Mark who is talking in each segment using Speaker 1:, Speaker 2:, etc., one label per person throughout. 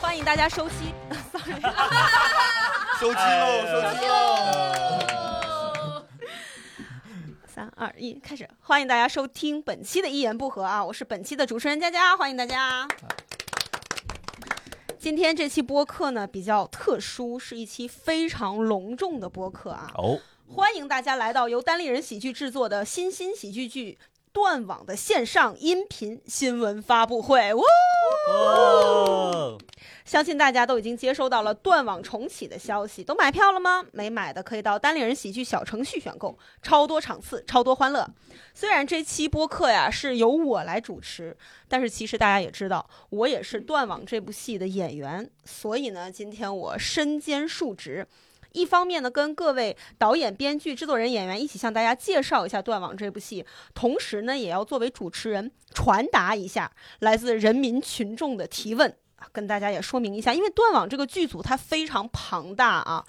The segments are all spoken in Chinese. Speaker 1: 欢迎大家收息。Sorry，
Speaker 2: 收机喽，收机喽！
Speaker 1: 三二一，开始！欢迎大家收听本期的《一言不合》啊，我是本期的主持人佳佳，欢迎大家。今天这期播客呢比较特殊，是一期非常隆重的播客啊，
Speaker 2: 哦，
Speaker 1: 欢迎大家来到由单立人喜剧制作的新新喜剧剧断网的线上音频新闻发布会。呜！
Speaker 2: 哦，
Speaker 1: 相信大家都已经接收到了断网重启的消息，都买票了吗？没买的可以到单立人喜剧小程序选购，超多场次，超多欢乐。虽然这期播客呀是由我来主持，但是其实大家也知道，我也是《断网》这部戏的演员，所以呢，今天我身兼数职。一方面呢，跟各位导演、编剧、制作人、演员一起向大家介绍一下《断网》这部戏，同时呢，也要作为主持人传达一下来自人民群众的提问，啊跟大家也说明一下，因为《断网》这个剧组它非常庞大啊。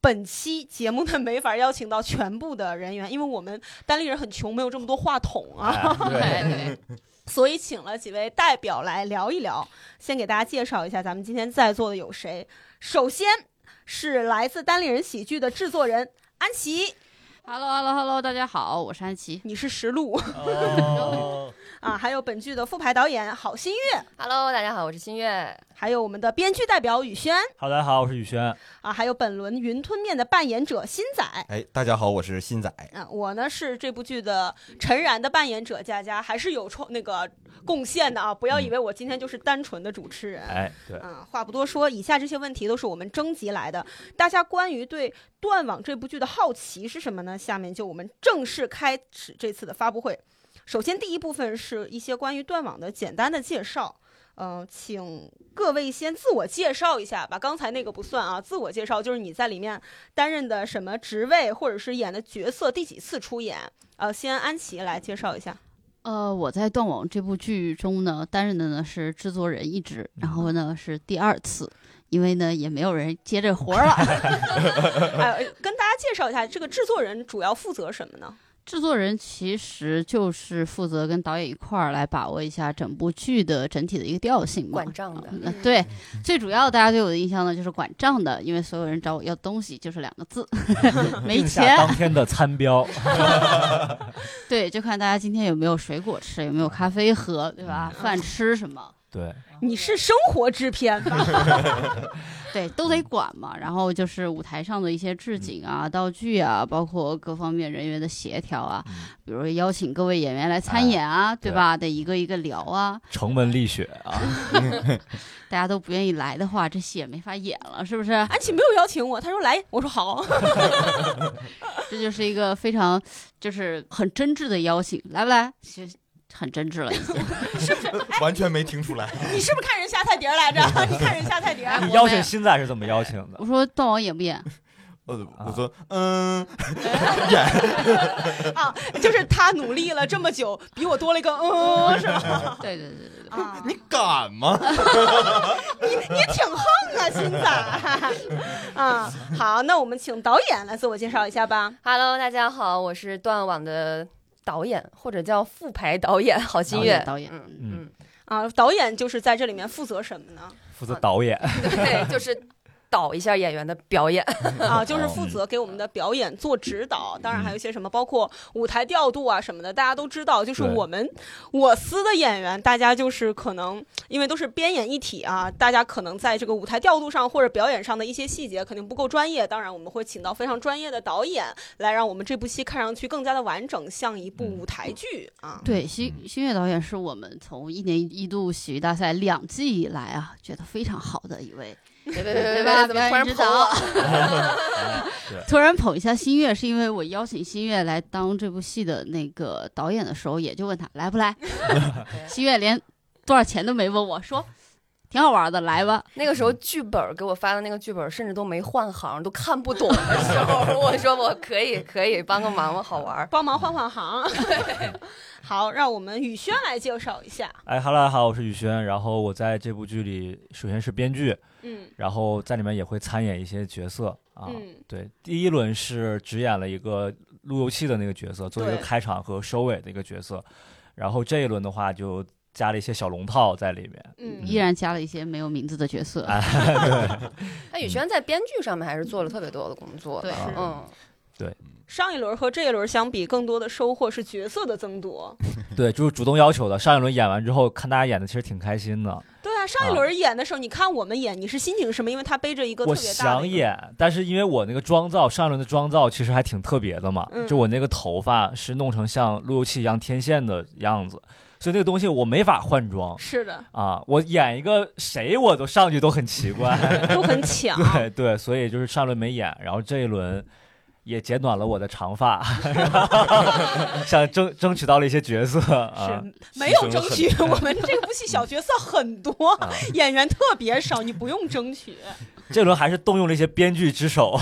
Speaker 1: 本期节目呢没法邀请到全部的人员，因为我们单立人很穷，没有这么多话筒啊。
Speaker 3: 哎
Speaker 2: 对，
Speaker 4: 对，
Speaker 1: 所以请了几位代表来聊一聊。先给大家介绍一下咱们今天在座的有谁。首先是来自单立人喜剧的制作人安琪，
Speaker 4: Hello Hello Hello，大家好，我是安琪。
Speaker 1: 你是石路
Speaker 2: 哦，
Speaker 1: 啊，还有本剧的副牌导演郝新月，
Speaker 5: Hello，大家好，我是新月。
Speaker 1: 还有我们的编剧代表宇轩
Speaker 3: 好，大家好，我是宇轩。
Speaker 1: 啊，还有本轮云吞面的扮演者新仔。
Speaker 2: 哎，大家好，我是新仔。
Speaker 1: 啊，我呢是这部剧的陈然的扮演者佳佳，还是有创那个贡献的啊！不要以为我今天就是单纯的主持人。
Speaker 3: 哎，对，
Speaker 1: 啊，话不多说，以下这些问题都是我们征集来的。大家关于对《断网》这部剧的好奇是什么呢？下面就我们正式开始这次的发布会。首先，第一部分是一些关于《断网》的简单的介绍。呃，请各位先自我介绍一下吧。刚才那个不算啊，自我介绍就是你在里面担任的什么职位，或者是演的角色，第几次出演。呃，先安琪来介绍一下。
Speaker 4: 呃，我在《断网》这部剧中呢，担任的呢是制作人一职，然后呢是第二次，因为呢也没有人接这活儿了。
Speaker 1: 哎，跟大家介绍一下，这个制作人主要负责什么呢？
Speaker 4: 制作人其实就是负责跟导演一块儿来把握一下整部剧的整体的一个调性嘛
Speaker 5: 管。账的，
Speaker 4: 呃对，最主要大家对我的印象呢就是管账的，因为所有人找我要东西就是两个字， 没
Speaker 3: 定下。
Speaker 4: 钱
Speaker 3: 当天的餐标，
Speaker 4: 对，就看大家今天有没有水果吃，有没有咖啡喝，对吧？饭吃什么？
Speaker 3: 对，
Speaker 1: 你是生活制片 吧？
Speaker 4: 对，都得管嘛。然后就是舞台上的一些置景啊、道具啊，包括各方面人员的协调啊，比如邀请各位演员来参演啊，对
Speaker 3: 对
Speaker 4: 吧？得一个一个聊啊。
Speaker 3: 成本力学啊，
Speaker 4: 大家都不愿意来的话，这戏也没法演了，是不是？
Speaker 1: 安琪没有邀请我，她说来，我说好。
Speaker 4: 这就是一个非常就是很真挚的邀请，来不来？其实很真挚了已经。
Speaker 2: 完全没听出来。
Speaker 1: 你是不是看人下菜碟儿来着？ 你看人下菜碟儿。
Speaker 4: 哎
Speaker 3: 你
Speaker 4: 我
Speaker 3: 邀
Speaker 4: 没
Speaker 3: 请
Speaker 4: 有
Speaker 3: 新仔是怎么邀请的？
Speaker 4: 我说断网演不演？
Speaker 2: 呃，
Speaker 3: 啊
Speaker 2: 我说，嗯，
Speaker 1: 啊，就是他努力了这么久，比我多了一个嗯，是吧？
Speaker 4: 对对对对对。
Speaker 1: 啊，
Speaker 2: 你敢吗？
Speaker 1: 你你挺横啊，新仔。 啊，好，那我们请导演来自我介绍一下吧。
Speaker 5: Hello，大家好，我是断网的导演，或者叫副牌导演郝新
Speaker 4: 导
Speaker 5: 月
Speaker 4: 演。导演
Speaker 5: 嗯
Speaker 3: 嗯
Speaker 5: 嗯，
Speaker 1: 啊，导演就是在这里面负责什么呢？
Speaker 3: 负责导演，
Speaker 5: 对，就是导一下演员的表演。
Speaker 1: 啊，就是
Speaker 3: 嗯
Speaker 1: 负责给我们的表演做指导，当然还有一些什么，包括舞台调度啊什么的，大家都知道。就是
Speaker 3: 对
Speaker 1: 我们我司的演员，大家就是可能因为都是编演一体啊，大家可能在这个舞台调度上或者表演上的一些细节肯定不够专业。当然，我们会请到非常专业的导演来，让我们这部戏看上去更加的完整，像一部
Speaker 3: 嗯
Speaker 1: 舞台剧啊。
Speaker 4: 对，新新月导演是我们从一年一度喜剧大赛两季以来啊，觉得非常好的一位，
Speaker 5: 别别
Speaker 4: 对吧？
Speaker 5: 怎
Speaker 4: 表
Speaker 5: 么突然
Speaker 4: 演
Speaker 5: 捧
Speaker 4: 指
Speaker 5: 我
Speaker 4: 导？。突然捧一下新月，是因为我邀请新月来当这部戏的那个导演的时候，也就问他来不来。新月连多少钱都没问我，说挺好玩的，来吧。
Speaker 5: 那个时候剧本给我发的那个剧本，甚至都没换行，都看不懂的时候，我说我可以可以帮个忙吗？好玩儿。
Speaker 1: 帮忙换换行。 好，让我们宇轩来介绍一下。
Speaker 3: 哎哈喽，大家好，我是宇轩。然后我在这部剧里，首先是编剧，
Speaker 1: 嗯
Speaker 3: 然后在里面也会参演一些角色啊。
Speaker 1: 嗯，
Speaker 3: 对，第一轮是只演了一个路由器的那个角色，做一个
Speaker 1: 对
Speaker 3: 开场和收尾的一个角色。然后这一轮的话，就加了一些小龙套在里面。
Speaker 1: 嗯
Speaker 4: 依然加了一些没有名字的角色。
Speaker 3: 哎
Speaker 5: 那宇轩在编剧上面还是做了特别多的工作的，
Speaker 4: 对
Speaker 3: 是
Speaker 5: 嗯，
Speaker 1: 上一轮和这一轮相比，更多的收获是角色的增多。
Speaker 3: 对，就是主动要求的。上一轮演完之后，看大家演的其实挺开心的。
Speaker 1: 对啊，上一轮演的时候，你看我们演，你是心情是什么？因为他背着一个特
Speaker 3: 我
Speaker 1: 别大的
Speaker 3: 想
Speaker 1: 一个，
Speaker 3: 演，但是因为我那个妆造，上一轮的妆造其实还挺特别的嘛，
Speaker 1: 嗯
Speaker 3: 就我那个头发是弄成像路由器一样天线的样子，所以那个东西我没法换装
Speaker 1: 是的，
Speaker 3: 啊。我演一个谁我都上去都很奇 怪，
Speaker 1: 都很抢。
Speaker 3: 对对，所以就是上一轮没演，然后这一轮。也剪短了我的长发，想争争取到了一些角色啊
Speaker 1: 是，没有
Speaker 3: 牺牲
Speaker 1: 争
Speaker 3: 了
Speaker 1: 取，我们这部戏小角色很多，
Speaker 3: 嗯啊
Speaker 1: 演员特别少，你不用争取。
Speaker 3: 这轮还是动用了一些编剧之手，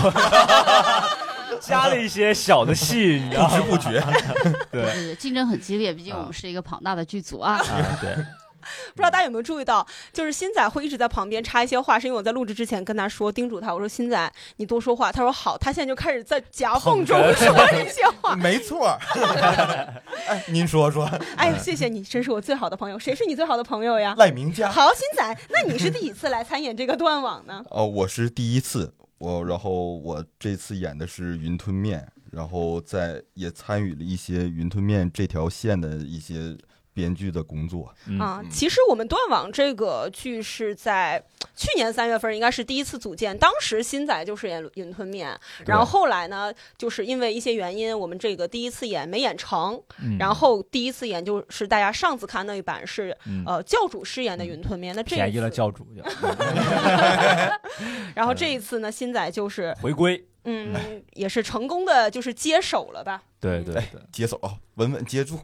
Speaker 3: 加了一些小的戏，你知道
Speaker 2: 不
Speaker 3: 吗？
Speaker 2: 知不觉，
Speaker 3: 对
Speaker 4: 对对，竞争很激烈，毕竟我们是一个庞大的剧组啊。
Speaker 3: 啊，对，
Speaker 1: 不知道大家有没有注意到，就是新仔会一直在旁边插一些话，是因为我在录制之前跟他说，叮嘱他，我说新仔你多说话，他说好，他现在就开始在夹缝中说这些话。
Speaker 2: 没错儿。 哎，您说说，
Speaker 1: 哎，谢谢你，真是我最好的朋友。谁是你最好的朋友呀？
Speaker 2: 赖明 佳。
Speaker 1: 好，新仔，那你是第几次来参演这个断网呢？
Speaker 2: 哦，我是第一次，我然后我这次演的是云吞面，然后在也参与了一些云吞面这条线的一些编剧的工作。
Speaker 3: 嗯
Speaker 1: 啊，其实我们断网这个剧是在去年三月份，应该是第一次组建。当时新仔就是演云吞面，然后后来呢，就是因为一些原因，我们这个第一次演没演成，
Speaker 3: 嗯
Speaker 1: 然后第一次演就是大家上次看那一版是
Speaker 3: 嗯
Speaker 1: 呃教主饰演的云吞面，那这
Speaker 3: 便宜了
Speaker 1: 一次，
Speaker 3: 教主就嗯
Speaker 1: 然后这一次呢，新仔就是
Speaker 3: 回归。
Speaker 1: 嗯，也是成功的就是接手了吧。
Speaker 3: 对对
Speaker 2: 哎
Speaker 3: 对，
Speaker 2: 接手，稳稳接住。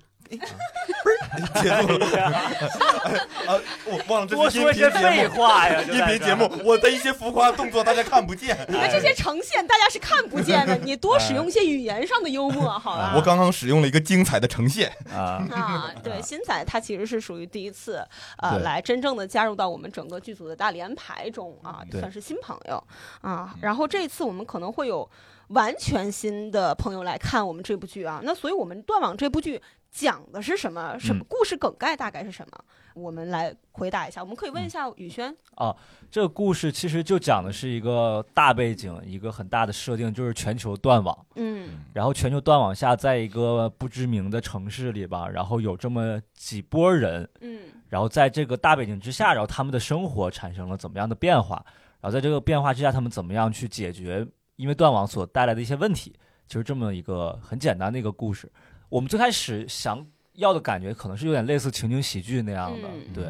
Speaker 2: 哎不是接住了啊！我忘了这
Speaker 3: 多
Speaker 2: 是
Speaker 3: 说
Speaker 2: 音
Speaker 3: 一些
Speaker 2: 频
Speaker 3: 废
Speaker 2: 节目，
Speaker 3: 话呀！就
Speaker 2: 音
Speaker 3: 在
Speaker 2: 频
Speaker 3: 这
Speaker 2: 节
Speaker 3: 儿
Speaker 2: 目，我的一些浮夸动作大家看不
Speaker 3: 哎
Speaker 2: 见。
Speaker 1: 你们这些呈现大家是看不见的，你多使用一些语言上的幽默，好吧？
Speaker 2: 我刚刚使用了一个精彩的呈现，
Speaker 3: 啊，
Speaker 1: 啊，对，新仔他其实是属于第一次，呃，
Speaker 3: 对
Speaker 1: 来真正的加入到我们整个剧组的大连排中啊，
Speaker 3: 嗯对嗯
Speaker 1: 算是新朋友啊。然后这次我们可能会有完全新的朋友来看我们这部剧啊，那所以我们《断网》这部剧讲的是什么？什
Speaker 3: 嗯
Speaker 1: 么故事梗概大概是什么？我们来回答一下。我们可以
Speaker 3: 嗯
Speaker 1: 问一下宇轩，
Speaker 3: 啊这个故事其实就讲的是一个大背景，一个很大的设定，就是全球断网。
Speaker 1: 嗯
Speaker 3: 然后全球断网下，在一个不知名的城市里吧，然后有这么几波人，
Speaker 1: 嗯
Speaker 3: 然后在这个大背景之下，然后他们的生活产生了怎么样的变化？然后在这个变化之下，他们怎么样去解决因为断网所带来的一些问题？就是这么一个很简单的一个故事。我们最开始想要的感觉可能是有点类似情景喜剧那样的，
Speaker 1: 嗯
Speaker 3: 对，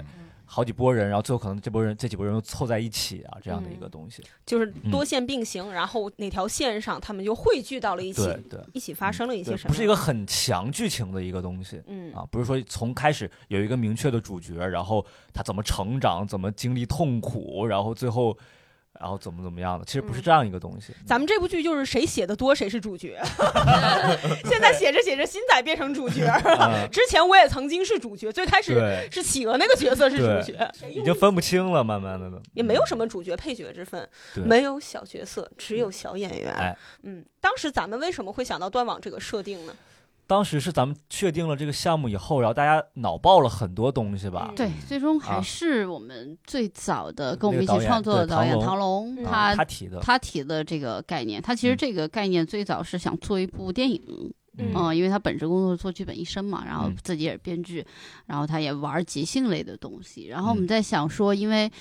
Speaker 3: 好几波人，然后最后可能这波人这几波人又凑在一起啊，这样的一个东西。
Speaker 1: 就是
Speaker 3: 嗯
Speaker 1: 多线并行，然后哪条线上他们就汇聚到了一起
Speaker 3: 对，对
Speaker 1: 一起发生了一些
Speaker 3: 对，
Speaker 1: 什么？
Speaker 3: 不是一个很强剧情的一个东西。
Speaker 1: 嗯
Speaker 3: 啊，不是说从开始有一个明确的主角，然后他怎么成长，怎么经历痛苦，然后最后，然后怎么怎么样的，其实不是
Speaker 1: 嗯
Speaker 3: 这样一个东西。
Speaker 1: 咱们这部剧就是谁写的多谁是主角， 现在写着写着新仔变成主角了。
Speaker 3: 嗯
Speaker 1: 之前我也曾经是主角，最开始
Speaker 3: 对，
Speaker 1: 是企鹅那个角色是主角，
Speaker 3: 已经分不清了，慢慢的嗯呢，
Speaker 1: 也没有什么主角配角之分，
Speaker 3: 对
Speaker 1: 没有小角色，只有小演员。
Speaker 3: 哎
Speaker 1: 嗯，当时咱们为什么会想到断网这个设定呢？
Speaker 3: 当时是咱们确定了这个项目以后，然后大家脑爆了很多东西吧
Speaker 1: 嗯。
Speaker 4: 对，最终还
Speaker 3: 啊
Speaker 4: 是我们最早的跟我
Speaker 3: 那
Speaker 4: 们
Speaker 3: 个
Speaker 4: 一
Speaker 3: 导
Speaker 4: 起
Speaker 3: 演
Speaker 4: 创作的
Speaker 3: 对
Speaker 4: 导演
Speaker 3: 唐
Speaker 4: 唐龙，
Speaker 1: 嗯
Speaker 3: 啊
Speaker 4: 他
Speaker 3: 他提的，
Speaker 4: 他提的这个概念，他其实
Speaker 3: 嗯
Speaker 4: 这个概念最早是想做一部电影，
Speaker 3: 嗯
Speaker 4: 嗯，因为他本职工作是做剧本一生嘛，然后
Speaker 3: 嗯
Speaker 4: 自己也是编剧，然后他也玩即兴类的东西。然后我们
Speaker 3: 嗯
Speaker 4: 在想说，因为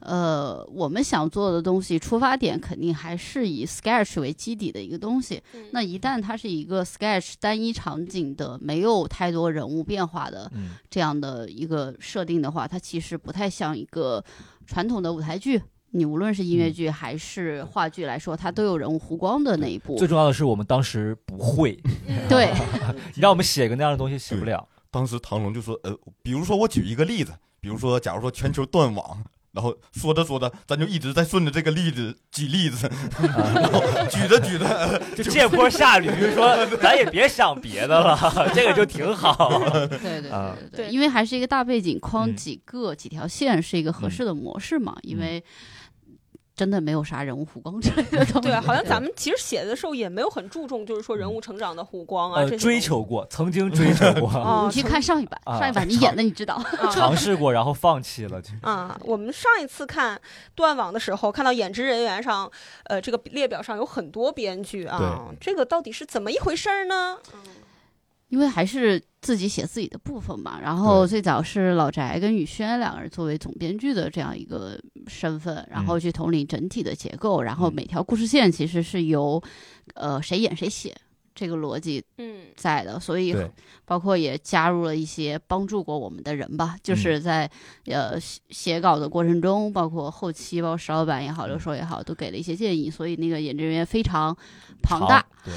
Speaker 4: 呃，我们想做的东西出发点肯定还是以 sketch 为基底的一个东西。那一旦它是一个 sketch 单一场景的，没有太多人物变化的
Speaker 3: 嗯，
Speaker 4: 这样的一个设定的话，它其实不太像一个传统的舞台剧。你无论是音
Speaker 3: 嗯
Speaker 4: 乐剧还是话剧来说，它都有人物弧光的那一步
Speaker 3: 最。重要的是我们当时不 会，
Speaker 4: 对，
Speaker 3: 你让我们写个那样的东西写不了。
Speaker 2: 当时唐龙就说：“呃，比如说我举一个例子，比如说假如说全球断网。”然后说着说着，咱就一直在顺着这个例子举例子， 然后举着举着，呃
Speaker 3: 就借坡下驴， 说咱也别想别的了，这个就挺好。
Speaker 4: 对对
Speaker 3: 啊
Speaker 4: 对
Speaker 1: 对
Speaker 4: 对，因为还是一个大背景框，
Speaker 3: 嗯
Speaker 4: 几个、几条线是一个合适的模式嘛，因为。真的没有啥人物弧光之类的东西。
Speaker 1: 对啊，好
Speaker 3: 嗯
Speaker 1: 像咱们其实写的时候也没有很注重，就是说人物成长的弧光啊，
Speaker 3: 呃
Speaker 1: 这，些
Speaker 3: 追求过，曾经追求过，
Speaker 1: 啊，
Speaker 4: 你去看上一版，
Speaker 3: 啊
Speaker 4: 上一版你
Speaker 3: 长
Speaker 4: 演的你知道，
Speaker 1: 啊
Speaker 3: 尝试过，然后放弃了。就
Speaker 1: 啊，我们上一次看断网的时候，看到演职人员上，呃，这个列表上有很多编剧啊
Speaker 2: 对，
Speaker 1: 这个到底是怎么一回事儿呢？
Speaker 4: 因为还是自己写自己的部分嘛。然后最早是老翟跟宇轩两个人作为总编剧的这样一个身份，然
Speaker 3: 嗯
Speaker 4: 后去统领整体的结构，然后每条故事线其实是由呃谁演谁写这个逻辑
Speaker 1: 嗯
Speaker 4: 在的，所以
Speaker 3: 对
Speaker 4: 包括也加入了一些帮助过我们的人吧，
Speaker 3: 嗯
Speaker 4: 就是在、呃写写稿的过程中，包括后期，包括石老板也好，
Speaker 3: 嗯
Speaker 4: 刘硕也好，都给了一些建议，所以那个演职人员非常庞大
Speaker 3: 好。，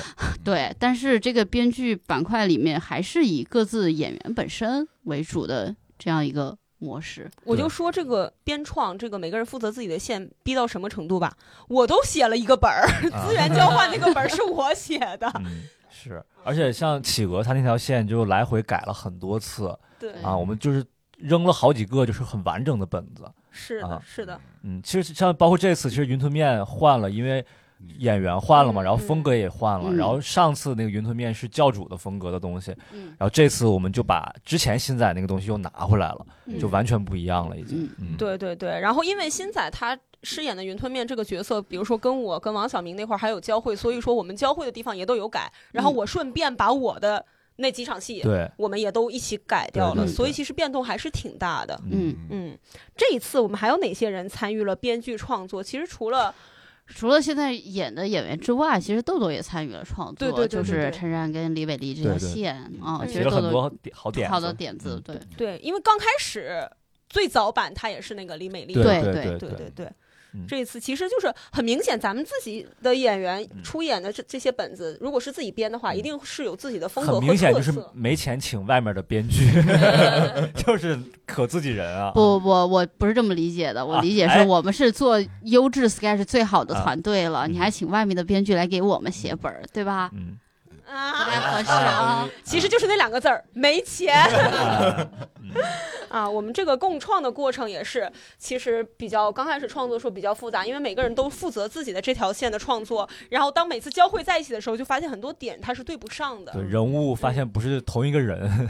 Speaker 3: 对，
Speaker 4: 对，但是这个编剧板块里面还是以各自演员本身为主的这样一个模式。
Speaker 1: 我就说这个编创，这个每个人负责自己的线，逼到什么程度吧？我都写了一个本儿，
Speaker 3: 啊，
Speaker 1: 资源交换那个本儿是我写的
Speaker 3: 嗯，是，而且像企鹅，它那条线就来回改了很多次
Speaker 1: 对，
Speaker 3: 啊，我们就是扔了好几个，就是很完整的本子。
Speaker 1: 是的
Speaker 3: 啊，
Speaker 1: 是的，
Speaker 3: 嗯，其实像包括这次，其实云吞面换了，因为演员换了嘛，
Speaker 1: 嗯
Speaker 3: 然后风格也换了，
Speaker 4: 嗯
Speaker 3: 然后上次那个云吞面是教主的风格的东西，
Speaker 4: 嗯，
Speaker 3: 然后这次我们就把之前新仔那个东西又拿回来了，就
Speaker 4: 嗯
Speaker 3: 完全不一样了，已经。
Speaker 4: 嗯
Speaker 3: 嗯，
Speaker 1: 对对对，然后因为新仔他饰演的云吞面这个角色，比如说跟我跟王晓明那块儿还有交汇，所以说我们交汇的地方也都有改，然后
Speaker 4: 嗯
Speaker 1: 我顺便把我的那几场戏，
Speaker 3: 对，
Speaker 1: 我们也都一起改掉
Speaker 3: 对
Speaker 1: 了，
Speaker 3: 对
Speaker 1: 所以
Speaker 3: 对
Speaker 1: 其实变动还是挺大的。
Speaker 4: 嗯，
Speaker 1: 嗯，这一次我们还有哪些人参与了编剧创作？其实除了
Speaker 4: 除了现在演的演员之外，其实豆豆也参与了创作，
Speaker 1: 对对对
Speaker 4: 就
Speaker 1: 对
Speaker 4: 是
Speaker 1: 对
Speaker 4: 陈然跟李伟丽这条
Speaker 2: 对对
Speaker 4: 线啊、
Speaker 1: 嗯
Speaker 3: 提
Speaker 4: 其实
Speaker 3: 了
Speaker 4: 豆
Speaker 3: 很
Speaker 4: 豆
Speaker 3: 多点好点子，
Speaker 4: 好的点子，
Speaker 3: 嗯
Speaker 4: 对，
Speaker 1: 对，因为刚开始最早版他也是那个李美丽，
Speaker 3: 对
Speaker 4: 对
Speaker 3: 对
Speaker 1: 对对对
Speaker 3: 嗯
Speaker 1: 这一次其实就是很明显，咱们自己的演员出演的这这些本子，如果是自己编的话，
Speaker 3: 嗯
Speaker 1: 一定是有自己的风格
Speaker 3: 很
Speaker 1: 和
Speaker 3: 明显
Speaker 1: 特
Speaker 3: 就是
Speaker 1: 色。
Speaker 3: 没钱请外面的编 剧， 就是可自己人啊。
Speaker 4: 不不不，我不是这么理解的。我
Speaker 3: 啊
Speaker 4: 理解是
Speaker 3: 哎
Speaker 4: 我们是做优质 sketch 最好的
Speaker 3: 啊
Speaker 4: 团队了，你
Speaker 3: 嗯
Speaker 4: 还请外面的编剧来给我们写本儿，对吧？
Speaker 3: 嗯，
Speaker 4: 不
Speaker 1: 啊，
Speaker 4: 太
Speaker 3: 哎
Speaker 4: 合适啊。
Speaker 1: 其实就是那两个字儿，没钱。
Speaker 3: 啊嗯
Speaker 1: 啊，我们这个共创的过程也是，其实比较刚开始创作的时候比较复杂，因为每个人都负责自己的这条线的创作，然后当每次交汇在一起的时候，就发现很多点它是对不上的
Speaker 3: 对。人物发现不是同一个人，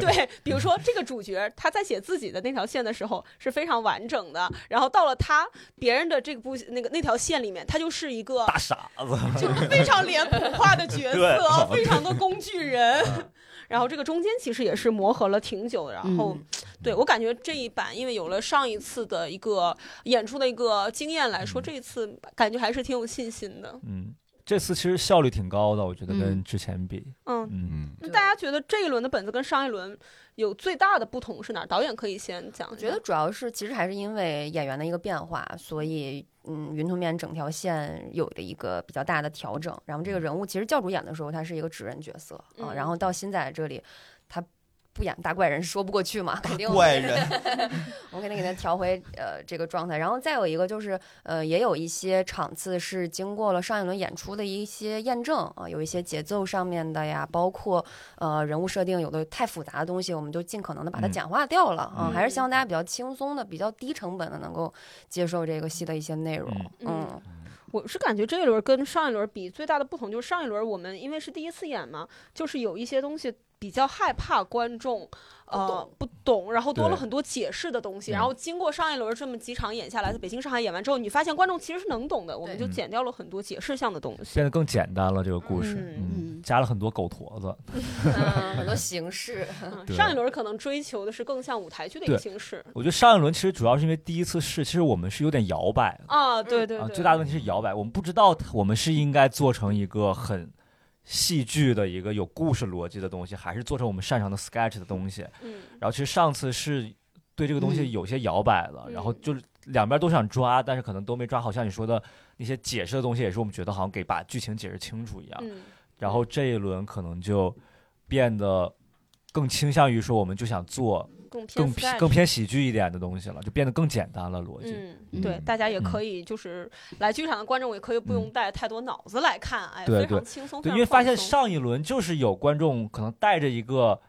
Speaker 1: 对，比如说这个主角他在写自己的那条线的时候是非常完整的，然后到了他别人的这部那个那条线里面，他就是一个
Speaker 3: 大傻子。
Speaker 1: 就是非常脸谱化的角
Speaker 3: 对
Speaker 1: 色，哦非常的工具人。 然后这个中间其实也是磨合了挺久的，然后、
Speaker 4: 嗯
Speaker 1: 对我感觉这一版，因为有了上一次的一个演出的一个经验来说，
Speaker 3: 嗯
Speaker 1: 这一次感觉还是挺有信心的。
Speaker 3: 嗯，这次其实效率挺高的，我觉得跟之前比，
Speaker 1: 嗯，
Speaker 3: 嗯，
Speaker 2: 嗯
Speaker 1: 那
Speaker 5: 对
Speaker 1: 大家觉得这一轮的本子跟上一轮有最大的不同是哪儿？导演可以先讲一
Speaker 5: 我
Speaker 1: 下。
Speaker 5: 觉得主要是其实还是因为演员的一个变化，所以嗯，云吞面整条线有的一个比较大的调整。然后这个人物其实教主演的时候他是一个纸人角色啊、
Speaker 1: 嗯
Speaker 5: 然后到新仔这里他。不演大怪人说不过去嘛，肯定我们
Speaker 2: 怪人，
Speaker 5: 我肯定给他调回呃这个状态。然后再有一个就是呃，也有一些场次是经过了上一轮演出的一些验证啊、有一些节奏上面的呀，包括呃人物设定，有的太复杂的东西，我们就尽可能的把它
Speaker 3: 嗯
Speaker 5: 简化掉了啊、
Speaker 3: 嗯
Speaker 5: 还是希望大家比较轻松的、比较低成本的能够接受这个戏的一些内容。
Speaker 1: 嗯
Speaker 5: 嗯，
Speaker 1: 我是感觉这一轮跟上一轮比，最大的不同就是上一轮我们因为是第一次演嘛，就是有一些东西比较害怕观众，呃，不懂，然后多了
Speaker 3: 对
Speaker 1: 很多解释的东西。
Speaker 3: 嗯
Speaker 1: 然后经过上一轮这么几场演下来，在北京、上海演完之后，你发现观众其实是能懂的，我们就
Speaker 3: 嗯
Speaker 1: 减掉了很多解释项的东西。
Speaker 3: 变得更简单了这个故事，
Speaker 4: 嗯
Speaker 3: 嗯，加了很多狗驼子，
Speaker 5: 嗯很多形 式，
Speaker 1: 嗯
Speaker 3: 对
Speaker 1: 上一轮可能追求的是更像舞台剧的一个
Speaker 3: 对
Speaker 1: 形式
Speaker 3: 我觉得上一轮其实主要是因为第一次试，其实我们是有点摇摆的
Speaker 1: 啊，对对
Speaker 3: 啊，
Speaker 1: 对，
Speaker 3: 最大的问题是摇摆，我们不知道我们是应该做成一个很戏剧的一个有故事逻辑的东西，还是做成我们擅长的 sketch 的东西。
Speaker 1: 嗯
Speaker 3: 然后其实上次是对这个东西有些摇摆了，
Speaker 1: 嗯
Speaker 3: 然后就是两边都想抓，但是可能都没抓好，像你说的那些解释的东西，也是我们觉得好像给把剧情解释清楚一样。
Speaker 1: 嗯
Speaker 3: 然后这一轮可能就变得更倾向于说，我们就想做
Speaker 1: 更偏
Speaker 3: 更
Speaker 1: sketch
Speaker 3: 更偏喜剧一点的东西了，就变得更简单了逻辑。
Speaker 1: 嗯，对，大家也可以就是来剧场的观众也可以不用带太多脑子来看，哎，
Speaker 3: 嗯对
Speaker 1: 非常
Speaker 3: 对
Speaker 1: 轻松，
Speaker 3: 对，
Speaker 1: 非
Speaker 3: 因为
Speaker 1: 常放
Speaker 3: 发现
Speaker 1: 松
Speaker 3: 上一轮就是有观众可能带着一个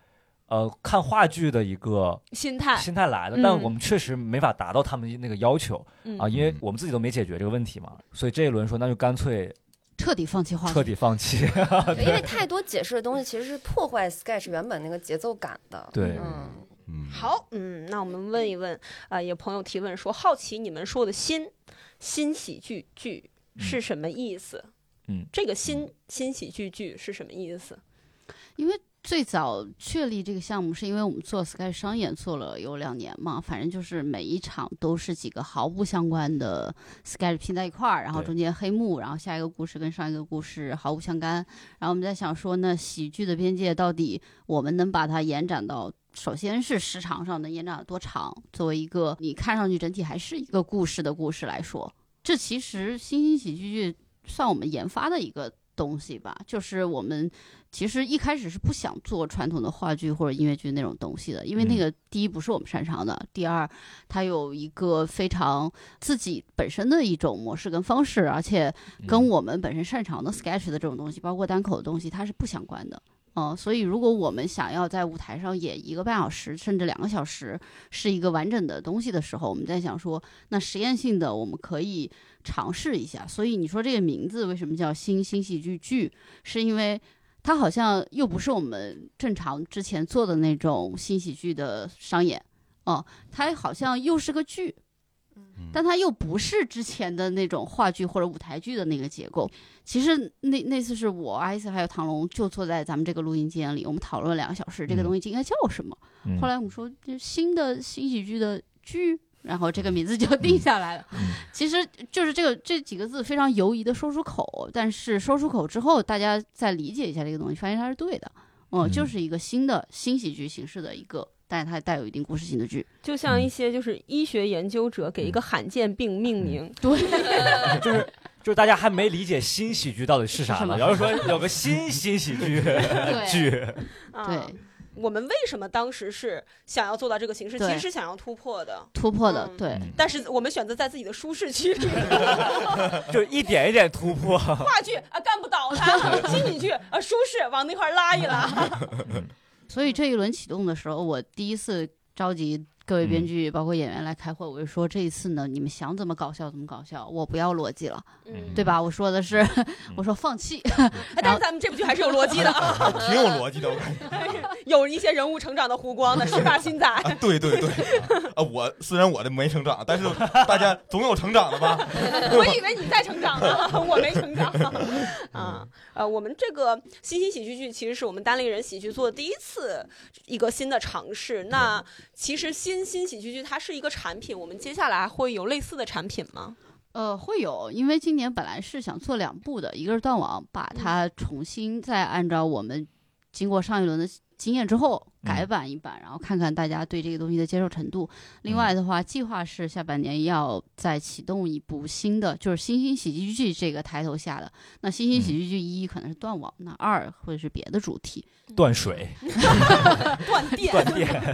Speaker 3: 呃看话剧的一个
Speaker 1: 心态
Speaker 3: 心态来的，
Speaker 1: 嗯
Speaker 3: 但我们确实没法达到他们那个要求
Speaker 1: 嗯
Speaker 3: 啊，因为我们自己都没解决这个问题嘛，所以这一轮说那就干脆
Speaker 4: 彻底放弃话
Speaker 3: 彻
Speaker 4: 剧。
Speaker 3: 底放弃。
Speaker 5: 因为太多解释的东西其实是破坏 sketch 原本那个节奏感的。
Speaker 3: 对
Speaker 5: 嗯，
Speaker 2: 嗯，
Speaker 1: 好，嗯，那我们问一问，啊、有朋友提问说，好奇你们说的新新喜剧剧是什么意思？
Speaker 3: 嗯
Speaker 1: 这个新新喜剧剧是什么意思？
Speaker 4: 最早确立这个项目是因为我们做 Sky 商演做了有两年嘛，反正就是每一场都是几个毫不相关的 Sky 拼在一块儿，然后
Speaker 3: 对
Speaker 4: 中间黑幕，然后下一个故事跟上一个故事毫无相干。然后我们在想说，那喜剧的边界到底我们能把它延展到，首先是时长上能延展到多长？作为一个你看上去整体还是一个故事的故事来说，这其实新兴喜剧剧算我们研发的一个东西吧，就是我们其实一开始是不想做传统的话剧或者音乐剧那种东西的，因为那
Speaker 3: 嗯
Speaker 4: 个第一不是我们擅长的，第二它有一个非常自己本身的一种模式跟方式，而且
Speaker 3: 嗯
Speaker 4: 跟我们本身擅长的 sketch 的这种东西，包括单口的东西，它是不相关的。嗯，所以如果我们想要在舞台上演一个半小时甚至两个小时，是一个完整的东西的时候，我们在想说，那实验性的我们可以尝试一下。所以你说这个名字为什么叫新新喜剧剧，是因为它好像又不是我们正常之前做的那种新喜剧的商演，哦、它好像又是个剧，
Speaker 3: 嗯
Speaker 4: 但它又不是之前的那种话剧或者舞台剧的那个结构。其实那那次是我、艾斯还有唐龙就坐在咱们这个录音间里，我们讨论了两个小时，这个
Speaker 3: 嗯
Speaker 4: 东西应该叫什么。
Speaker 3: 嗯
Speaker 4: 后来我们说，这新的新喜剧的剧，然后这个名字就定下来了。
Speaker 3: 嗯
Speaker 4: 其实就是这个这几个字非常犹疑的说出口，但是说出口之后，大家再理解一下这个东西，发现它是对的。嗯，
Speaker 3: 嗯
Speaker 4: 就是一个新的新喜剧形式的一个，但是它带有一定故事性 的剧。
Speaker 1: 就像一
Speaker 3: 嗯
Speaker 1: 些就是医学研究者给一个罕见病命名，
Speaker 4: 对，
Speaker 3: 就是就是大家还没理解新喜剧到底是啥
Speaker 4: 是什
Speaker 3: 呢，
Speaker 4: 么
Speaker 3: 然后说有个新新喜剧
Speaker 4: 对
Speaker 3: 剧，
Speaker 1: 啊
Speaker 4: 对，
Speaker 1: 我们为什么当时是想要做到这个形式，其
Speaker 4: 对
Speaker 1: 实是想要突破的，
Speaker 4: 突破的
Speaker 1: 嗯，
Speaker 4: 对，
Speaker 1: 但是我们选择在自己的舒适区 里
Speaker 3: 就是一点一点突破。
Speaker 1: 话剧啊，干不倒 它，新喜剧啊，舒适往那块儿拉一拉，
Speaker 4: 所以这一轮启动的时候，我第一次召集各位
Speaker 1: 嗯
Speaker 4: 编剧，包括演员来开会，我就说这一次呢，你们想怎么搞笑怎么搞笑，我不要逻辑了，
Speaker 1: 嗯，
Speaker 4: 对吧？我说的是， 我说放弃，
Speaker 1: 哎但是咱们这部剧还是有逻辑的啊，
Speaker 2: 挺有逻辑的，我感觉。
Speaker 1: 有一些人物成长的弧光的，是吧，新 仔？
Speaker 2: 啊对对对，啊，我虽然我的没成长，但是大家总有成长 的吧？
Speaker 1: 我以为你在成长 呢，我没成长。啊，呃，我们这个新兴喜剧剧其实是我们单立人喜剧做的第一次一个新的尝试。那其实新新喜剧剧它是一个产品，我们接下来会有类似的产品 吗？
Speaker 4: 呃，会有，因为今年本来是想做两部的，一个是断网，把它重新再按照我们经过上一轮的经验之后改
Speaker 3: 嗯
Speaker 4: 版一版，然后看看大家对这个东西的接受程度。另外的话，计划是下半年要再启动一部新的，就是新兴喜剧剧这个抬头下的。那新兴喜剧剧一可能是断网，那二会是别的主题。
Speaker 3: 断水、
Speaker 1: 断电，
Speaker 3: 断 电，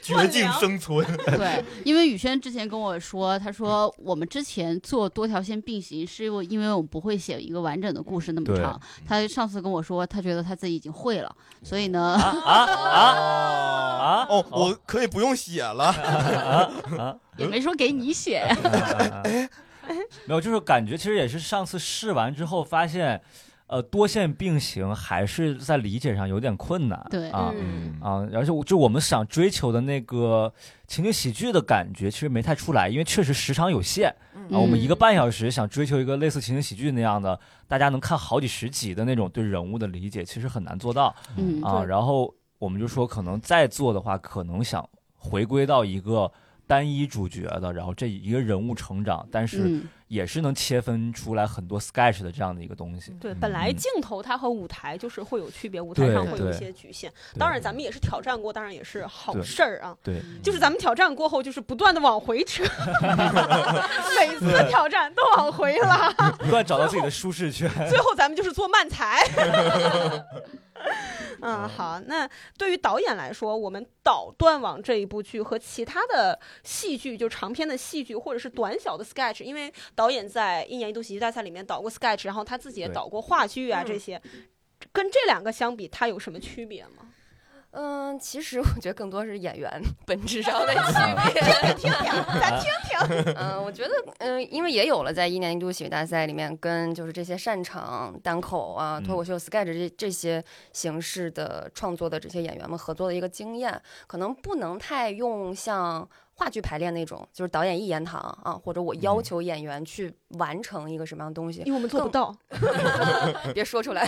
Speaker 2: 绝境生存，
Speaker 4: 对，因为宇轩之前跟我说，他说我们之前做多条线并行，是因为因为我们不会写一个完整的故事那么
Speaker 3: 对
Speaker 4: 长。他上次跟我说，他觉得他自己已经会了，所以呢，
Speaker 3: 啊
Speaker 2: 哦，我可以不用写了。
Speaker 4: 也没说给你写。
Speaker 3: 没有，就是感觉其实也是上次试完之后发现，呃，多线并行还是在理解上有点困难。
Speaker 4: 对
Speaker 3: 啊。
Speaker 1: 嗯
Speaker 3: 啊，而且我就我们想追求的那个情景喜剧的感觉，其实没太出来，因为确实时长有限啊。
Speaker 4: 嗯
Speaker 3: 我们一个半小时想追求一个类似情景喜剧那样的，大家能看好几十集的那种对人物的理解，其实很难做到。
Speaker 4: 嗯，
Speaker 3: 啊，然后我们就说，可能再做的话，可能想回归到一个单一主角的，然后这一个人物成长，但是
Speaker 4: 嗯，
Speaker 3: 也是能切分出来很多 sketch 的这样的一个东西。
Speaker 1: 对，本来镜头它和舞台就是会有区别，舞台
Speaker 3: 嗯对
Speaker 1: 上会有一
Speaker 3: 对
Speaker 1: 些局限。
Speaker 3: 对
Speaker 1: 当然，咱们也是挑战过，当然也是好
Speaker 3: 对
Speaker 1: 事儿啊。
Speaker 3: 对，
Speaker 1: 就是咱们挑战过后，就是不断的往回 扯，每次挑战都往回拉，
Speaker 3: 不断找到自己的舒适圈。
Speaker 1: 最后咱们就是做慢 才。嗯，好。那对于导演来说，我们导《断网》这一部剧和其他的戏剧，就长篇的戏剧或者是短小的 sketch，因为导演在一年一度喜剧大赛里面导过 sketch，然后他自己也
Speaker 3: 对
Speaker 1: 导过话剧啊
Speaker 5: 嗯
Speaker 1: 这些，跟这两个相比，它有什么区别吗？
Speaker 5: 嗯，其实我觉得更多是演员本质 上的区别。
Speaker 1: 听听，咱听听。
Speaker 5: 嗯，我觉得，嗯，因为也有了在一年一度喜剧大赛里面，跟就是这些擅长单口啊、
Speaker 3: 嗯
Speaker 5: 脱口秀、sketch 这这些形式的创作的这些演员们合作的一个经验，可能不能太用像。话剧排练那种，就是导演一言堂啊，或者我要求演员去完成一个什么样的东西，
Speaker 1: 因为我们做不到，
Speaker 5: 别说出来。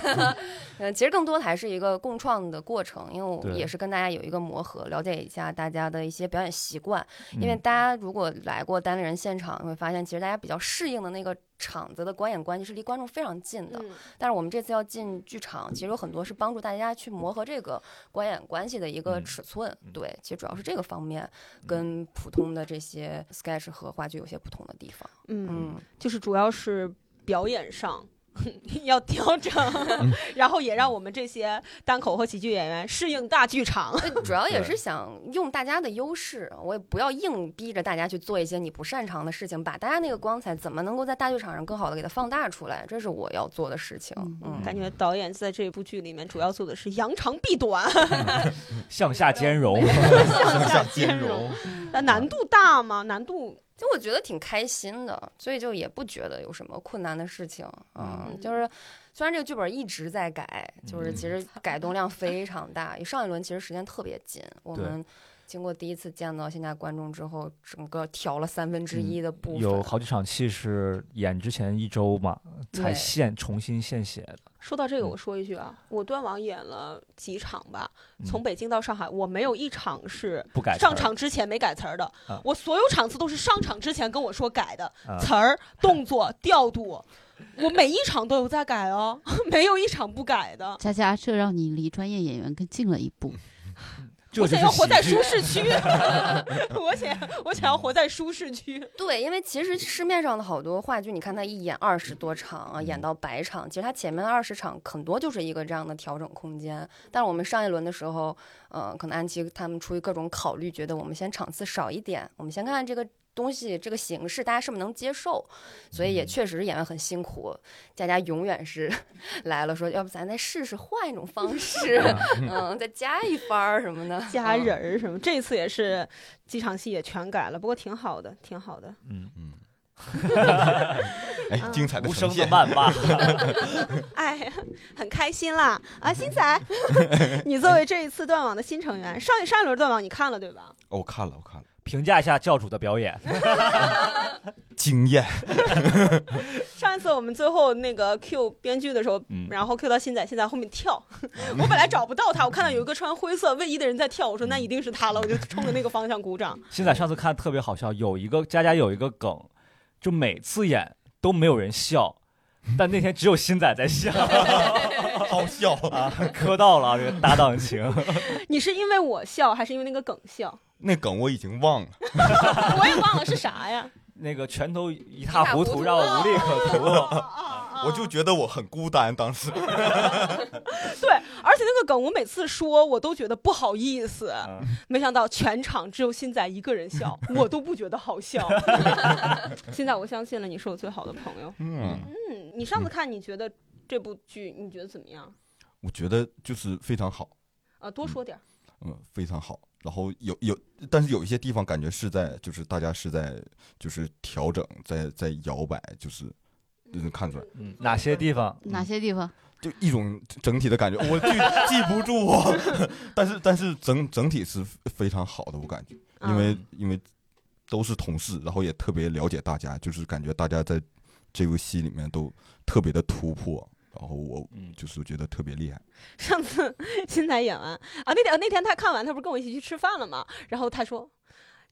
Speaker 5: 嗯，其实更多的还是一个共创的过程，因为我
Speaker 3: 对
Speaker 5: 也是跟大家有一个磨合，了解一下大家的一些表演习惯。
Speaker 3: 嗯
Speaker 5: 因为大家如果来过单立人现场，你会发现其实大家比较适应的那个场子的观演关系是离观众非常近的。
Speaker 1: 嗯
Speaker 5: 但是我们这次要进剧场，其实有很多是帮助大家去磨合这个观演关系的一个
Speaker 3: 嗯
Speaker 5: 尺寸。
Speaker 3: 嗯
Speaker 5: 对，其实主要是这个方面跟普通的这些 sketch 和话剧有些不同的地方。
Speaker 1: 嗯，
Speaker 5: 嗯，
Speaker 1: 就是主要是表演上 要调整，
Speaker 3: 嗯
Speaker 1: 然后也让我们这些单口和喜剧演员适应大剧场。
Speaker 5: 对，主要也
Speaker 3: 对
Speaker 5: 是想用大家的优势，我也不要硬逼着大家去做一些你不擅长的事情，把大家那个光彩怎么能够在大剧场上更好的给它放大出来，这是我要做的事情。嗯
Speaker 3: 嗯，
Speaker 1: 感觉导演在这部剧里面主要做的是扬长避短，
Speaker 3: 嗯向下兼 容，
Speaker 1: 向下兼
Speaker 2: 兼容。
Speaker 1: 那难度大吗？难度
Speaker 5: 就我觉得挺开心的，所以就也不觉得有什么困难的事情。嗯，
Speaker 1: 嗯
Speaker 5: 就是虽然这个剧本一直在改，就是
Speaker 3: 嗯
Speaker 5: 其实改动量非常大，上一轮其实时间特别紧，我
Speaker 3: 对
Speaker 5: 们。经过第一次见到现在观众之后，整个调了三分之一的部分，
Speaker 3: 嗯有好几场戏是演之前一周嘛才
Speaker 5: 对
Speaker 3: 现重新现写的，
Speaker 1: 说到这个，
Speaker 3: 嗯
Speaker 1: 我说一句啊，我断网演了几场吧，
Speaker 3: 嗯
Speaker 1: 从北京到上海，我没有一场是
Speaker 3: 不改词儿
Speaker 1: 上场之前没改词儿的
Speaker 3: 啊，
Speaker 1: 我所有场次都是上场之前跟我说改的
Speaker 3: 啊
Speaker 1: 词儿、 动作、调度，我每一场都有在改哦， 没有一场不改的。
Speaker 4: 佳佳，这让你离专业演员更近了一步。
Speaker 3: 这
Speaker 1: 我
Speaker 3: 就
Speaker 1: 想
Speaker 3: 是
Speaker 1: 要活在
Speaker 3: 喜剧
Speaker 1: 舒适区， 我想我想要活在舒适区。
Speaker 5: 对，因为其实市面上的好多话剧，你看他一演二十多场啊，演到百场，其实他前面二十场很多就是一个这样的调整空间。但是我们上一轮的时候，呃，可能安琪他们出于各种考虑，觉得我们先场次少一点，我们先看看这个。东西这个形式，大家是不是能接受？所以也确实演员很辛苦，佳佳永远是 来了说，要不咱再试试换一种方式，嗯，再加一番儿什么的，
Speaker 3: 啊
Speaker 1: 家
Speaker 5: 嗯
Speaker 1: 人儿什么，这次也是几场戏也全改了，不过挺好的，挺好的。
Speaker 3: 嗯，
Speaker 1: 嗯
Speaker 2: 哎，精彩的
Speaker 3: 无声
Speaker 2: 呈
Speaker 3: 的
Speaker 2: 现，
Speaker 3: 谩 骂，
Speaker 1: 哎， 很开心啦！啊，星仔， 你作为这一次断网的新成员，上一上一轮断网你看了对吧？
Speaker 2: 哦，我看了，我看了，
Speaker 3: 评价一下教主的表演，
Speaker 2: 惊艳。
Speaker 1: 上一次我们最后那个 Q 编剧的时候，
Speaker 3: 嗯，
Speaker 1: 然后 Q 到星仔，星仔后面跳，
Speaker 2: 嗯
Speaker 1: 我本来找不到他，我看到有一个穿灰色卫衣的人在跳，我
Speaker 2: 嗯
Speaker 1: 说那一定是他了，我就冲着那个方向鼓 掌。
Speaker 3: 现在上次看特别好笑，有一个佳佳有一个梗，就每次演都没有人笑，但那天只有新仔在笑，
Speaker 2: 好笑
Speaker 3: 啊，磕到了啊这个搭档情，
Speaker 1: 你是因为我笑，还是因为那个梗 笑？
Speaker 2: 那梗我已经忘了，
Speaker 1: 我也忘了是啥 呀。
Speaker 3: 那个拳头一塌糊涂，让我无利可图。
Speaker 2: 哦
Speaker 1: 哦啊
Speaker 2: 我就觉得我很孤单。当时，
Speaker 1: 对，而且那个梗我每次说我都觉得不好意思，
Speaker 3: 嗯
Speaker 1: 没想到全场只有新仔一个人笑， 我都不觉得好笑。 现在我相信了，你是我最好的朋友。
Speaker 2: 嗯，
Speaker 1: 嗯，你上次看你觉得这部剧你觉得怎么样？
Speaker 2: 我觉得就是非常好，
Speaker 1: 呃，多说点儿。
Speaker 2: 嗯，非常好。然后有有，但是有一些地方感觉是在，就是大家是在，就是调整，在在摇摆，就是就能看出来，
Speaker 3: 嗯，哪些地方？
Speaker 4: 哪些地方？
Speaker 2: 就一种整体 的感觉，我记记不住啊。 但是但是整整体是非常好的，我感觉，
Speaker 1: 啊
Speaker 2: 因为
Speaker 3: 嗯
Speaker 2: 因为都是同事，然后也特别了解大家，就是感觉大家在这部戏里面都特别的突破，然后我
Speaker 3: 嗯，
Speaker 2: 就是觉得特别厉害。
Speaker 1: 上次 新仔演完啊，那天那天他看完，他不是跟我一起去吃饭了吗？然后他说：“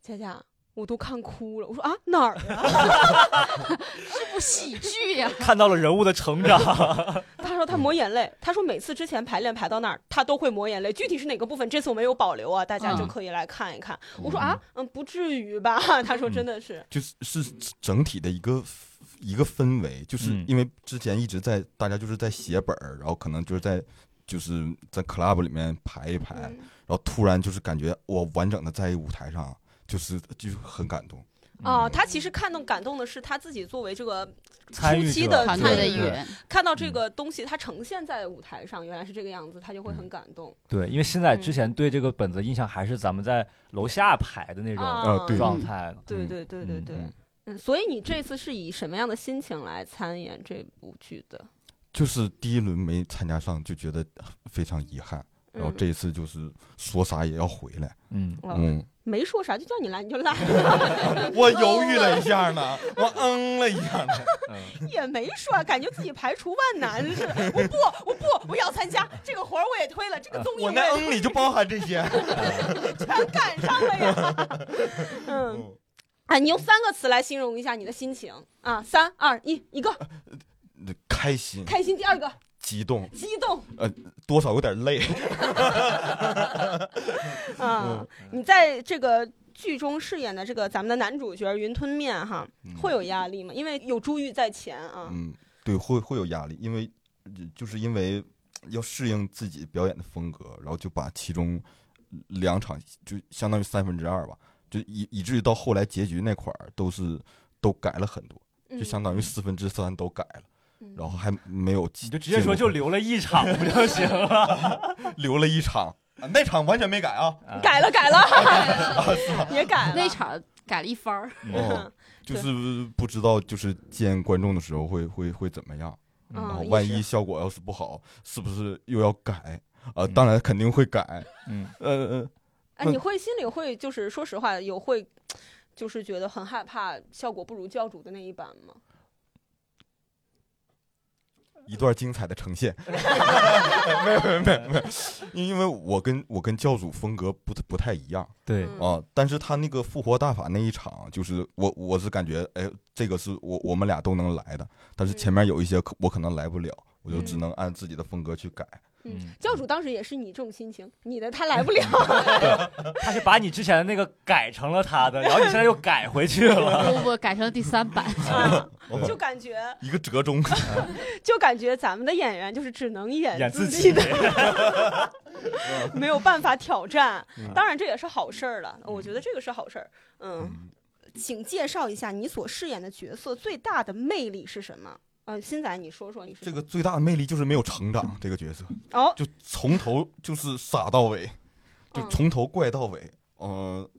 Speaker 1: 佳佳，我都看哭了。”我说：“啊，哪儿啊
Speaker 4: 不喜剧 呀、
Speaker 3: 看到了人物的成长，？”
Speaker 1: 他说他抹眼泪，他说每次之前排练排到那儿，他都会抹眼泪。具体是哪个部分，这次我没有保留啊，大家就
Speaker 4: 嗯
Speaker 1: 可以来看一看。我说啊，嗯，不至于吧？ 他说真
Speaker 3: 嗯
Speaker 1: 的是，
Speaker 2: 就是是整体的一个 f- 一个氛围，就是
Speaker 3: 嗯
Speaker 2: 因为之前一直在大家就是在写本儿，然后可能就是在就是在 club 里面排一排，然
Speaker 1: 嗯
Speaker 2: 后突然就是感觉我完整的在一舞台上，就是就是很感动。
Speaker 3: 嗯
Speaker 1: 啊，他其实看动感动的是他自己作为这个
Speaker 3: 参
Speaker 1: 初
Speaker 3: 与
Speaker 1: 期
Speaker 3: 者
Speaker 1: 的
Speaker 4: 团
Speaker 1: 作
Speaker 4: 队
Speaker 3: 对
Speaker 4: 的
Speaker 1: 品
Speaker 4: 一员，
Speaker 1: 看到这个东西，它呈现在舞台上，原来是这个样子，他就会很感动。
Speaker 3: 对，因为现在
Speaker 1: 嗯
Speaker 3: 之前对这个本子印象还是咱们在楼下排的那种
Speaker 1: 啊，
Speaker 2: 对
Speaker 3: 状态，
Speaker 1: 对
Speaker 3: 嗯
Speaker 1: 对对对
Speaker 3: 嗯
Speaker 1: 对
Speaker 3: 嗯，
Speaker 1: 嗯，所以你这次是以什么样的心情来参演这部剧的？
Speaker 2: 就是第一轮没参加上，就觉得非常遗憾。然后
Speaker 1: 嗯
Speaker 2: 这一次就是说啥也要回来，
Speaker 3: 嗯，
Speaker 1: 哦
Speaker 2: 嗯，
Speaker 1: 没说啥，就叫你来你就来，
Speaker 2: 我犹豫了一下呢，我嗯了一下呢，
Speaker 1: 也没说啊，感觉自己排除万难似的。 我不，我不，我要参加这个活儿，我也推了，这个综艺
Speaker 2: 我
Speaker 1: 啊我
Speaker 2: 那
Speaker 1: 也
Speaker 2: 嗯里就包含这些。
Speaker 1: 全赶上了呀。 嗯，啊，你用三个词来形容一下你的心情啊，三二一，一个
Speaker 2: 开心、
Speaker 1: 开心，第二个
Speaker 2: 激动，
Speaker 1: 激动
Speaker 2: 多少有点累。
Speaker 1: 啊。你在这个剧中饰演的这个咱们的男主角云吞面哈，会有压力吗？因为有珠玉在前啊。
Speaker 2: 嗯，对，会会有压力，因为就是因为要适应自己表演的风格，然后就把其中两场就相当于三分之二吧，就以以至于到后来结局那块儿都是都改了很多，
Speaker 1: 嗯
Speaker 2: 就相当于四分之三都改了。
Speaker 1: 嗯
Speaker 2: 然后还没有
Speaker 3: 你
Speaker 2: 进，
Speaker 3: 就直接说
Speaker 2: 进
Speaker 3: 就 留了一场不就 行了？
Speaker 2: 入留了一场，啊那场完全没改啊，
Speaker 1: 改了， 改了， 也改了。
Speaker 4: 嗯哦那场改了一番儿，
Speaker 1: 嗯
Speaker 2: 哦，就是不知道就是见观众的时候会会会怎么样，然后
Speaker 1: 嗯，
Speaker 2: 万
Speaker 1: 也是
Speaker 2: 一效果要是不好，是不是又要改啊？当然肯定会改，
Speaker 3: 嗯，
Speaker 2: 呃呃，
Speaker 1: 哎，你会心里会就是说实话有会，就是觉得很害怕效果不如教主的那一版吗？
Speaker 2: 一段精彩的呈 现。没有没有没有没有，因因为我跟我跟教主风格不不太一样
Speaker 3: 对
Speaker 1: 嗯
Speaker 2: 啊，但是他那个复活大法那一场，就是我我是感觉，哎，这个是我我们俩都能来的，但是前面有一些可我可能来不了，我就只能按自己的风格去改。
Speaker 1: 嗯
Speaker 3: 嗯，
Speaker 1: 教主当时也是你这种心情，你的他来不了，啊
Speaker 3: 他是把你之前的那个改成了他的，然后你现在又改回去 了。
Speaker 4: 不不，改成了第三版。
Speaker 1: 啊就感觉
Speaker 2: 一个折中，
Speaker 1: 就感觉咱们的演员就是只能演
Speaker 3: 演自
Speaker 1: 己
Speaker 3: 己
Speaker 1: 的， 没有办法挑战。
Speaker 3: 嗯
Speaker 1: 当然这也是好事儿了，我觉得这个是好事儿。嗯，
Speaker 2: 嗯
Speaker 1: 请介绍一下你所饰演的角色最大的魅力是什么？嗯，新仔，你说说你是
Speaker 2: 这
Speaker 1: 什
Speaker 2: 个最大的魅力就是没有成长，这个角色
Speaker 1: 么哦，
Speaker 2: 就从头就是傻到尾，就
Speaker 1: 嗯
Speaker 2: 从头怪到尾，呃，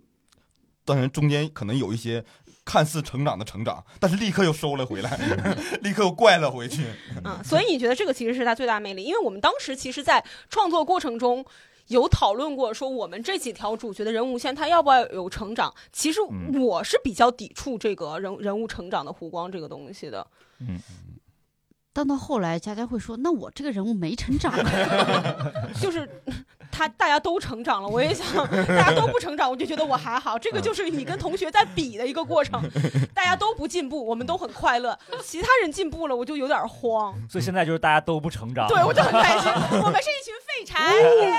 Speaker 2: 当然中间可能有一些看似成长的成长，但是立刻又收了回来， 立刻又怪了回去。
Speaker 1: 嗯，所以你觉得这个其实是他最大魅力？因为我们当时其实，在创作过程中有讨论过，说我们这几条主角的人物线，他要不要有成长？其实
Speaker 3: 嗯
Speaker 1: 我是比较抵触这个人人物成长的弧光这个东西的。
Speaker 4: 但到后来，佳佳会说：“那我这个人物没成长。啊
Speaker 1: 就是他大家都成长了，我也想大家都不成长，我就觉得我还好。
Speaker 2: 嗯
Speaker 1: 这个就是你跟同学在比的一个过程，大家都不进步，我们都很快乐。其他人进步了，我就有点慌，
Speaker 3: 所以现在就是大家都不成长，
Speaker 1: 对我就很开 心。我们是一群废柴。耶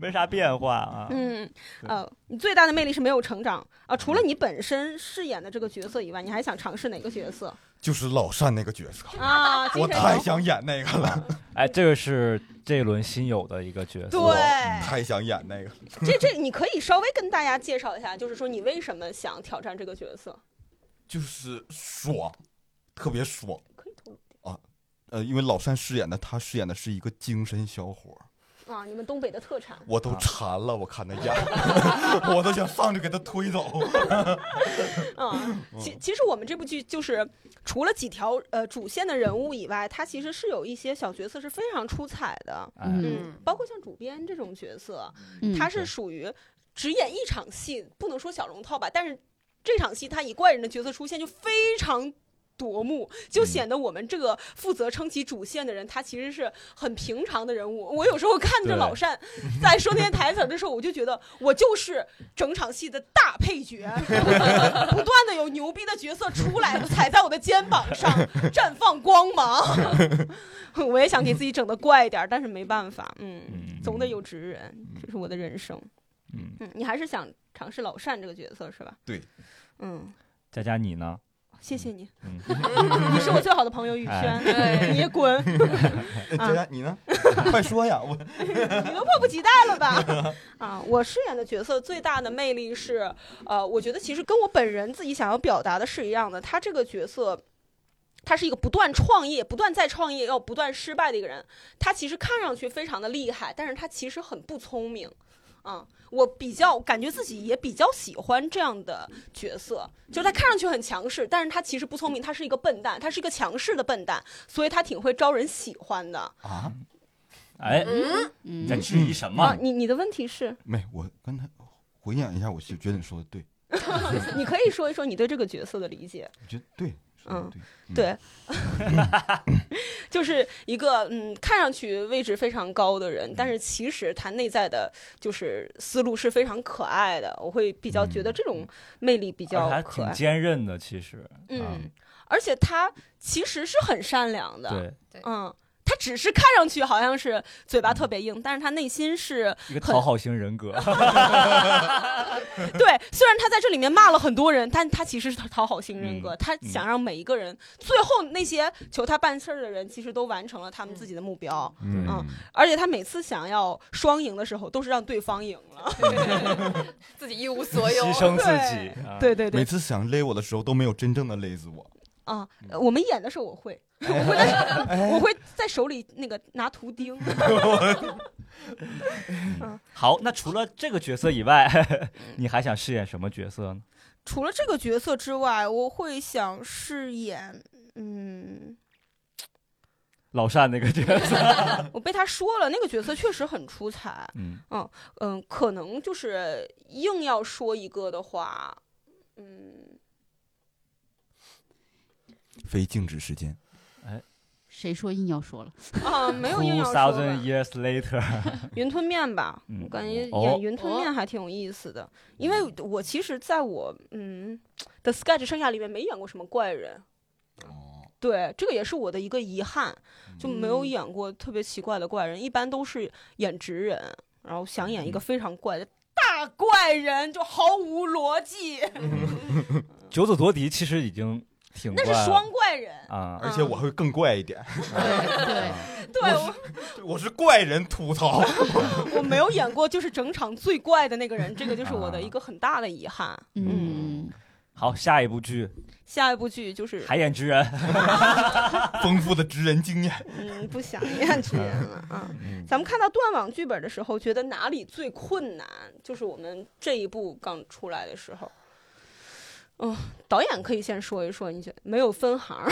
Speaker 3: 没啥变化啊。
Speaker 1: 哦 嗯，
Speaker 3: 对
Speaker 1: 呃，你最大的魅力是没有成长啊、除了你本身饰演的这个角色以外，你还想尝试哪个角色
Speaker 2: 就是老善那个角色，
Speaker 1: 啊？精
Speaker 2: 我
Speaker 1: 神
Speaker 2: 太
Speaker 1: 头
Speaker 2: 想演那个了，
Speaker 3: 哎，这个是这一轮新有的一个角色。
Speaker 1: 对，
Speaker 2: 太想演那个了。
Speaker 1: 这这你可以稍微跟大家介绍一下，就是说你为什么想挑战这个角色？
Speaker 2: 就是爽，特别爽。
Speaker 1: 可以透露
Speaker 2: 呃，因为老善饰演的他饰演的是一个精神小伙儿，
Speaker 1: 啊，你们东北的特产。
Speaker 2: 我都馋了，我看他演， 我都想上去给他推走。
Speaker 1: 嗯，其其实我们这部剧就是除了几条呃主线的人物以外，它其实是有一些小角色是非常出彩的，
Speaker 3: 哎
Speaker 4: 嗯
Speaker 1: 嗯，包括像主编这种角色，”
Speaker 4: 嗯，
Speaker 1: 他是属于只演一场戏，不能说小龙套吧，但是这场戏他以怪人的角色出现就非常。夺目，就显得我们这个负责撑起主线的人，他其实是很平常的人物。我有时候看着
Speaker 3: 对
Speaker 1: 老善在说那些台词儿的时候，我就觉得我就是整场戏的大配角， 不断的有牛逼的角色出来， 踩在我的肩膀上，绽放光芒。 我也想给自己整的怪一点儿，但是没办法，嗯
Speaker 3: 嗯，
Speaker 1: 总得有职人，这是我的人生。
Speaker 3: 嗯，
Speaker 1: 嗯，你还是想尝试老善这个角色是吧？
Speaker 2: 对，
Speaker 1: 嗯，
Speaker 3: 佳佳你呢？
Speaker 1: 谢谢你，
Speaker 3: 嗯，
Speaker 1: 你是我最好的朋友宇轩，
Speaker 3: 哎
Speaker 1: 你也滚。
Speaker 2: 哎佳佳，你呢？快说呀！我
Speaker 1: 你都迫不及待了吧？ 啊，我饰演的角色最大的魅力是，呃，我觉得其实跟我本人自己想要表达的是一样的。他这个角色，他是一个不断创业、不断再创业、要不断失败的一个人。他其实看上去非常的厉害，但是他其实很不聪明。啊，我比较感觉自己也比较喜欢这样的角色，就是他看上去很强势，但是他其实不聪明，他是一个笨蛋，他是一个强势的笨蛋，所以他挺会招人喜欢的。
Speaker 2: 啊，
Speaker 3: 哎，
Speaker 5: 嗯，
Speaker 3: 你
Speaker 4: 嗯
Speaker 3: 在，质疑什
Speaker 1: 啊
Speaker 3: 么，？
Speaker 1: 你你的问题是？
Speaker 2: 没，我刚才回想一下，我觉得你说的对，
Speaker 1: 你可以说一说你对这个角色的理解，
Speaker 2: 我觉得对，说的对，嗯
Speaker 1: 对， 就是一个嗯，看上去位置非常高的人，
Speaker 3: 嗯
Speaker 1: 但是其实他内在的就是思路是非常可爱的，我会比较觉得这种魅力比较
Speaker 3: 嗯哎而且还
Speaker 1: 可
Speaker 3: 挺啊
Speaker 1: 爱，
Speaker 3: 坚韧的，其实，
Speaker 1: 嗯，而且他其实是很善良的，
Speaker 3: 对，
Speaker 1: 嗯。他只是看上去好像是嘴巴特别硬，但是他内心是
Speaker 3: 一个讨好型人格，
Speaker 1: 对，虽然他在这里面骂了很多人，但他其实是讨好型人格，
Speaker 3: 嗯
Speaker 1: 他想让每一个人，最后那些求他办事儿的人，其实都完成了他们自己的目标，
Speaker 2: 嗯
Speaker 1: 嗯而且他每次想要双赢的时候，都是让对方赢了。
Speaker 5: 自己一无所有
Speaker 3: 牺，牲自己，啊，
Speaker 1: 对对
Speaker 2: 每
Speaker 1: 对，
Speaker 2: 次想勒我的时候都没有真正的勒死我，
Speaker 1: 啊、呃我们演的时候我 会，我会在我会在手里那个拿图钉，
Speaker 3: 好，那除了这个角色以外， 你还想饰演什么角色呢？
Speaker 1: 除了这个角色之外，我会想饰演，嗯，
Speaker 3: 老善那个角色，
Speaker 1: 我被他说了，那个角色确实很出彩。
Speaker 3: 嗯，
Speaker 1: 嗯，可能就是硬要说一个的话，嗯，
Speaker 2: 非静止时间，
Speaker 4: 谁说硬 要说了？
Speaker 1: 啊，没有硬
Speaker 3: Two
Speaker 1: 要说
Speaker 3: thousand
Speaker 1: 吧
Speaker 3: years later，
Speaker 1: 云吞面吧，
Speaker 3: 嗯
Speaker 1: 我感觉
Speaker 3: 哦
Speaker 1: 演云吞面还挺有意思的，因为我其实在我嗯的 sketch 生涯里面没演过什么怪人，
Speaker 2: 哦，
Speaker 1: 对，这个也是我的一个遗憾，就没有演过特别奇怪的怪人，一般都是演直人，然后想演一个非常怪的。大怪人就毫无逻辑，
Speaker 3: 九子夺嫡其实已经挺
Speaker 1: 那是
Speaker 3: 怪了
Speaker 1: 双怪人。
Speaker 3: 啊，
Speaker 2: 而且我会更怪一点，
Speaker 4: 对，
Speaker 1: 对，我
Speaker 2: 我是怪人吐槽，
Speaker 1: 我没有演过，就是整场最怪的那个人，这个就是我
Speaker 3: 啊
Speaker 1: 的一个很大的遗憾。
Speaker 4: 嗯，
Speaker 3: 好，下一部剧
Speaker 1: 下一部剧就是
Speaker 3: 《海眼之人》，
Speaker 2: 丰富的职人经验，
Speaker 1: 嗯，不想演这样了 啊。
Speaker 3: 嗯
Speaker 1: 咱们看到断网剧本的时候，觉得哪里最困难？就是我们这一部刚出来的时候。嗯、导演可以先说一说，你觉得没有分行儿，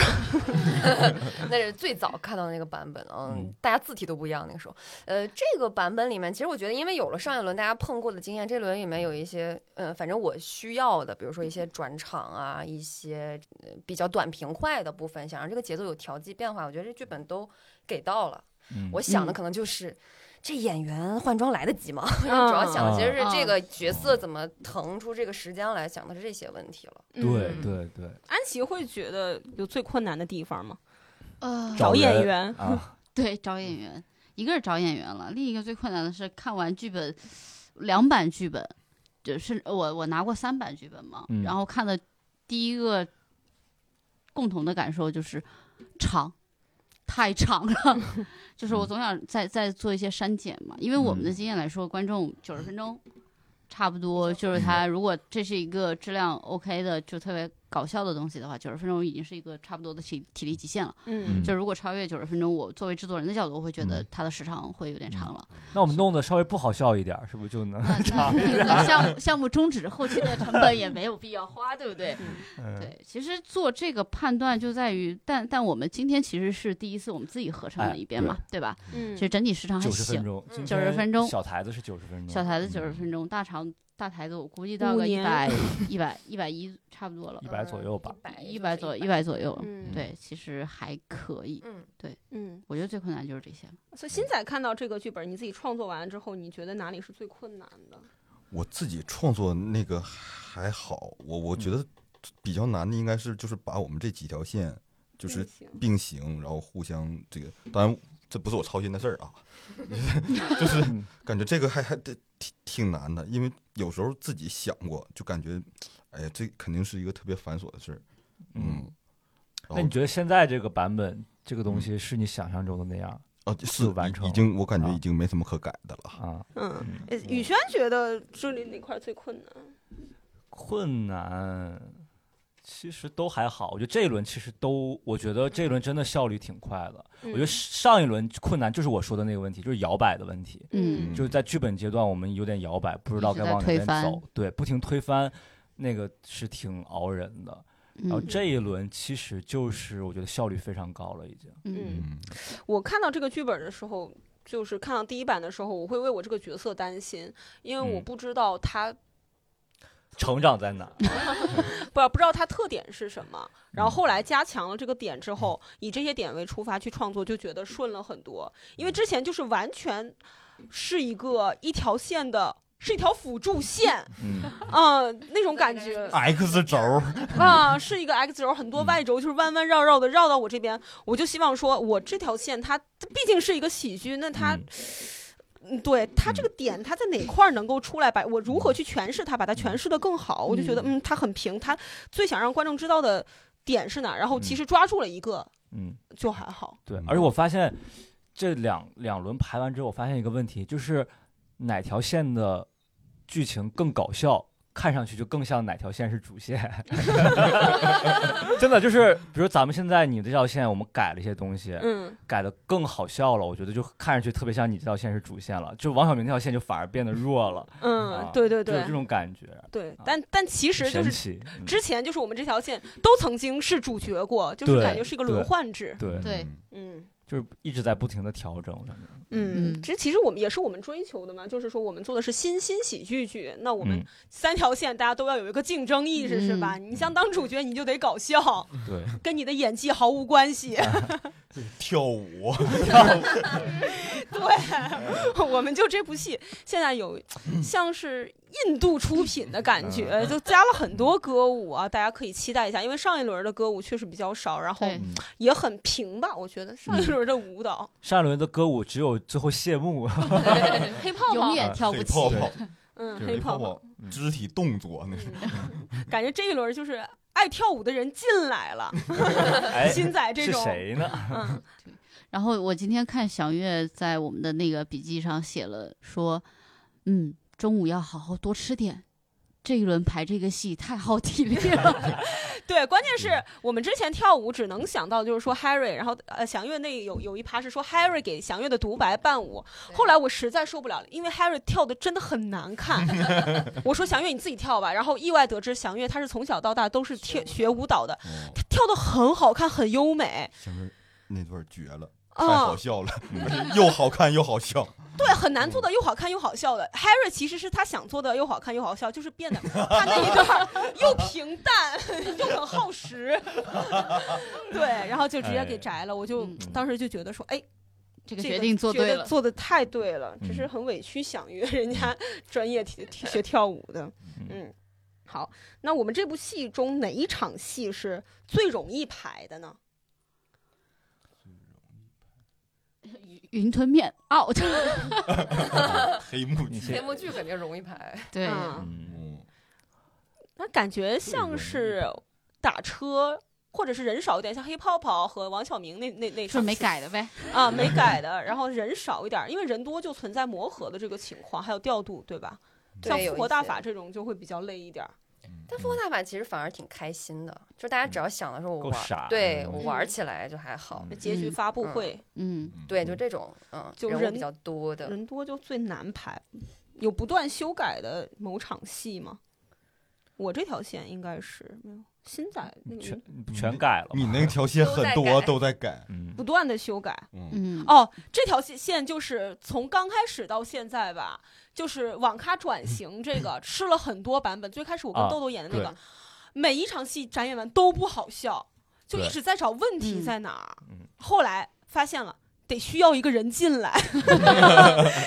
Speaker 5: 那是最早看到的那个版本啊，
Speaker 3: 嗯
Speaker 5: 大家字体都不一样。那个时候，呃，这个版本里面，其实我觉得，因为有了上一轮大家碰过的经验，这轮里面有一些，呃，反正我需要的，比如说一些转场啊，一些、呃比较短平快的部分，想让这个节奏有调剂变化，我觉得这剧本都给到了。
Speaker 3: 嗯
Speaker 5: 我想的
Speaker 4: 嗯
Speaker 5: 可能就是。这演员换装来得及吗？ 主
Speaker 4: 嗯
Speaker 5: 要
Speaker 3: 啊
Speaker 5: 想的其实是这个角色怎么腾出这个时间来，想的是这些问题了。
Speaker 3: 对
Speaker 1: 嗯
Speaker 3: 对对，
Speaker 1: 安琪会觉得有最困难的地方吗？
Speaker 4: 呃，
Speaker 1: 找
Speaker 3: 找
Speaker 1: 演
Speaker 3: 人
Speaker 1: 员，嗯
Speaker 3: 啊，
Speaker 4: 对，找演员，一个是找演员了，另一个最困难的是看完剧本，两版剧本，就是我我拿过三版剧本嘛，
Speaker 3: 嗯
Speaker 4: 然后看的第一个共同的感受就是长，太长了， 就是我总想再再做一些删减嘛，因为我们的
Speaker 3: 嗯
Speaker 4: 经验来说，观众九十分钟。差不多
Speaker 3: 嗯
Speaker 4: 就是他，如果这是一个质量 OK 的，就特别搞笑的东西的话，九十分钟已经是一个差不多的体体力极限了。
Speaker 1: 嗯
Speaker 4: 就如果超越九十分钟，我作为制作人的角度，我会觉得
Speaker 3: 嗯
Speaker 4: 它的时长会有点长了。
Speaker 3: 那我们弄得稍微不好笑一点，是不是就能？
Speaker 4: 那那那个项目项目终止，后期的成本也没有必要花，对不对？
Speaker 3: 嗯
Speaker 4: 对，其实做这个判断就在于，但但我们今天其实是第一次我们自己合唱了一遍嘛，对吧？
Speaker 1: 嗯
Speaker 4: 其实整体时长还
Speaker 3: 哎九十分
Speaker 4: 行，
Speaker 3: 钟，
Speaker 5: 嗯
Speaker 3: 今
Speaker 4: 90
Speaker 3: 天
Speaker 4: 分钟
Speaker 3: 小台子是九十分钟，嗯
Speaker 4: 小台子九十分钟，大长大台子我估计到
Speaker 1: 五
Speaker 4: 个一
Speaker 1: 年
Speaker 4: 百一百一百一差不多了
Speaker 3: 一，百左右吧，
Speaker 4: 嗯一百左一。百左右。
Speaker 1: 嗯
Speaker 4: 对，其实还可以。
Speaker 5: 嗯，
Speaker 1: 嗯，
Speaker 4: 我觉得最困难就是这些了。
Speaker 1: 所以新仔看到这个剧本，你自己创作完了之后，你觉得哪里是最困难的？
Speaker 2: 我自己创作那个还好，我我觉得比较难的应该是就是把我们这几条线就是
Speaker 1: 类型
Speaker 2: 并行，然后互相这个，当然这不是我操心的事儿啊，
Speaker 3: 就是
Speaker 2: 感觉这个还还得挺挺难的，因为有时候自己想过，就感觉，哎呀，这肯定是一个特别繁琐的事儿。
Speaker 3: 嗯
Speaker 2: 嗯，哦
Speaker 3: 嗯那你觉得现在这个版本这个东西是你想象中的那样？
Speaker 2: 啊，是
Speaker 3: 完成
Speaker 2: 已经我感觉
Speaker 3: 啊
Speaker 2: 已经没什么可改的了。
Speaker 3: 啊。
Speaker 1: 嗯，呃宇轩觉得这里哪块最困难？
Speaker 3: 困难其实都还好，我觉得这一轮其实都，我觉得这一轮真的效率挺快的。
Speaker 1: 我
Speaker 4: 嗯
Speaker 3: 我觉得上一轮困难就是我说的那个问题，就是摇摆的问题，
Speaker 4: 嗯
Speaker 3: 就是在剧本阶段我们有点摇摆，不知道该往哪
Speaker 4: 一
Speaker 3: 边
Speaker 4: 直在推
Speaker 3: 走，对，不停推翻，那个是挺熬人的。然后
Speaker 4: 嗯
Speaker 3: 这一轮其实就是我觉得效率非常高了，已经。
Speaker 4: 嗯
Speaker 2: 嗯，
Speaker 1: 我看到这个剧本的时候，就是看到第一版的时候，我会为我这个角色担心，因为我
Speaker 3: 嗯
Speaker 1: 不知道他、
Speaker 3: 成长在哪？
Speaker 1: 不不知道他特点是什么。然后后来加强了这个点之后，以这些点为出发去创作，就觉得顺了很多。因为之前就是完全是一个一条线的。是一条辅助线，
Speaker 3: 嗯，
Speaker 1: 嗯、那种感
Speaker 5: 哎
Speaker 1: 觉
Speaker 3: 哎
Speaker 2: X 轴儿，
Speaker 1: 啊，是一个 X 轴，很多 Y 轴就是弯弯绕绕的绕到我这边，我就希望说，我这条线它它毕竟是一个喜剧，那它
Speaker 3: 嗯
Speaker 1: 嗯，对它这
Speaker 3: 嗯
Speaker 1: 个点，它在哪块儿能够出来把我如何去诠释它，把它诠释的更好？我就觉得，嗯，它很平，它最想让观众知道的点是哪儿，然后其
Speaker 3: 嗯
Speaker 1: 实抓住了一个
Speaker 3: 嗯，
Speaker 1: 就还好。
Speaker 3: 对
Speaker 2: 嗯。
Speaker 3: 而且我发现这两两轮排完之后，我发现一个问题，就是哪条线的剧情更搞笑，看上去就更像哪条线是主线。 真的就是，比如咱们现在你这条线，我们改了一些东西，
Speaker 1: 嗯，
Speaker 3: 改的更好笑了，我觉得就看上去特别像你这条线是主线了，就王晓明那条线就反而变得弱了。
Speaker 1: 嗯
Speaker 3: 啊，
Speaker 1: 对对
Speaker 3: 就有
Speaker 1: 对
Speaker 3: 这种感觉，
Speaker 1: 对，但但其实就
Speaker 3: 神
Speaker 1: 是
Speaker 3: 奇。嗯
Speaker 1: 之前就是我们这条线都曾经是主角过，就是
Speaker 3: 对
Speaker 1: 感觉是一个轮
Speaker 3: 对
Speaker 1: 换制。
Speaker 3: 对，
Speaker 4: 对
Speaker 2: 嗯
Speaker 1: 嗯。
Speaker 3: 就是一直在不停的调整，我感觉
Speaker 1: 嗯，
Speaker 4: 嗯
Speaker 1: 这其实我们也是我们追求的嘛，就是说我们做的是新新喜剧剧，那我们
Speaker 3: 嗯
Speaker 1: 三条线大家都要有一个竞争意识，是
Speaker 4: 嗯
Speaker 1: 吧？你想当主角，你就得搞 笑，
Speaker 3: 对，
Speaker 1: 跟你的演技毫无关系。
Speaker 2: 跳舞，
Speaker 1: 对， 我们就这部戏现在 有像是印度出品的感
Speaker 4: 嗯
Speaker 1: 觉，就加了很多歌舞啊，大家可以期待一下，因为上一轮的歌舞确实比较少，然后
Speaker 4: 对嗯
Speaker 3: 嗯
Speaker 1: 也很平吧，我觉得上一轮的舞 蹈
Speaker 3: 上一轮的歌舞只有最后 谢幕，
Speaker 1: 黑泡泡
Speaker 4: 永远跳不
Speaker 2: 对
Speaker 4: 起。
Speaker 2: 啊 泡泡，
Speaker 1: 嗯
Speaker 2: 就是
Speaker 1: 黑
Speaker 2: 那泡
Speaker 1: 泡泡。
Speaker 2: 泡肢体动作那是。
Speaker 1: 感觉这一轮就是爱跳舞的人进来了，
Speaker 3: 哎，
Speaker 1: 新仔这
Speaker 3: 是
Speaker 1: 种，
Speaker 3: 谁呢？
Speaker 1: 嗯
Speaker 4: 然后我今天看祥月在我们的那个笔记上写了说，嗯，中午要好好多吃点。这一轮排这个戏太耗体力 了，
Speaker 1: 对，关键
Speaker 3: 嗯
Speaker 1: 是我们之前跳舞只能想到就是说 Harry，然后呃祥月那有有一趴是说 Harry 给祥月的独白伴舞，
Speaker 5: 对
Speaker 1: 后来我实在受不了了，因为 Harry 跳的真的很难 看，我说祥月你自己跳吧，然后意外得知祥月她是从小到大都是跳学舞蹈的，
Speaker 2: 哦
Speaker 1: 她跳的很好看，很优美
Speaker 2: 小妹儿那段儿绝了，嗯太
Speaker 1: 啊
Speaker 2: 好， 笑了，而且又好看又好笑。
Speaker 1: 对，很难
Speaker 4: 嗯
Speaker 1: 做的又好看又好笑的。Harry 其实是他想做的又好看又好笑，就是变得他那一段儿 又平淡又很耗时， 对，然后就直接给摘了。我就
Speaker 4: 嗯
Speaker 1: 当时就觉得说，哎，这
Speaker 4: 这个
Speaker 1: 个
Speaker 4: 决定做
Speaker 1: 觉
Speaker 4: 对
Speaker 1: 得
Speaker 4: 了。
Speaker 1: 做的太对了，只是
Speaker 3: 嗯
Speaker 1: 很委屈想约人家专业体学跳舞的，
Speaker 3: 嗯
Speaker 1: 嗯。好，那我们这部戏中哪一场戏是最容易排的呢？
Speaker 4: 云吞面 out，
Speaker 3: 嗯
Speaker 2: 黑幕
Speaker 3: 你
Speaker 2: 剧，
Speaker 3: 先
Speaker 5: 幕剧肯定容易排，
Speaker 4: 对，
Speaker 1: 嗯，
Speaker 3: 嗯，
Speaker 2: 嗯
Speaker 1: 那感觉
Speaker 3: 容
Speaker 1: 像
Speaker 3: 易
Speaker 1: 是打车，或者是人少一点，像黑泡泡和王晓明那那那
Speaker 4: 就是
Speaker 1: 场
Speaker 4: 没
Speaker 1: 戏
Speaker 4: 改的呗。
Speaker 1: 啊， 没改的。然后人少一点，因为人多就存在磨合的这个情况，还有调度，对吧？
Speaker 5: 对
Speaker 1: 像
Speaker 5: 有
Speaker 1: 复
Speaker 5: 一
Speaker 1: 活大
Speaker 5: 些
Speaker 1: 法这种就会比较累一点。
Speaker 2: 嗯
Speaker 5: 但复活大法其实反而挺开心的，就大家只要想的时候我
Speaker 3: 够
Speaker 5: 玩
Speaker 3: 傻
Speaker 5: 儿，对
Speaker 3: 嗯
Speaker 5: 我玩儿起来就还好。
Speaker 1: 结局
Speaker 4: 嗯
Speaker 1: 发布会、
Speaker 4: 嗯，
Speaker 5: 对，就嗯这种，嗯，
Speaker 1: 就
Speaker 5: 人物
Speaker 1: 人
Speaker 5: 比较多的，
Speaker 1: 人多就最难排，有不断修改的某场戏吗？我这条线应该是没有新仔那个
Speaker 3: 全嗯全改了嘛，
Speaker 2: 你那条线很多都在改，
Speaker 3: 嗯
Speaker 1: 不断的修改。
Speaker 2: 嗯，
Speaker 4: 嗯，
Speaker 1: 哦，这条线线就是从刚开始到现在吧，就是网咖转型这个吃了很多版本。最开始我跟
Speaker 3: 嗯啊
Speaker 1: 豆豆演的那
Speaker 3: 对
Speaker 1: 个，每一场戏展演完都不好笑，就
Speaker 3: 对
Speaker 1: 一直在找问题
Speaker 4: 嗯
Speaker 1: 在哪儿。
Speaker 3: 嗯
Speaker 1: 后来发现了。得需要一个人进 来，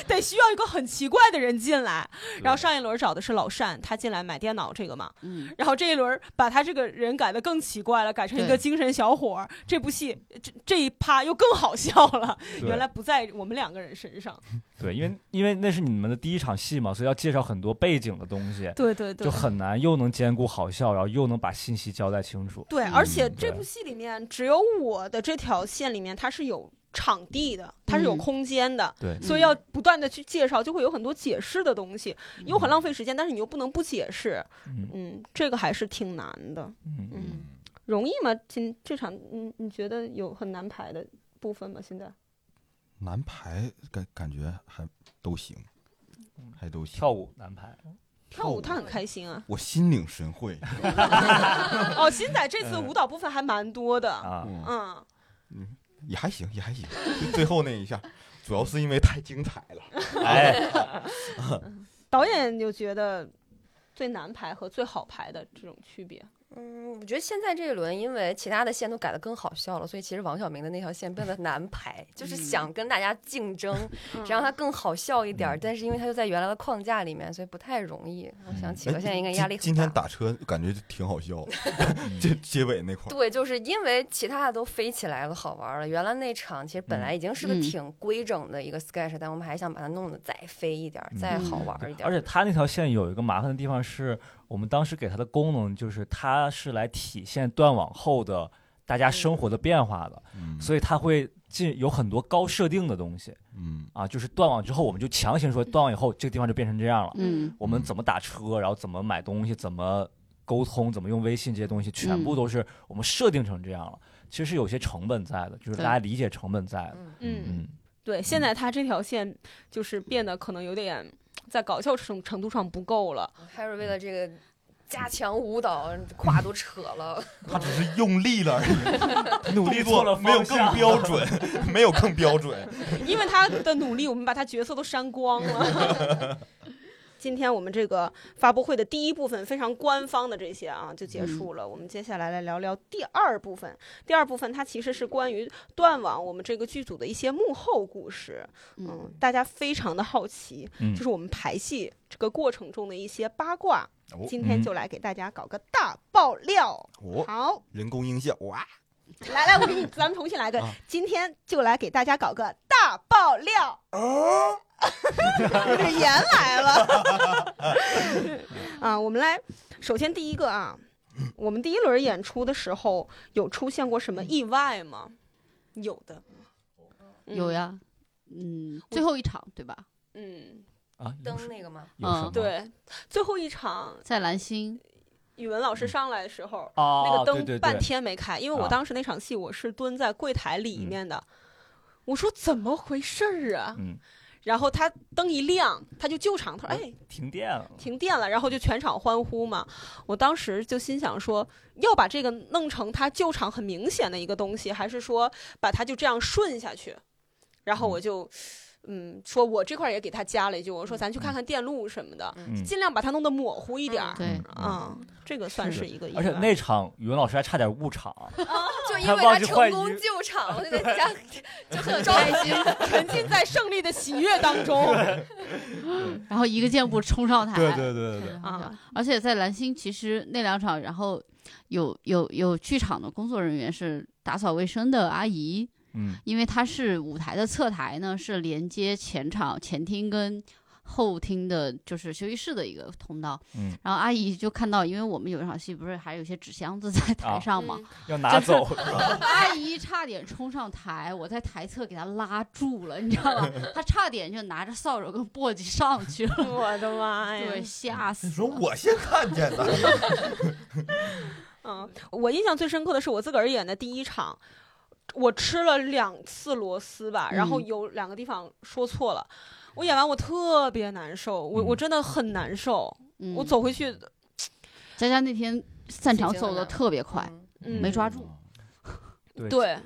Speaker 1: 得需要一个很奇怪的人进来。然后上一轮找的是老单，他进来买电脑这个嘛。
Speaker 4: 嗯，
Speaker 1: 然后这一轮把他这个人改的更奇怪了，改成一个
Speaker 4: 对
Speaker 1: 精神小伙儿。这部戏这这一趴又更好笑了。
Speaker 3: 对
Speaker 1: 原来不在我们两个人身上。
Speaker 3: 对，因为因为那是你们的第一场戏嘛，所以要介绍很多背景的东西，
Speaker 1: 对对对
Speaker 3: 就很难又能兼顾好笑，然后又能把信息交代清楚。
Speaker 1: 对，
Speaker 4: 嗯
Speaker 1: 而且这
Speaker 3: 对
Speaker 1: 部戏里面只有我的这条线里面它是有场地的，它是有
Speaker 4: 嗯
Speaker 1: 空间的，
Speaker 3: 对
Speaker 1: 所以要不断的去介绍，就会有很多解释的东西，
Speaker 4: 嗯
Speaker 1: 又很浪费时间，但是你又不能不解释，
Speaker 3: 嗯
Speaker 1: 嗯，这个还是挺难的，
Speaker 3: 嗯
Speaker 1: 嗯，容易吗？今这场，嗯，你觉得有很难排的部分吗？现在
Speaker 2: 男排感感觉还都行，还都行。
Speaker 3: 跳舞难排，
Speaker 1: 跳舞他很开心 啊，
Speaker 2: 我心领神会，
Speaker 1: 哦，新仔这次舞蹈部分还蛮多的，
Speaker 3: 啊，
Speaker 2: 嗯，
Speaker 1: 嗯，
Speaker 2: 嗯也还行，也还行。最后那一下，主要是因为太精彩了。
Speaker 3: 哎，
Speaker 1: 导演就觉得最难排和最好排的这种区别，
Speaker 5: 嗯，我觉得现在这一轮，因为其他的线都改得更好笑了，所以其实王晓明的那条线变得难排，就是想跟大家竞争，
Speaker 1: 嗯
Speaker 5: 想让它更好笑一点儿。但是因为它就在原来的框架里面，所以不太容易。我想企鹅现在应该压力很大。
Speaker 2: 哎今今天打车感觉就挺好笑的， 这结尾那块儿，
Speaker 5: 对，就是因为其他的都飞起来了，好玩了。原来那场其实本来已经是个
Speaker 4: 嗯
Speaker 5: 挺规整的一个 sketch，、但我们还想把它弄得再飞一点儿，
Speaker 3: 嗯
Speaker 5: 再好玩一点儿。
Speaker 3: 而且他那条线有一个麻烦的地方是，我们当时给他的功能就是他是来体现断网后的大家生活的变化的，
Speaker 2: 嗯
Speaker 3: 所以他会进有很多高设定的东西
Speaker 2: 嗯
Speaker 3: 啊，就是断网之后我们就强行说断网以后这个地方就变成这样了，
Speaker 4: 嗯
Speaker 3: 我们怎么打车，然后怎么买东西，怎么沟通，怎么用微信这些东西，全
Speaker 1: 嗯
Speaker 3: 部都是我们设定成这样了。其实是有些成本在的，就是大家理解成本在的。
Speaker 5: 嗯，
Speaker 1: 嗯。
Speaker 3: 嗯，
Speaker 1: 对，现在他这条线就是变得可能有点在搞笑程程度上不够了。
Speaker 5: 还是为了这个加强舞蹈，胯都扯了。
Speaker 2: 他只是用力了而已，
Speaker 3: 努力
Speaker 2: 动
Speaker 3: 做
Speaker 2: 作
Speaker 3: 了
Speaker 2: 没有
Speaker 3: 方
Speaker 2: 更
Speaker 3: 向
Speaker 2: 标准，没有更标准。
Speaker 1: 因为他的努力，我们把他角色都删光了。 今天我们这个发布会的第一部分非常官方的这些啊就结束了，我们接下来来聊聊第二部分。第二部分它其实是关于断网我们这个剧组的一些幕后故事，嗯
Speaker 4: 嗯，
Speaker 1: 大家非常的好奇，
Speaker 3: 嗯
Speaker 1: 就是我们排戏这个过程中的一些八卦，
Speaker 2: 哦
Speaker 1: 今天
Speaker 3: 嗯
Speaker 1: 就来给大家搞个大爆料。
Speaker 2: 哦，
Speaker 1: 好，
Speaker 2: 人工音效哇！
Speaker 1: 来来，我给你，咱们重新来个，
Speaker 2: 啊
Speaker 1: 今天就来给大家搞个大爆料。 有点严来了啊！我们来，首先第一个啊，我们第一轮演出的时候有出现过什么意外吗？有的，嗯
Speaker 4: 有，呀，嗯，最后一场对吧？
Speaker 1: 嗯，
Speaker 3: 啊，有
Speaker 5: 灯
Speaker 3: 什
Speaker 5: 那个吗？
Speaker 3: 有什么？
Speaker 1: 对，最后一场
Speaker 4: 在蓝星，
Speaker 1: 语文老师上来的时候，
Speaker 3: 嗯哦，
Speaker 1: 那个
Speaker 3: 对对
Speaker 1: 灯
Speaker 3: 对
Speaker 1: 半天没开，因为我
Speaker 3: 啊
Speaker 1: 当时那场戏我是蹲在柜台里面的，我说怎么回事儿啊？
Speaker 3: 嗯，
Speaker 1: 然后他灯一亮，他就救场，他说：“
Speaker 3: 嗯
Speaker 1: 哎，
Speaker 3: 停电了。
Speaker 1: 停电了！”然后就全场欢呼嘛。我当时就心想说，要把这个弄成他救场很明显的一个东西，还是说把它就这样顺下去？然后我就，嗯，说我这块儿也给他加了一句，我说咱去看看电路什么的，
Speaker 3: 嗯，
Speaker 1: 尽量把它弄得模糊一点儿。
Speaker 4: 对，
Speaker 1: 嗯，这个算
Speaker 3: 是
Speaker 1: 是一个意外。
Speaker 3: 而且那场语文老师还差点误场，
Speaker 5: 就因
Speaker 3: 他
Speaker 5: 为
Speaker 3: 忘
Speaker 5: 他
Speaker 3: 记
Speaker 5: 成
Speaker 3: 换
Speaker 5: 功
Speaker 3: 衣服
Speaker 5: 救场，我就在 家就很着
Speaker 1: 开
Speaker 5: 急
Speaker 1: 心。，沉浸在胜利的喜悦当 中
Speaker 4: 然后一个箭步冲上台，
Speaker 2: 对
Speaker 4: 对
Speaker 1: 啊！
Speaker 4: 而且在蓝星，其实那两场，然后有有有剧场的工作人员是打扫卫生的阿姨，
Speaker 3: 嗯，
Speaker 4: 因为它是舞台的侧台呢，是连接前场前厅跟后厅的，就是休息室的一个通道。
Speaker 3: 嗯，
Speaker 4: 然后阿姨就看到，因为我们有一场戏不是还有一些纸箱子在
Speaker 2: 啊
Speaker 4: 台
Speaker 1: 嗯
Speaker 4: 上嘛，
Speaker 3: 要拿走，
Speaker 4: 阿姨差点冲上台，我在台侧给她拉住了，你知道吧？她差点就拿着扫帚跟簸箕上去 了，
Speaker 1: 嗯，我的妈呀！
Speaker 4: 对，吓死
Speaker 2: 你
Speaker 4: 了。
Speaker 2: 说我先看见的，
Speaker 1: 嗯，我印象最深刻的是我自个儿演的第一场，我吃了两次螺丝吧，然后
Speaker 4: 嗯
Speaker 1: 有两个地方说错了。我演完我特别难受，我我
Speaker 3: 嗯
Speaker 1: 真的很难受，
Speaker 4: 嗯
Speaker 1: 我，走回去，
Speaker 4: 佳佳那天散场
Speaker 5: 心情
Speaker 4: 走
Speaker 5: 很
Speaker 4: 的
Speaker 5: 难
Speaker 4: 特别快，
Speaker 5: 嗯
Speaker 1: 嗯，
Speaker 4: 没抓住。
Speaker 3: 对，
Speaker 1: 对，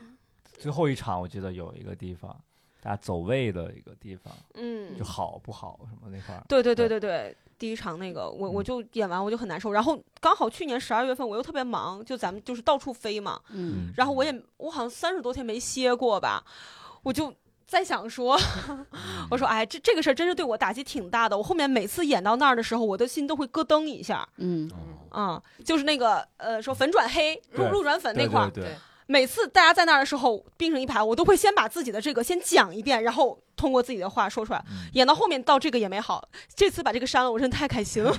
Speaker 3: 最后一场我记得有一个地方，大家走位的一个地方，
Speaker 1: 嗯
Speaker 3: 就，好不好什么那块儿，
Speaker 1: 对对对对对，第一场那个我我
Speaker 3: 嗯
Speaker 1: 就演完我就很难受，然后刚好去年十二月份我又特别忙，就咱们就是到处飞嘛，
Speaker 4: 嗯，
Speaker 1: 然后我也我好像三十多天没歇过吧，我就在想说，
Speaker 3: 嗯
Speaker 1: 我说哎，这这个事儿真是对我打击挺大的。我后面每次演到那儿的时候，我的心都会咯噔一下
Speaker 4: 嗯，
Speaker 1: 啊、就是那个呃，说粉转黑，
Speaker 3: 对
Speaker 1: 呃路路转粉那
Speaker 3: 对
Speaker 1: 块儿
Speaker 3: 对，对，
Speaker 1: 每次大家在那儿的时候并成一排，我都会先把自己的这个先讲一遍，然后通过自己的话说出来。
Speaker 3: 嗯
Speaker 1: 演到后面到这个也没好，这次把这个删了，我真的太开心了。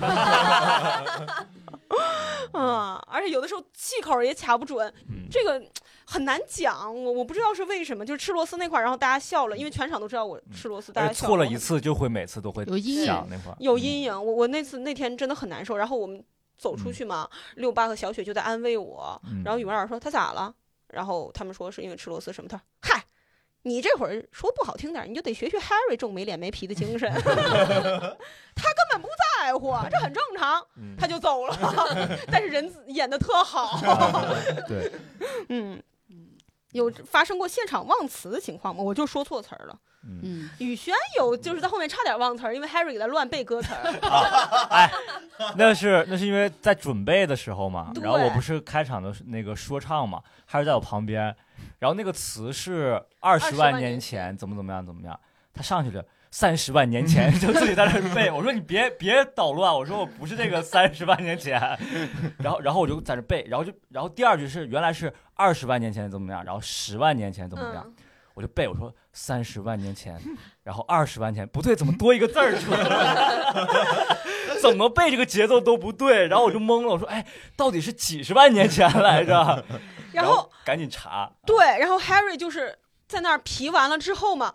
Speaker 1: 嗯，而且有的时候气口儿也卡不准，
Speaker 2: 嗯
Speaker 1: 这个很难讲，我我不知道是为什么，就是吃螺丝那块儿，然后大家笑了，因为全场都知道我吃螺丝，大
Speaker 3: 而
Speaker 1: 家
Speaker 3: 且
Speaker 1: 笑
Speaker 3: 嗯哎错了
Speaker 1: 我
Speaker 3: 一次嗯就会每次都会
Speaker 4: 嗯有阴
Speaker 3: 想
Speaker 4: 影
Speaker 3: 那块儿
Speaker 1: 有阴影。我我那次那天真的很难受，然后我们走出去嘛，六八和小雪就在安慰我，
Speaker 3: 嗯
Speaker 1: 然后语文老师说他咋了？然后他们说是因为吃螺丝什么，他说嗨。你这会儿说不好听点儿，你就得学学 Harry 这种没脸没皮的精神， 他根本不在乎，这很正常，
Speaker 3: 嗯
Speaker 1: 他就走 了。但是人演的特好，
Speaker 3: 对，
Speaker 1: 嗯，有发生过现场忘词的情况吗？我就说错词儿了。
Speaker 3: 嗯
Speaker 4: 嗯，
Speaker 1: 宇轩有就是在后面差点忘词儿，因为 Harry 给他乱背歌词儿，
Speaker 3: 那是那是因为在准备的时候嘛，
Speaker 1: 对
Speaker 3: 然后我不是开场的那个说唱嘛，还是在我旁边，然后那个词是二十
Speaker 1: 万
Speaker 3: 万
Speaker 1: 年
Speaker 3: 年前怎么怎么样怎么样，他上去了。三十万年前 就自己在那儿背，我说你别别捣乱，我说我不是这个三十万年前， 然后然后我就在那儿背，然后就然后第二句是原来是二十万年前怎么样，然后十万年 前怎么样，
Speaker 1: 嗯，
Speaker 3: 我就背我说三十万年前，然后二十万年不对，怎么多一个字儿出来？ 怎么背这个节奏都不对，然后我就懵了，我说哎，到底是几十万年前来着？
Speaker 1: 然后
Speaker 3: 赶紧查，
Speaker 1: 对，然后 Harry 就是在那儿皮完了之后嘛，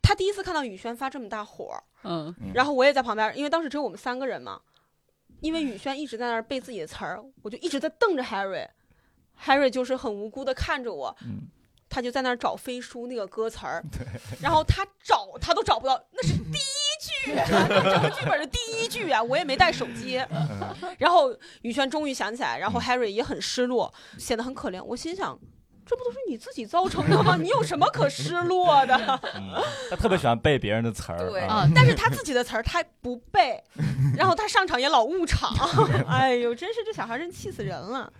Speaker 1: 他第一次看到宇轩发这么大火儿，
Speaker 4: 嗯，
Speaker 1: 然后我也在旁边儿，因为当时只有我们三个人嘛，因为宇轩一直在那儿背自己的词儿，我就一直在瞪着 Harry。Harry 就是很无辜的看着我，
Speaker 3: 嗯
Speaker 1: 他就在那儿找飞书那个歌词儿，然后他找他都找不到，那是第一句啊，整个剧本的第一句啊，我也没带手机。然后宇轩终于想起来，然后 Harry 也很失落，显得很可怜。我心想，这不都是你自己造成的吗？你有什么可失落的？
Speaker 3: 嗯他特别喜欢背别人的词儿，
Speaker 5: 对
Speaker 3: 啊
Speaker 4: 啊，
Speaker 1: 但是他自己的词儿他不背，然后他上场也老误场，哎呦，真是这小孩真气死人了。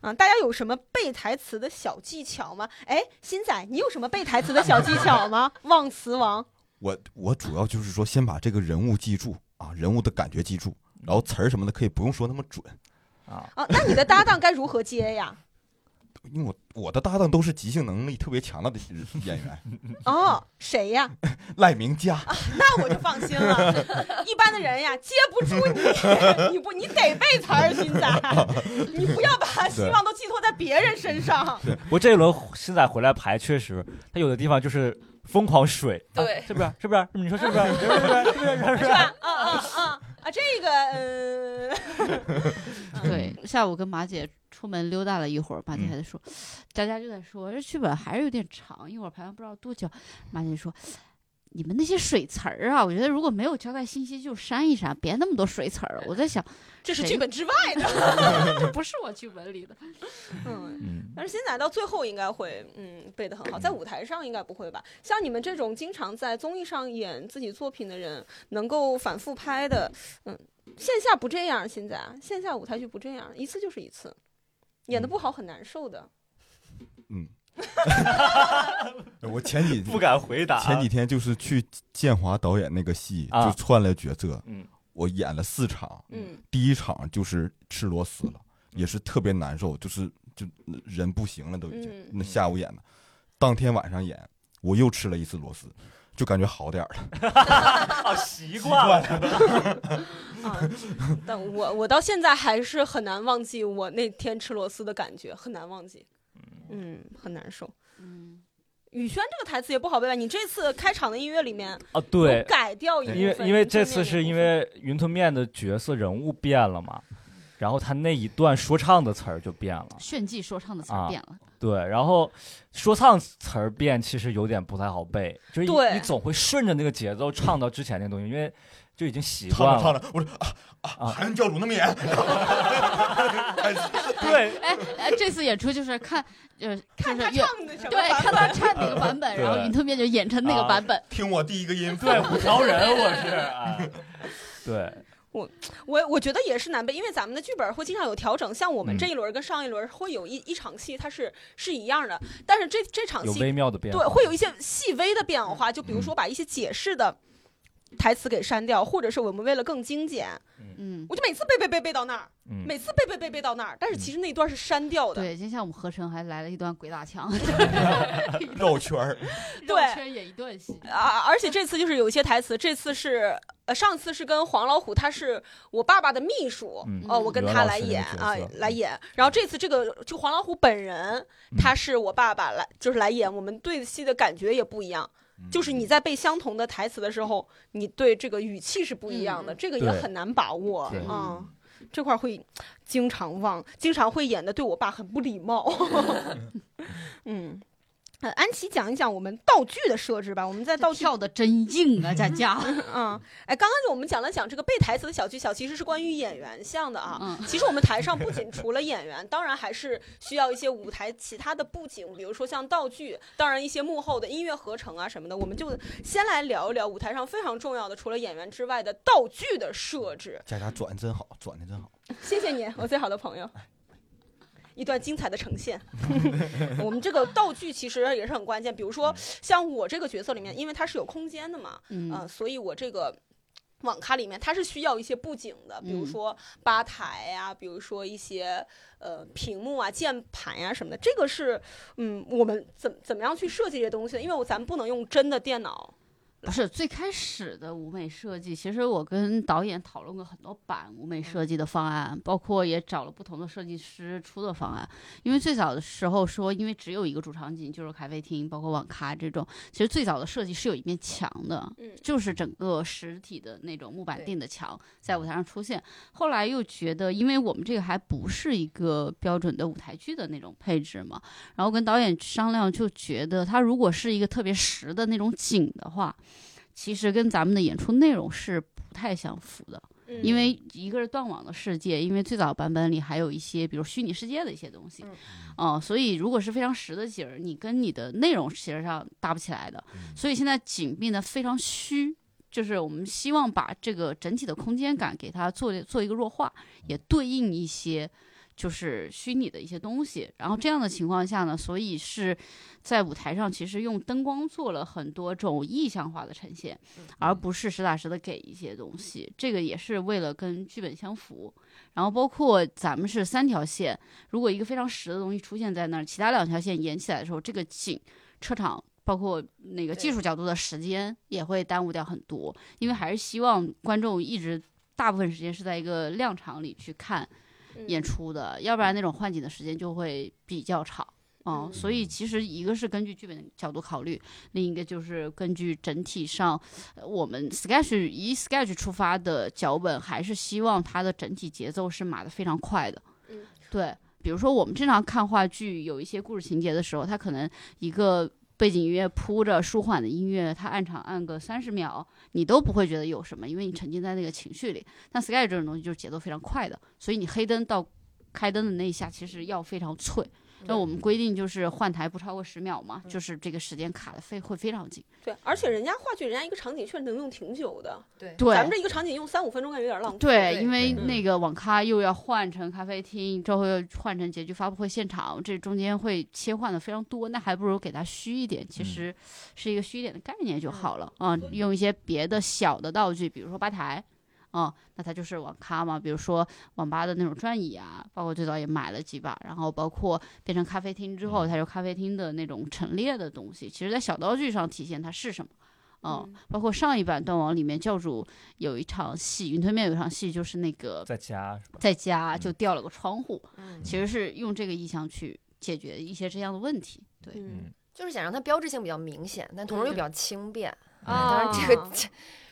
Speaker 1: 啊，大家有什么背台词的小技巧吗？哎，新仔，你有什么背台词的小技巧吗？忘词王，
Speaker 2: 我我主要就是说，先把这个人物记住啊，人物的感觉记住，然后词儿什么的可以不用说那么准，
Speaker 3: 啊，
Speaker 1: 啊，那你的搭档该如何接呀？
Speaker 2: 因为我我的搭档都是即兴能力特别强的演 员，
Speaker 1: 哦，谁呀？
Speaker 2: 赖明佳，
Speaker 1: 那我就放心了。一般的人呀，接不住你，你不，你得背词儿，新仔，你不要把希望都寄托在别人身上。
Speaker 3: 不过这一轮现在回来排确实，他有的地方就是疯狂水，啊
Speaker 5: 对
Speaker 3: 是不是？是不是？你说是不是？是不是？是不是？是 不是？
Speaker 1: 啊啊啊啊！这个，嗯，
Speaker 4: 对，下午跟马姐出门溜达了一会儿，
Speaker 3: 嗯
Speaker 4: 马姐还在说，大家就在说这剧本还是有点长，一会儿排完不知道多久。马姐说，你们那些水词儿啊，我觉得如果没有交代信息就删一删，别那么多水词儿了。我在想，
Speaker 1: 这是
Speaker 4: 谁
Speaker 1: 剧本之外的。
Speaker 4: 这 不是我剧本里的。
Speaker 1: 嗯，
Speaker 3: 嗯，
Speaker 1: 但是新仔到最后应该会，嗯，背得很好，在舞台上应该不会吧？像你们这种经常在综艺上演自己作品的人，能够反复拍的，嗯，线下不这样，现在啊线下舞台剧不这样，一次就是一次，演的不好很难受的。
Speaker 2: 嗯， 我前几
Speaker 3: 不敢回答。
Speaker 2: 前几天就是去建华导演那个戏，
Speaker 3: 啊
Speaker 2: 就串了角色，
Speaker 3: 嗯，
Speaker 2: 我演了四场，
Speaker 1: 嗯，
Speaker 2: 第一场就是吃螺丝了，
Speaker 3: 嗯
Speaker 2: 也是特别难受，就是就人不行了都已经。
Speaker 1: 嗯
Speaker 2: 那下午演的，当天晚上演我又吃了一次螺丝，就感觉好点儿了。
Speaker 3: 啊，习惯了。
Speaker 1: 啊，但我我到现在还是很难忘记我那天吃螺丝的感觉，很难忘记，嗯，很难受。
Speaker 4: 嗯，
Speaker 1: 宇轩这个台词也不好背吧？你这次开场的音乐里面
Speaker 3: 啊，对
Speaker 1: 有，改掉一部分，
Speaker 3: 因为因为
Speaker 1: 云吞
Speaker 3: 这
Speaker 1: 面
Speaker 3: 次是
Speaker 1: 那
Speaker 3: 因
Speaker 1: 部分
Speaker 3: 为云吞面的角色人物变了嘛，然后他那一段说唱的词儿就变了，
Speaker 4: 炫技说唱的词
Speaker 3: 啊
Speaker 4: 儿变了，
Speaker 3: 对，然后说唱词儿变其实有点不太好背，就是
Speaker 1: 对
Speaker 3: 你你总会顺着那个节奏唱到之前那东西，因为就已经习惯了。
Speaker 2: 着，我说啊
Speaker 3: 啊
Speaker 2: 还能教主那么演？
Speaker 3: 对，
Speaker 4: 哎哎，这次演出就是看，就是
Speaker 1: 看
Speaker 4: 就
Speaker 1: 他
Speaker 4: 是越
Speaker 1: 唱的什么
Speaker 4: 对，
Speaker 1: 版
Speaker 4: 看他唱哪个版本，然后
Speaker 3: 对
Speaker 4: 云吞面就演成那个
Speaker 3: 啊
Speaker 4: 版本。
Speaker 2: 听我第一个音
Speaker 3: 对，五条人我 是，哎对，
Speaker 1: 我我觉得也是难背，因为咱们的剧本会经常有调整，像我们
Speaker 3: 嗯
Speaker 1: 这一轮跟上一轮会有一、一场戏它是是一样的，但是这这场
Speaker 3: 有
Speaker 1: 戏
Speaker 3: 微妙的变化。
Speaker 1: 对会有一些细微的变化，就比如说把一些解释的。台词给删掉，或者是我们为了更精简，
Speaker 4: 嗯，
Speaker 1: 我就每次背背背背到那儿，
Speaker 3: 嗯，
Speaker 1: 每次背背背背到那儿，但是其实那一段是删掉的。
Speaker 4: 对，今天下午合成还来了一段鬼打墙，
Speaker 2: 绕圈儿，
Speaker 1: 对
Speaker 4: 圈也一段戏，
Speaker 1: 啊，而且这次就是有一些台词，这次是呃，上次是跟黄老虎，他是我爸爸的秘书，
Speaker 3: 嗯
Speaker 1: 哦，我跟他来演
Speaker 3: 袁
Speaker 1: 啊
Speaker 3: 老师那个角色，嗯
Speaker 1: 来演。然后这次这个就黄老虎本人，他是我爸爸来，就是来演，我们对戏的感觉也不一样。
Speaker 3: 嗯
Speaker 1: 就是你在背相同的台词的时候，你对这个语气是不一样的，
Speaker 4: 嗯
Speaker 1: 这个也
Speaker 3: 对
Speaker 1: 很难把握
Speaker 3: 对
Speaker 1: 啊。这块儿会经常忘，经常会演的对我爸很不礼 貌。嗯，呃，安琪讲一讲我们道具的设置吧。我们在道
Speaker 4: 倒
Speaker 1: 具
Speaker 4: 跳的真硬啊，佳佳，
Speaker 1: 嗯，哎，刚刚就我们讲了讲这个背台词的小技巧，其实是关于演员项的啊。
Speaker 4: 嗯，
Speaker 1: 其实我们台上不仅除了演员，当然还是需要一些舞台其他的布景，比如说像道具，当然一些幕后的音乐合成啊什么的。我们就先来聊一聊舞台上非常重要的，除了演员之外的道具的设置。
Speaker 2: 佳佳转的真好，转的真好。
Speaker 1: 谢谢你，我最好的朋友。一段精彩的呈现，我们这个道具其实也是很关键。比如说，像我这个角色里面，因为它是有空间的嘛，
Speaker 4: 嗯
Speaker 1: 呃，所以我这个网咖里面它是需要一些布景的，比如
Speaker 4: 嗯
Speaker 1: 说吧台呀、比如说一些呃屏幕啊、键盘呀、什么的。这个是嗯，我们怎怎么样去设计这些东西呢？因为我咱不能用真的电脑，
Speaker 4: 不是最开始的舞美设计，其实我跟导演讨论过很多版舞美设计的方案，包括也找了不同的设计师出的方案。因为最早的时候说，因为只有一个主场景，就是咖啡厅，包括网咖这种，其实最早的设计是有一面墙的，
Speaker 1: 嗯
Speaker 4: 就是整个实体的那种木板
Speaker 5: 对
Speaker 4: 定的墙在舞台上出现。后来又觉得，因为我们这个还不是一个标准的舞台剧的那种配置嘛，然后跟导演商量，就觉得它如果是一个特别实的那种景的话，其实跟咱们的演出内容是不太相符的。
Speaker 1: 嗯、
Speaker 4: 因为一个是断网的世界，因为最早版本里还有一些，比如虚拟世界的一些东西，哦、所以如果是非常实的景儿，你跟你的内容其实上搭不起来的，所以现在景变得非常虚。就是我们希望把这个整体的空间感给它做做一个弱化，也对应一些就是虚拟的一些东西。然后这样的情况下呢，所以是在舞台上其实用灯光做了很多种意象化的呈现。而不是实打实的给一些东西。这个也是为了跟剧本相符。然后包括咱们是三条线，如果一个非常实的东西出现在那儿，其他两条线延起来的时候，这个景、车场。包括那个技术角度的时间也会耽误掉很多，因为还是希望观众一直大部分时间是在一个亮场里去看演
Speaker 1: 出、
Speaker 4: 出的，要不然那种换景的时间就会比较长。嗯，
Speaker 1: 嗯
Speaker 4: 所以其实一个是根据剧本角度考虑，另一个就是根据整体上，呃我们 sketch 以 sketch 出发的脚本，还是希望它的整体节奏是码得非常快的。
Speaker 1: 嗯
Speaker 4: 对，比如说我们经常看话剧，有一些故事情节的时候，它可能一个背景音乐铺着舒缓的音乐，它按场按个三十秒，你都不会觉得有什么，因为你沉浸在那个情绪里。但 sky 这种东西就是节奏非常快的，所以你黑灯到开灯的那一下，其实要非常脆。那我们规定就是换台不超过十秒嘛，
Speaker 1: 嗯
Speaker 4: 就是这个时间卡的非会非常紧。
Speaker 1: 对，而且人家话剧，人家一个场景确实能用挺久的，
Speaker 5: 对
Speaker 1: 咱们
Speaker 4: 对
Speaker 1: 这一个场景用三五分钟感觉有点浪费。
Speaker 4: 对，
Speaker 5: 对
Speaker 4: 因为
Speaker 2: 对
Speaker 4: 那个网咖又要换成咖啡厅，之后又换成结局发布会现场，这中间会切换的非常多，那还不如给它虚一点，其
Speaker 3: 嗯
Speaker 4: 实是一个虚一点的概念就好了啊、用一些别的小的道具，比如说吧台。啊，那它就是网咖嘛，比如说网吧的那种转椅啊，包括最早也买了几把，然后包括变成咖啡厅之后，它有咖啡厅的那种陈列的东西，其实在小道具上体现它是什么，嗯，包括上一版《断网》里面教主有一场戏，云吞面有一场戏就是那个
Speaker 3: 在家是吧？
Speaker 4: 在家就掉了个窗户，
Speaker 5: 嗯，
Speaker 4: 其实是用这个意象去解决一些这样的问题，对。
Speaker 1: 嗯
Speaker 5: 就是想让它标志性比较明显，但同时又比较轻便。
Speaker 1: 啊
Speaker 5: 当然，这个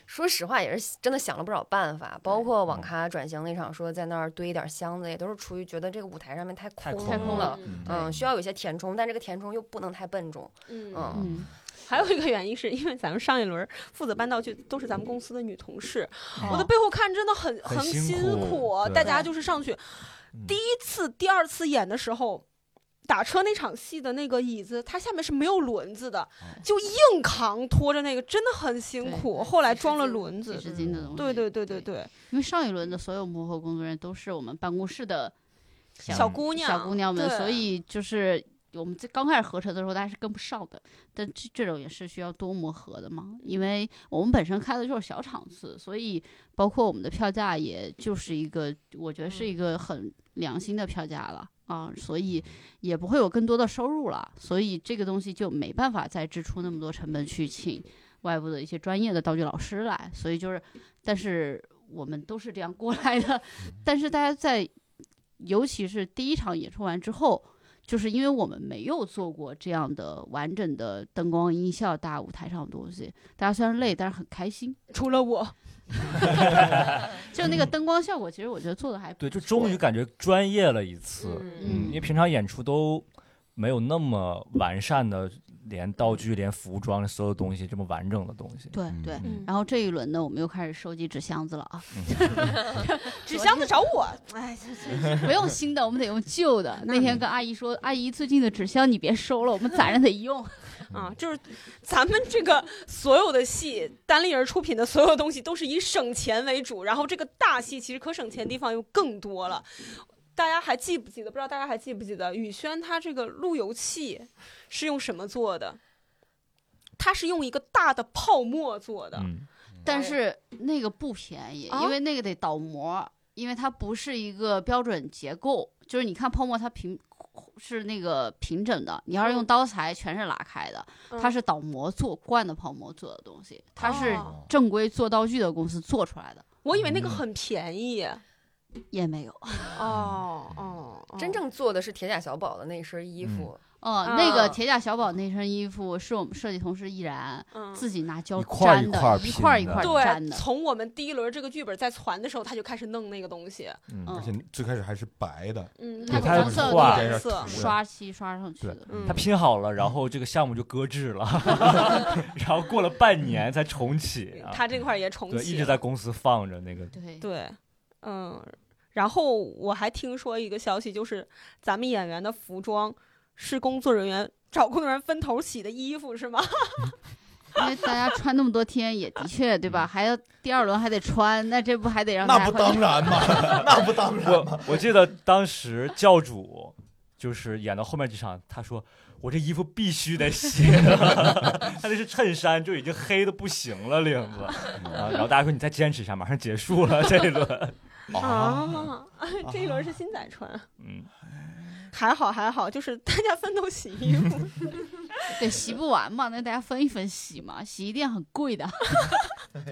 Speaker 5: 说实话也是真的想了不少办法，包括网
Speaker 3: 嗯
Speaker 5: 咖转型那场说在那儿堆一点箱子，也都是出于觉得这个舞台上面太
Speaker 3: 太
Speaker 5: 空
Speaker 3: 空
Speaker 4: 了
Speaker 5: 了。
Speaker 1: 嗯
Speaker 3: 对
Speaker 5: 嗯，需要有一些填充，但这个填充又不能太笨重。
Speaker 1: 嗯
Speaker 5: 嗯
Speaker 4: 嗯，
Speaker 1: 还有一个原因是因为咱们上一轮负责搬道具都是咱们公司的女同事，
Speaker 3: 嗯
Speaker 1: 我在背后看真的很
Speaker 3: 很辛
Speaker 1: 辛啊
Speaker 3: 苦对
Speaker 1: 大家就是上去
Speaker 3: 嗯
Speaker 1: 第一次、第二次演的时候。打车那场戏的那个椅子，它下面是没有轮子
Speaker 3: 啊
Speaker 1: 的，就硬扛拖着那个，真的很辛苦。
Speaker 4: 对
Speaker 1: 后来装了轮
Speaker 4: 几
Speaker 1: 子，
Speaker 4: 十斤的东西，
Speaker 1: 对对对对对，
Speaker 4: 因为上一轮的所有幕后工作人员都是我们办公室的
Speaker 3: 对
Speaker 1: 小
Speaker 3: 嗯
Speaker 1: 姑娘，
Speaker 4: 小姑娘们，
Speaker 1: 对
Speaker 4: 所以就是我们这刚开始合成的时候，大家是跟不上的。但这这种也是需要多磨合的嘛，因为我们本身开的就是小场次，所以包括我们的票价，也就是一个我觉得
Speaker 1: 嗯
Speaker 4: 是一个很良心的票价了。啊，所以也不会有更多的收入了，所以这个东西就没办法再支出那么多成本去请外部的一些专业的道具老师来，所以就是，但是我们都是这样过来的，
Speaker 1: 嗯
Speaker 4: 但是大家在，尤其是第一场演出完之后，就是因为我们没有做过这样的完整的灯光、音效、大舞台上的东西，大家虽然累，但是很开心，
Speaker 1: 除了我，
Speaker 4: 就那个
Speaker 2: 嗯
Speaker 4: 灯光效果，其实我觉得做的还不
Speaker 3: 对，就
Speaker 4: 错
Speaker 3: 终于感觉专业了一次。
Speaker 4: 嗯
Speaker 3: 因为平常演出都没有那么完善的，连道具、连服装、所有东西这么完整的东西。
Speaker 4: 对
Speaker 2: 嗯
Speaker 4: 对。
Speaker 2: 嗯
Speaker 4: 然后这一轮呢，我们又开始收集纸箱子了啊，
Speaker 2: 嗯
Speaker 1: 纸箱子找我，哎，这这
Speaker 4: 不用新的，我们得用旧 的。那
Speaker 1: 嗯
Speaker 4: 天跟阿姨说，阿姨最近的纸箱你别收了，我们攒着得用。
Speaker 1: 啊，就是咱们这个所有的戏，单立人出品的所有东西都是以省钱为主，然后这个大戏其实可省钱地方又更多了。大家还记不记得？不知道大家还记不记得，宇轩他这个路由器是用什么做的？它是用一个大的泡沫做的，
Speaker 3: 嗯，
Speaker 1: 哎
Speaker 4: 但是那个不便宜，
Speaker 1: 啊
Speaker 4: 因为那个得倒模，因为它不是一个标准结构，就是你看泡沫它平。是那个平整的，你要是用
Speaker 1: 嗯
Speaker 4: 刀裁，全是拉开的。
Speaker 1: 嗯
Speaker 4: 它是倒模做灌的泡沫做的东西，它是
Speaker 1: 哦
Speaker 2: 嗯
Speaker 4: 正规做道具的公司做出来的，
Speaker 1: 我以为那个很便宜。
Speaker 4: 也没有。
Speaker 1: 哦哦，
Speaker 3: 嗯
Speaker 1: 哦
Speaker 5: 真正做的是铁甲小宝的那身衣服，
Speaker 4: 哦、
Speaker 1: 啊
Speaker 4: 那个铁甲小宝那身衣服是我们设计同事易然
Speaker 1: 嗯
Speaker 4: 自己拿胶
Speaker 2: 一块儿
Speaker 4: 粘
Speaker 2: 一
Speaker 4: 的，
Speaker 2: 块儿
Speaker 4: 一
Speaker 2: 拼
Speaker 4: 块儿一
Speaker 3: 的
Speaker 4: 块儿粘
Speaker 1: 对，
Speaker 4: 的。
Speaker 1: 从我们第一轮这个剧本在传的时候，他就开始弄那个东西，
Speaker 3: 嗯
Speaker 2: 而且最开始还是白的，
Speaker 1: 嗯，
Speaker 4: 对
Speaker 1: 它
Speaker 3: 它
Speaker 1: 黄
Speaker 3: 是
Speaker 1: 色
Speaker 3: 画
Speaker 1: 的颜色，
Speaker 4: 刷漆刷上去
Speaker 3: 对
Speaker 4: 的。
Speaker 1: 嗯
Speaker 3: 他拼好了，然后这个项目就搁置 了， 然后过了半年才重启啊。
Speaker 1: 他这块儿也重启
Speaker 3: 对，
Speaker 1: 了，
Speaker 3: 一直在公司放着那个，
Speaker 4: 对，
Speaker 1: 对，嗯，然后我还听说一个消息，就是咱们演员的服装是工作人员找工作人员分头洗的衣服是吗？
Speaker 4: 因为大家穿那么多天，也的确对吧？还要第二轮还得穿，那这不还得让大
Speaker 2: 嗯那
Speaker 4: 家
Speaker 2: 不
Speaker 4: 换
Speaker 2: 当然嘛，那不当然嘛。
Speaker 3: 我我记得当时教主就是演到后面几场，他说我这衣服必须得洗， 他那是衬衫就已经黑的不行了领子 啊，然后大家说你再坚持一下，马上结束了这一轮，
Speaker 1: 啊，这一轮是新仔穿，
Speaker 3: 哦嗯，
Speaker 1: 还好还好，就是大家分头洗衣服，
Speaker 4: 对洗不完嘛？那大家分一分洗嘛，洗衣店很贵的。
Speaker 2: 嗯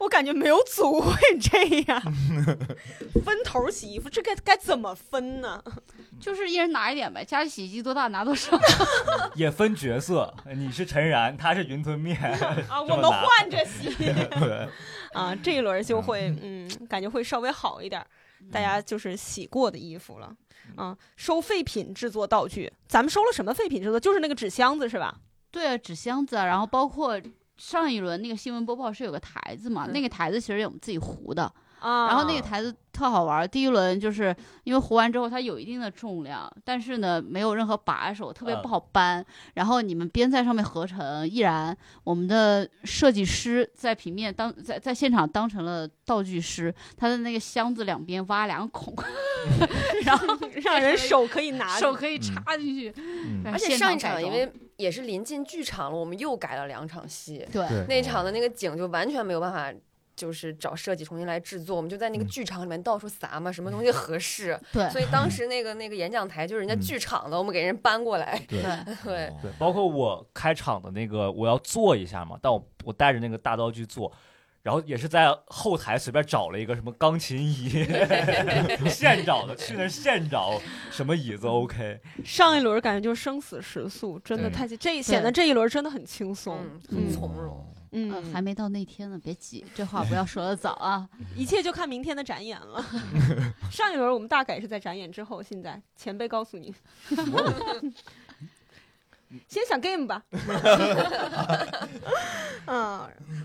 Speaker 1: 我感觉没有组会这 样分头洗衣服，这该该怎么分呢？
Speaker 4: 就是一人拿一点呗，家里洗衣机多大拿多 少。
Speaker 3: 也分角色，你是陈然，他是云吞面，
Speaker 1: 啊，
Speaker 3: 这
Speaker 1: 我
Speaker 3: 么
Speaker 1: 们
Speaker 3: 拿
Speaker 1: 换着洗
Speaker 3: 对
Speaker 1: 啊，这一轮就会嗯，感觉会稍微好一点儿。大家就是洗过的衣服了。嗯，收废品制作道具，咱们收了什么废品制作？就是那个纸箱子是吧？
Speaker 4: 对啊，纸箱子啊，然后包括上一轮那个新闻播报是有个台子嘛，
Speaker 1: 嗯
Speaker 4: 那个台子其实也我们自己糊的，
Speaker 1: 啊，
Speaker 4: 然后那个台子特好玩儿，第一轮就是因为糊完之后它有一定的重量，但是呢没有任何把手，特别不
Speaker 3: 嗯
Speaker 4: 好搬。然后你们边在上面合成，依然我们的设计师在平面当在在现场当成了道具师，他的那个箱子两边挖两个孔， 然后
Speaker 1: 让人手可以拿
Speaker 4: 手
Speaker 1: 着，
Speaker 4: 可以插进去。
Speaker 3: 嗯
Speaker 4: 然后
Speaker 5: 而且
Speaker 4: 现
Speaker 5: 上一
Speaker 4: 改
Speaker 5: 场因
Speaker 4: 装
Speaker 5: 为也是临近剧场了，我们又改了两场戏，
Speaker 4: 对
Speaker 3: 嗯
Speaker 2: 对
Speaker 5: 那场的那个景就完全没有办法。就是找设计重新来制作，我们就在那个
Speaker 3: 嗯
Speaker 5: 剧场里面到处撒嘛，什么东西合适。
Speaker 4: 对
Speaker 5: 所以当时那个那个演讲台就是
Speaker 3: 嗯
Speaker 5: 人家剧场的，我们给人搬过来。
Speaker 2: 对
Speaker 4: 对
Speaker 5: 对，
Speaker 2: 哦
Speaker 3: 对，包括我开场的那个，我要做一下嘛，但我我带着那个大道具做，然后也是在后台随便找了一个什么钢琴椅， 现找的，去那儿现找什么椅子 OK，
Speaker 1: 上一轮感觉就是生死时速，真的
Speaker 3: 对
Speaker 1: 太这显得这一轮真的很轻松。
Speaker 5: 嗯，
Speaker 4: 嗯
Speaker 5: 很从容。
Speaker 2: 哦
Speaker 1: 嗯，
Speaker 4: 呃还没到那天呢，别急，这话不要说的早啊。
Speaker 1: 一切就看明天的展演了。 上一轮我们大概是在展演之后，现在前辈告诉你， 先想 game 吧。嗯，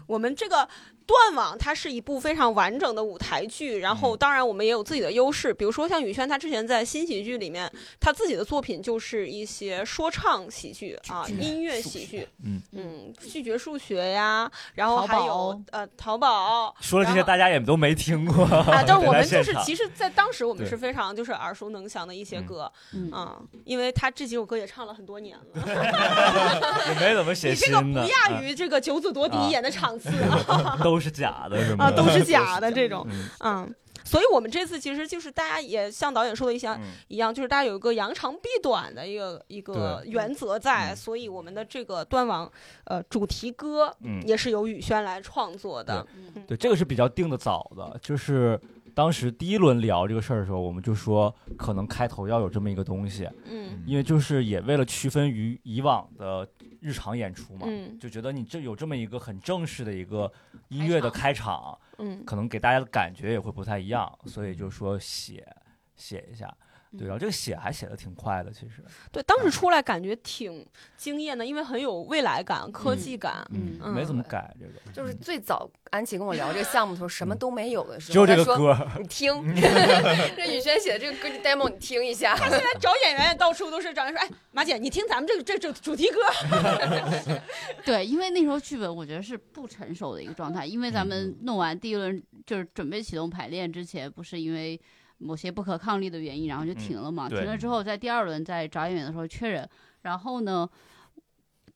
Speaker 1: 我们这个断网它是一部非常完整的舞台剧，然
Speaker 3: 嗯
Speaker 1: 后当然我们也有自己的优势，比如说像宇轩，他之前在新喜剧里面，他自己的作品就是一些说唱喜剧啊，音乐喜剧，
Speaker 3: 嗯
Speaker 1: 嗯，拒绝数学呀，然后
Speaker 4: 淘
Speaker 1: 还有
Speaker 4: 宝
Speaker 1: 呃淘 宝，
Speaker 3: 说了这些
Speaker 1: 然后
Speaker 3: 大家也都没听过
Speaker 1: 啊，但
Speaker 3: 在
Speaker 1: 我们就
Speaker 3: 现
Speaker 1: 是
Speaker 3: 场
Speaker 1: 其实，在当时我们
Speaker 3: 对
Speaker 1: 是非常就是耳熟能详的一些
Speaker 3: 嗯
Speaker 1: 歌，
Speaker 4: 嗯
Speaker 1: 啊，因为他这几首歌也唱了很多年了。
Speaker 3: 也没怎么
Speaker 1: 你
Speaker 3: 写
Speaker 1: 这
Speaker 3: 新
Speaker 1: 个
Speaker 3: 的，
Speaker 1: 不亚于这个九子夺嫡
Speaker 3: 啊
Speaker 1: 演的场次啊，
Speaker 3: 啊都是假的，是吗？
Speaker 1: 啊都是假的这种，
Speaker 3: 嗯
Speaker 1: 嗯。所以，我们这次其实就是大家也像导演说的一样
Speaker 2: 嗯
Speaker 1: 一样，就是大家有一个扬长避短的一个一个原则在，
Speaker 2: 嗯
Speaker 1: 所以我们的这个断网呃主题歌
Speaker 2: 嗯
Speaker 1: 也是由宇轩来创作的。
Speaker 3: 对，这个是比较定的早的，就是当时第一轮聊这个事儿的时候，我们就说可能开头要有这么一个东西，
Speaker 1: 嗯
Speaker 3: 因为就是也为了区分于以往的日常演出嘛，
Speaker 1: 嗯
Speaker 3: 就觉得你这有这么一个很正式的一个音乐的开场，
Speaker 1: 嗯
Speaker 3: 可能给大家的感觉也会不太一样，所以就说写写一下。对，然后这个写还写的挺快的，其实，
Speaker 1: 对，当时出来感觉挺惊艳的，因为很有未来感、科技感。
Speaker 4: 嗯
Speaker 3: 没怎么改这个，
Speaker 5: 就是最早安琪跟我聊这个项目的时候，什么都没有的时
Speaker 3: 只
Speaker 5: 候，
Speaker 3: 有
Speaker 5: 他
Speaker 3: 嗯这
Speaker 5: 说
Speaker 3: 个歌嗯儿，
Speaker 5: 你听， 这宇轩写的这个歌你 demo 你听一下。
Speaker 1: 现
Speaker 3: 嗯
Speaker 1: 在找演员也到处都是，找人说：“哎，马姐，你听咱们这个这这主题歌。
Speaker 4: 对，因为那时候剧本我觉得是不成熟的一个状态，因为咱
Speaker 3: 嗯
Speaker 4: 们弄完第一轮就是准备启动排练之前，不是因为某些不可抗力的原因，然后就停了嘛。
Speaker 3: 嗯对
Speaker 4: 停了之后，在第二轮在找演员的时候缺人，然后呢，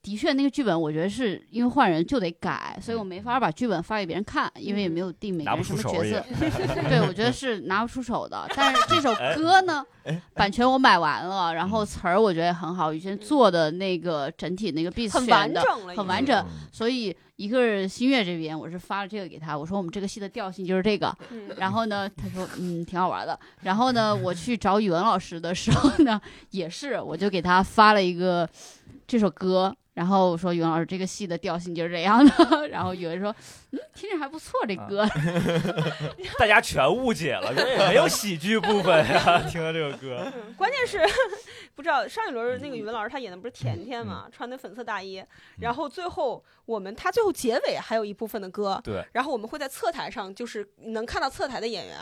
Speaker 4: 的确那个剧本我觉得是因为换人就得改，所以我没法把剧本发给别人看，因为也没有定每
Speaker 3: 嗯
Speaker 4: 个
Speaker 3: 拿不
Speaker 4: 人什
Speaker 3: 出
Speaker 4: 么
Speaker 3: 手
Speaker 4: 角
Speaker 3: 也哎
Speaker 4: 色。 对，我觉得是拿不出手的。但是 这首歌呢，版权我买完了，然
Speaker 3: 嗯
Speaker 4: 后词儿我觉得也很好，宇轩做的那个整体那个 beat
Speaker 1: 很
Speaker 4: 选
Speaker 1: 完
Speaker 4: 的
Speaker 1: 整了，
Speaker 4: 很完整。
Speaker 3: 嗯
Speaker 4: 所以一个是新月这边，我是发了这个给他，我说我们这个戏的调性就是这个。
Speaker 1: 嗯
Speaker 4: 然后呢，他说嗯挺好玩的。然后呢，我去找语文老师的时候呢，也是我就给他发了一个这首歌，然后我说语文老师这个戏的调性就是这样的。 然后语文说嗯听着还不错
Speaker 3: 啊
Speaker 4: 这歌，
Speaker 3: 大家全误解了，这也没有喜剧部分啊呀、 听到这个歌，
Speaker 1: 关键是 不知道上一轮那个语文老师他演的不
Speaker 3: 嗯
Speaker 1: 是甜甜嘛，穿的粉色大衣，然后最后我们他最后结尾还有一部分的歌，
Speaker 3: 对，
Speaker 1: 然后我们会在侧台上，就是能看到侧台的演员。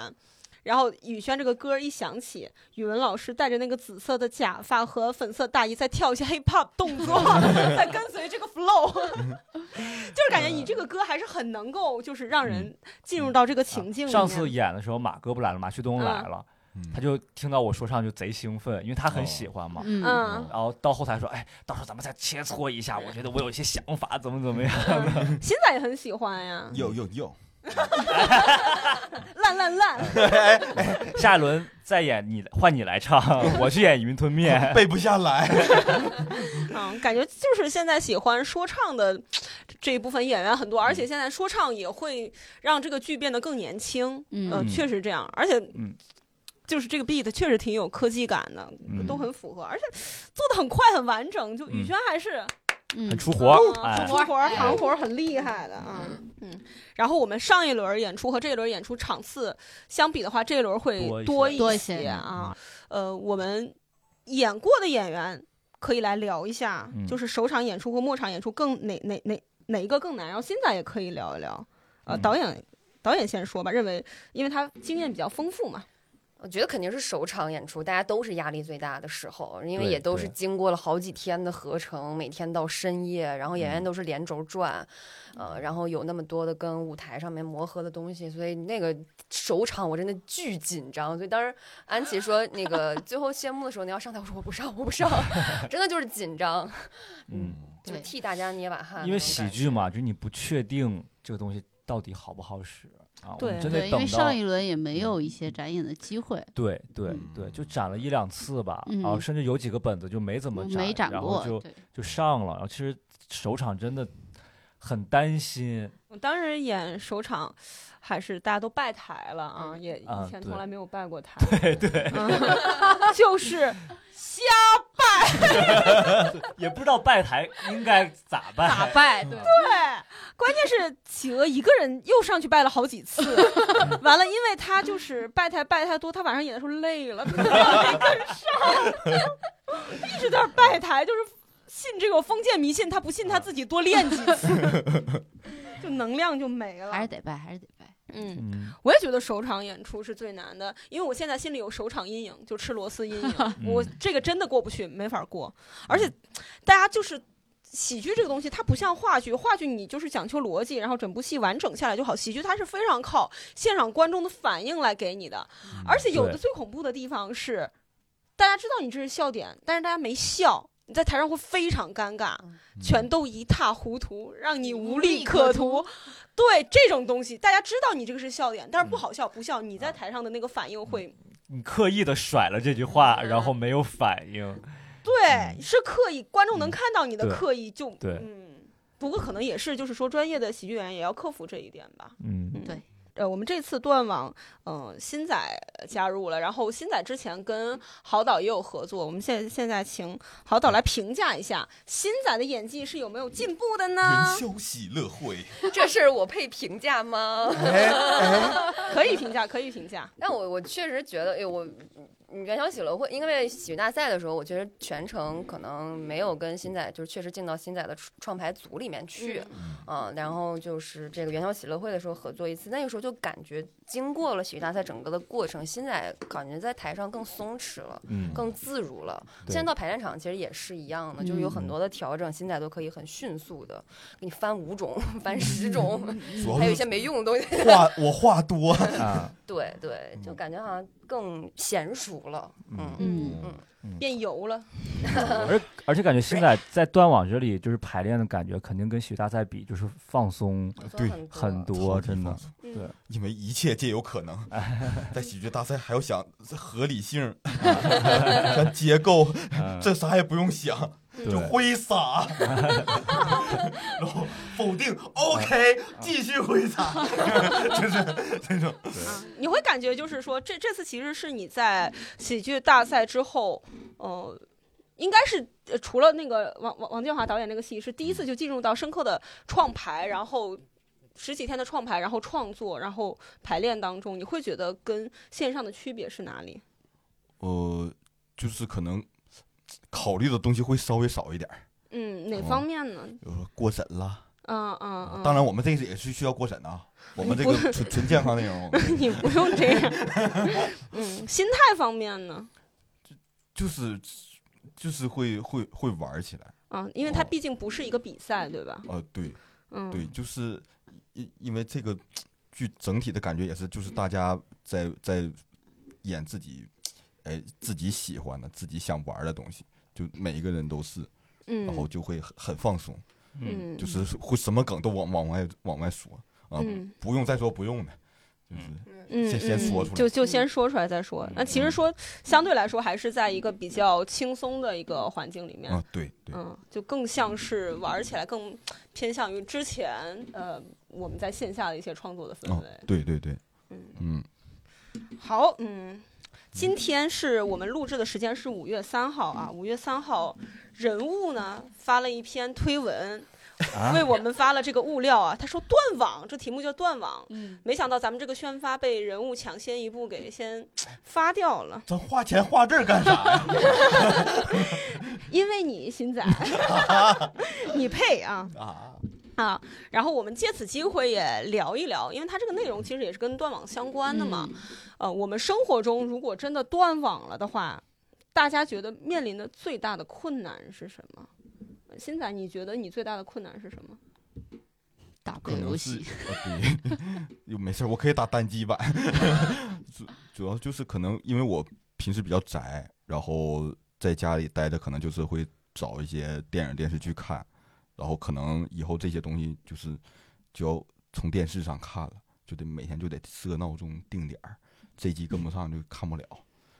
Speaker 1: 然后宇轩这个歌一响起，语文老师戴着那个紫色的假发和粉色大衣，在跳一些 hip hop 动作， 在跟随这个 flow，就是感觉你这个歌还是很能够，就是让人进入到这个情境里面。
Speaker 3: 嗯啊上次演的时候，马哥不来了，马旭东来了，
Speaker 2: 嗯
Speaker 3: 他就听到我说唱就贼兴奋，因为他很喜欢嘛。
Speaker 4: 嗯
Speaker 1: 嗯，
Speaker 3: 然后到后台说，哎，到时候咱们再切磋一下，我觉得我有一些想法，怎么怎么样。
Speaker 1: 嗯新仔也很喜欢呀，
Speaker 2: 有有有，
Speaker 1: 烂烂烂。
Speaker 3: 下一轮再演你换你来唱， 我去演云吞面。
Speaker 2: 背不下来。
Speaker 1: 嗯，感觉就是现在喜欢说唱的这一部分演员很多，而
Speaker 3: 嗯
Speaker 1: 且现在说唱也会让这个剧变得更年轻。
Speaker 4: 嗯
Speaker 1: 呃，确实这样，而且
Speaker 3: 嗯
Speaker 1: 就是这个 beat 确实挺有科技感的，
Speaker 3: 嗯
Speaker 1: 都很符合，而且做的很快很完整。就宇
Speaker 3: 嗯
Speaker 1: 轩还是
Speaker 4: 嗯
Speaker 3: 很出活儿，
Speaker 1: 嗯
Speaker 3: 哎
Speaker 1: 出，活儿、
Speaker 4: 哎
Speaker 1: 行活儿很厉害的啊。嗯，然后我们上一轮演出和这一轮演出场次相比的话，这一轮会
Speaker 3: 多
Speaker 1: 一
Speaker 3: 一些嗯
Speaker 4: 多一
Speaker 1: 些
Speaker 4: 些
Speaker 1: 啊。呃，我们演过的演员可以来聊一下，
Speaker 3: 嗯
Speaker 1: 就是首场演出和末场演出更哪哪哪哪一个更难？然后新仔也可以聊一聊。呃，
Speaker 3: 嗯
Speaker 1: 导演导演先说吧，认为因为他经验比较丰富嘛。
Speaker 5: 我觉得肯定是首场演出，大家都是压力最大的时候，因为
Speaker 3: 对
Speaker 5: 也都是
Speaker 3: 对
Speaker 5: 经过了好几天的合成，每天到深夜，然后演
Speaker 3: 嗯
Speaker 5: 员都是连轴转，呃，然后有那么多的跟舞台上面磨合的东西，所以那个首场我真的巨紧张。所以当时安琪说 那个最后谢幕的时候你要上台，我说我不上，我不上， 真的就是紧张，
Speaker 3: 嗯，
Speaker 5: 就
Speaker 4: 对
Speaker 5: 替大家捏把汗那种感觉。啊
Speaker 3: 因为喜剧嘛，就是你不确定这个东西到底好不好使啊，我
Speaker 1: 对
Speaker 3: 们真得
Speaker 4: 对，因为
Speaker 3: 等到嗯
Speaker 4: 上一轮也没有一些展演的机会，
Speaker 3: 对对
Speaker 4: 嗯
Speaker 3: 对，就展了一两次吧，然后
Speaker 4: 嗯
Speaker 3: 甚至有几个本子就没怎么展，
Speaker 4: 没展
Speaker 3: 然
Speaker 4: 过
Speaker 3: 后，就
Speaker 4: 对
Speaker 3: 就上了，然后其实首场真的很担心，
Speaker 1: 我当时演首场，还是大家都拜台了啊，也
Speaker 3: 啊
Speaker 1: 以前
Speaker 3: 对
Speaker 1: 从来没有拜过台。对对，就是瞎
Speaker 3: 也不知道拜台应该咋拜，
Speaker 4: 打败，对，
Speaker 1: 拜。关键是企鹅一个人又上去拜了好几次，完了，因为他就是拜台拜太多，他晚上演的时候累了，他没跟上，一直在那儿拜台，就是信这个封建迷信，他不信他自己多练几次。 就能量就没了。
Speaker 4: 还是得拜，还是得拜。
Speaker 1: 嗯，
Speaker 3: 嗯，，
Speaker 1: 我也觉得首场演出是最难的，因为我现在心里有首场阴影，就吃螺丝阴影我这个真的过不去，没法过。而且大家就是。喜剧这个东西，它不像话剧，话剧你就是讲究逻辑，然后整部戏完整下来就好。喜剧它是非常靠现场观众的反应来给你的，而且有的
Speaker 3: 对
Speaker 1: 最恐怖的地方是，大家知道你这是笑点，但是大家没笑，你在台上会非常尴尬，全都一塌糊涂，让你无利可图。对这种东西，大家知道你这个是笑点，但
Speaker 3: 嗯
Speaker 1: 是不好笑，不笑，你
Speaker 3: 啊
Speaker 1: 在台上的那个反应会，
Speaker 3: 你刻意的甩了这句话，然后没有反应，
Speaker 1: 对，是刻意，观众能看到你的
Speaker 3: 嗯对
Speaker 1: 刻意就，
Speaker 3: 对
Speaker 1: 嗯。不过可能也是，就是说专业的喜剧演员也要克服这一点吧。
Speaker 3: 嗯
Speaker 1: 嗯
Speaker 4: 对。
Speaker 1: 呃，我们这次断网，嗯、新仔加入了，然后新仔之前跟郝导也有合作，我们现现在请郝导来评价一下新仔的演技是有没有进步的呢？
Speaker 2: 元宵喜乐会，
Speaker 5: 这事儿我配评价吗？
Speaker 1: 可以评价，可以评价。
Speaker 5: 但我我确实觉得，哎，我嗯元宵喜乐会，因为喜剧大赛的时候，我觉得全程可能没有跟新仔，就是确实进到新仔的创创牌组里面去，嗯、然后就是这个元宵喜乐会的时候合作一次，那个时候就感觉经过了喜剧大赛整个的过程，新仔感觉在台上更松弛了。
Speaker 3: 嗯，
Speaker 5: 更自如了。
Speaker 3: 对嗯
Speaker 5: 现在到排练场其实也是一样的，就是有很多的调整，新仔都可以很迅速的给你翻五种、 翻十种，
Speaker 3: 嗯
Speaker 2: 主
Speaker 5: 嗯还有一
Speaker 2: 要是
Speaker 5: 些没用的东西。
Speaker 2: 话我话多，
Speaker 3: 啊，
Speaker 5: 对对，就感觉好像更娴熟了。嗯，
Speaker 4: 嗯，
Speaker 1: 变油了，
Speaker 3: 而而且感觉现在在断网这里就是排练的感觉，肯定跟喜剧大赛比就是放松
Speaker 2: 对，
Speaker 3: 很
Speaker 5: 多。
Speaker 3: 多，真的
Speaker 2: 超级放，松
Speaker 1: 嗯
Speaker 3: 对
Speaker 2: 因为一切皆有可能，在喜剧大赛还要想合理 性、咱结构，
Speaker 3: 嗯
Speaker 2: 这啥也不用想，
Speaker 3: 对
Speaker 2: 就挥 洒，然后否定，OK，继续挥洒，就是这种。
Speaker 1: 啊，你会感觉就是说，这这次其实是你在喜剧大赛之后，呃，应该是、呃除了那个王王王建华导演那个戏，是第一次就进入到深刻的创排，然后十几天的创排，然后创作，然后排练当中，你会觉得跟线上的区别是哪里？
Speaker 2: 呃，就是可能考虑的东西会稍微少一点，
Speaker 1: 嗯，哪
Speaker 2: 哦
Speaker 1: 方面呢？
Speaker 2: 比如说过审了。
Speaker 1: 嗯嗯嗯，
Speaker 2: 当然，我们这次也是需要过审的啊。我们这个纯纯健康内容，我们
Speaker 1: 你不用这样。嗯，心态方面呢？
Speaker 2: 就是就是会会会玩起来。
Speaker 1: 啊，因为它
Speaker 2: 哦
Speaker 1: 毕竟不是一个比赛，对吧？
Speaker 2: 呃，对
Speaker 1: 嗯，
Speaker 2: 对，就是因因为这个剧整体的感觉也是，就是大家在在演自己哎自己喜欢的、自己想玩的东西，就每一个人都是，然后
Speaker 1: 嗯
Speaker 2: 就会很很放松，
Speaker 1: 嗯，
Speaker 2: 就是会什么梗都往往外往外说啊，
Speaker 1: 嗯
Speaker 2: 不用再说不用的，就是
Speaker 1: 嗯，
Speaker 2: 先先
Speaker 1: 嗯
Speaker 2: 说
Speaker 1: 嗯
Speaker 2: 出来嗯
Speaker 1: 就就先说出来再说。那其实说相对来说还是在一个比较轻松的一个环境里面，
Speaker 2: 啊，对对，
Speaker 1: 嗯，就更像是玩起来更偏向于之前呃我们在线下的一些创作的氛
Speaker 2: 哦
Speaker 1: 围。，
Speaker 2: 对对对，
Speaker 1: 嗯
Speaker 2: 嗯。
Speaker 1: 好，嗯，今天是我们录制的时间是五月三号啊，五月三号，人物呢发了一篇推文，
Speaker 3: 啊
Speaker 1: 为我们发了这个物料啊，他说断网，这题目叫断网，
Speaker 4: 嗯，
Speaker 1: 没想到咱们这个宣发被人物抢先一步给先发掉了，
Speaker 2: 咱花钱花这儿干啥呀？
Speaker 1: 因为你新仔，你配啊。
Speaker 2: 啊，
Speaker 1: 啊，然后我们借此机会也聊一聊，因为它这个内容其实也是跟断网相关的
Speaker 4: 嗯
Speaker 1: 嘛。呃，我们生活中如果真的断网了的话，大家觉得面临的最大的困难是什么？呃新仔，你觉得你最大的困难是什么？
Speaker 4: 打不
Speaker 2: 可
Speaker 4: 了
Speaker 2: 能
Speaker 4: 游
Speaker 2: 是
Speaker 4: 戏，
Speaker 2: 啊对， 又没事儿，我可以打单机版。 主主要就是可能因为我平时比较宅，然后在家里待着，可能就是会找一些电影电视剧看，然后可能以后这些东西就是就要从电视上看了，就得每天就得设闹钟定点儿，这集跟不上就看不了，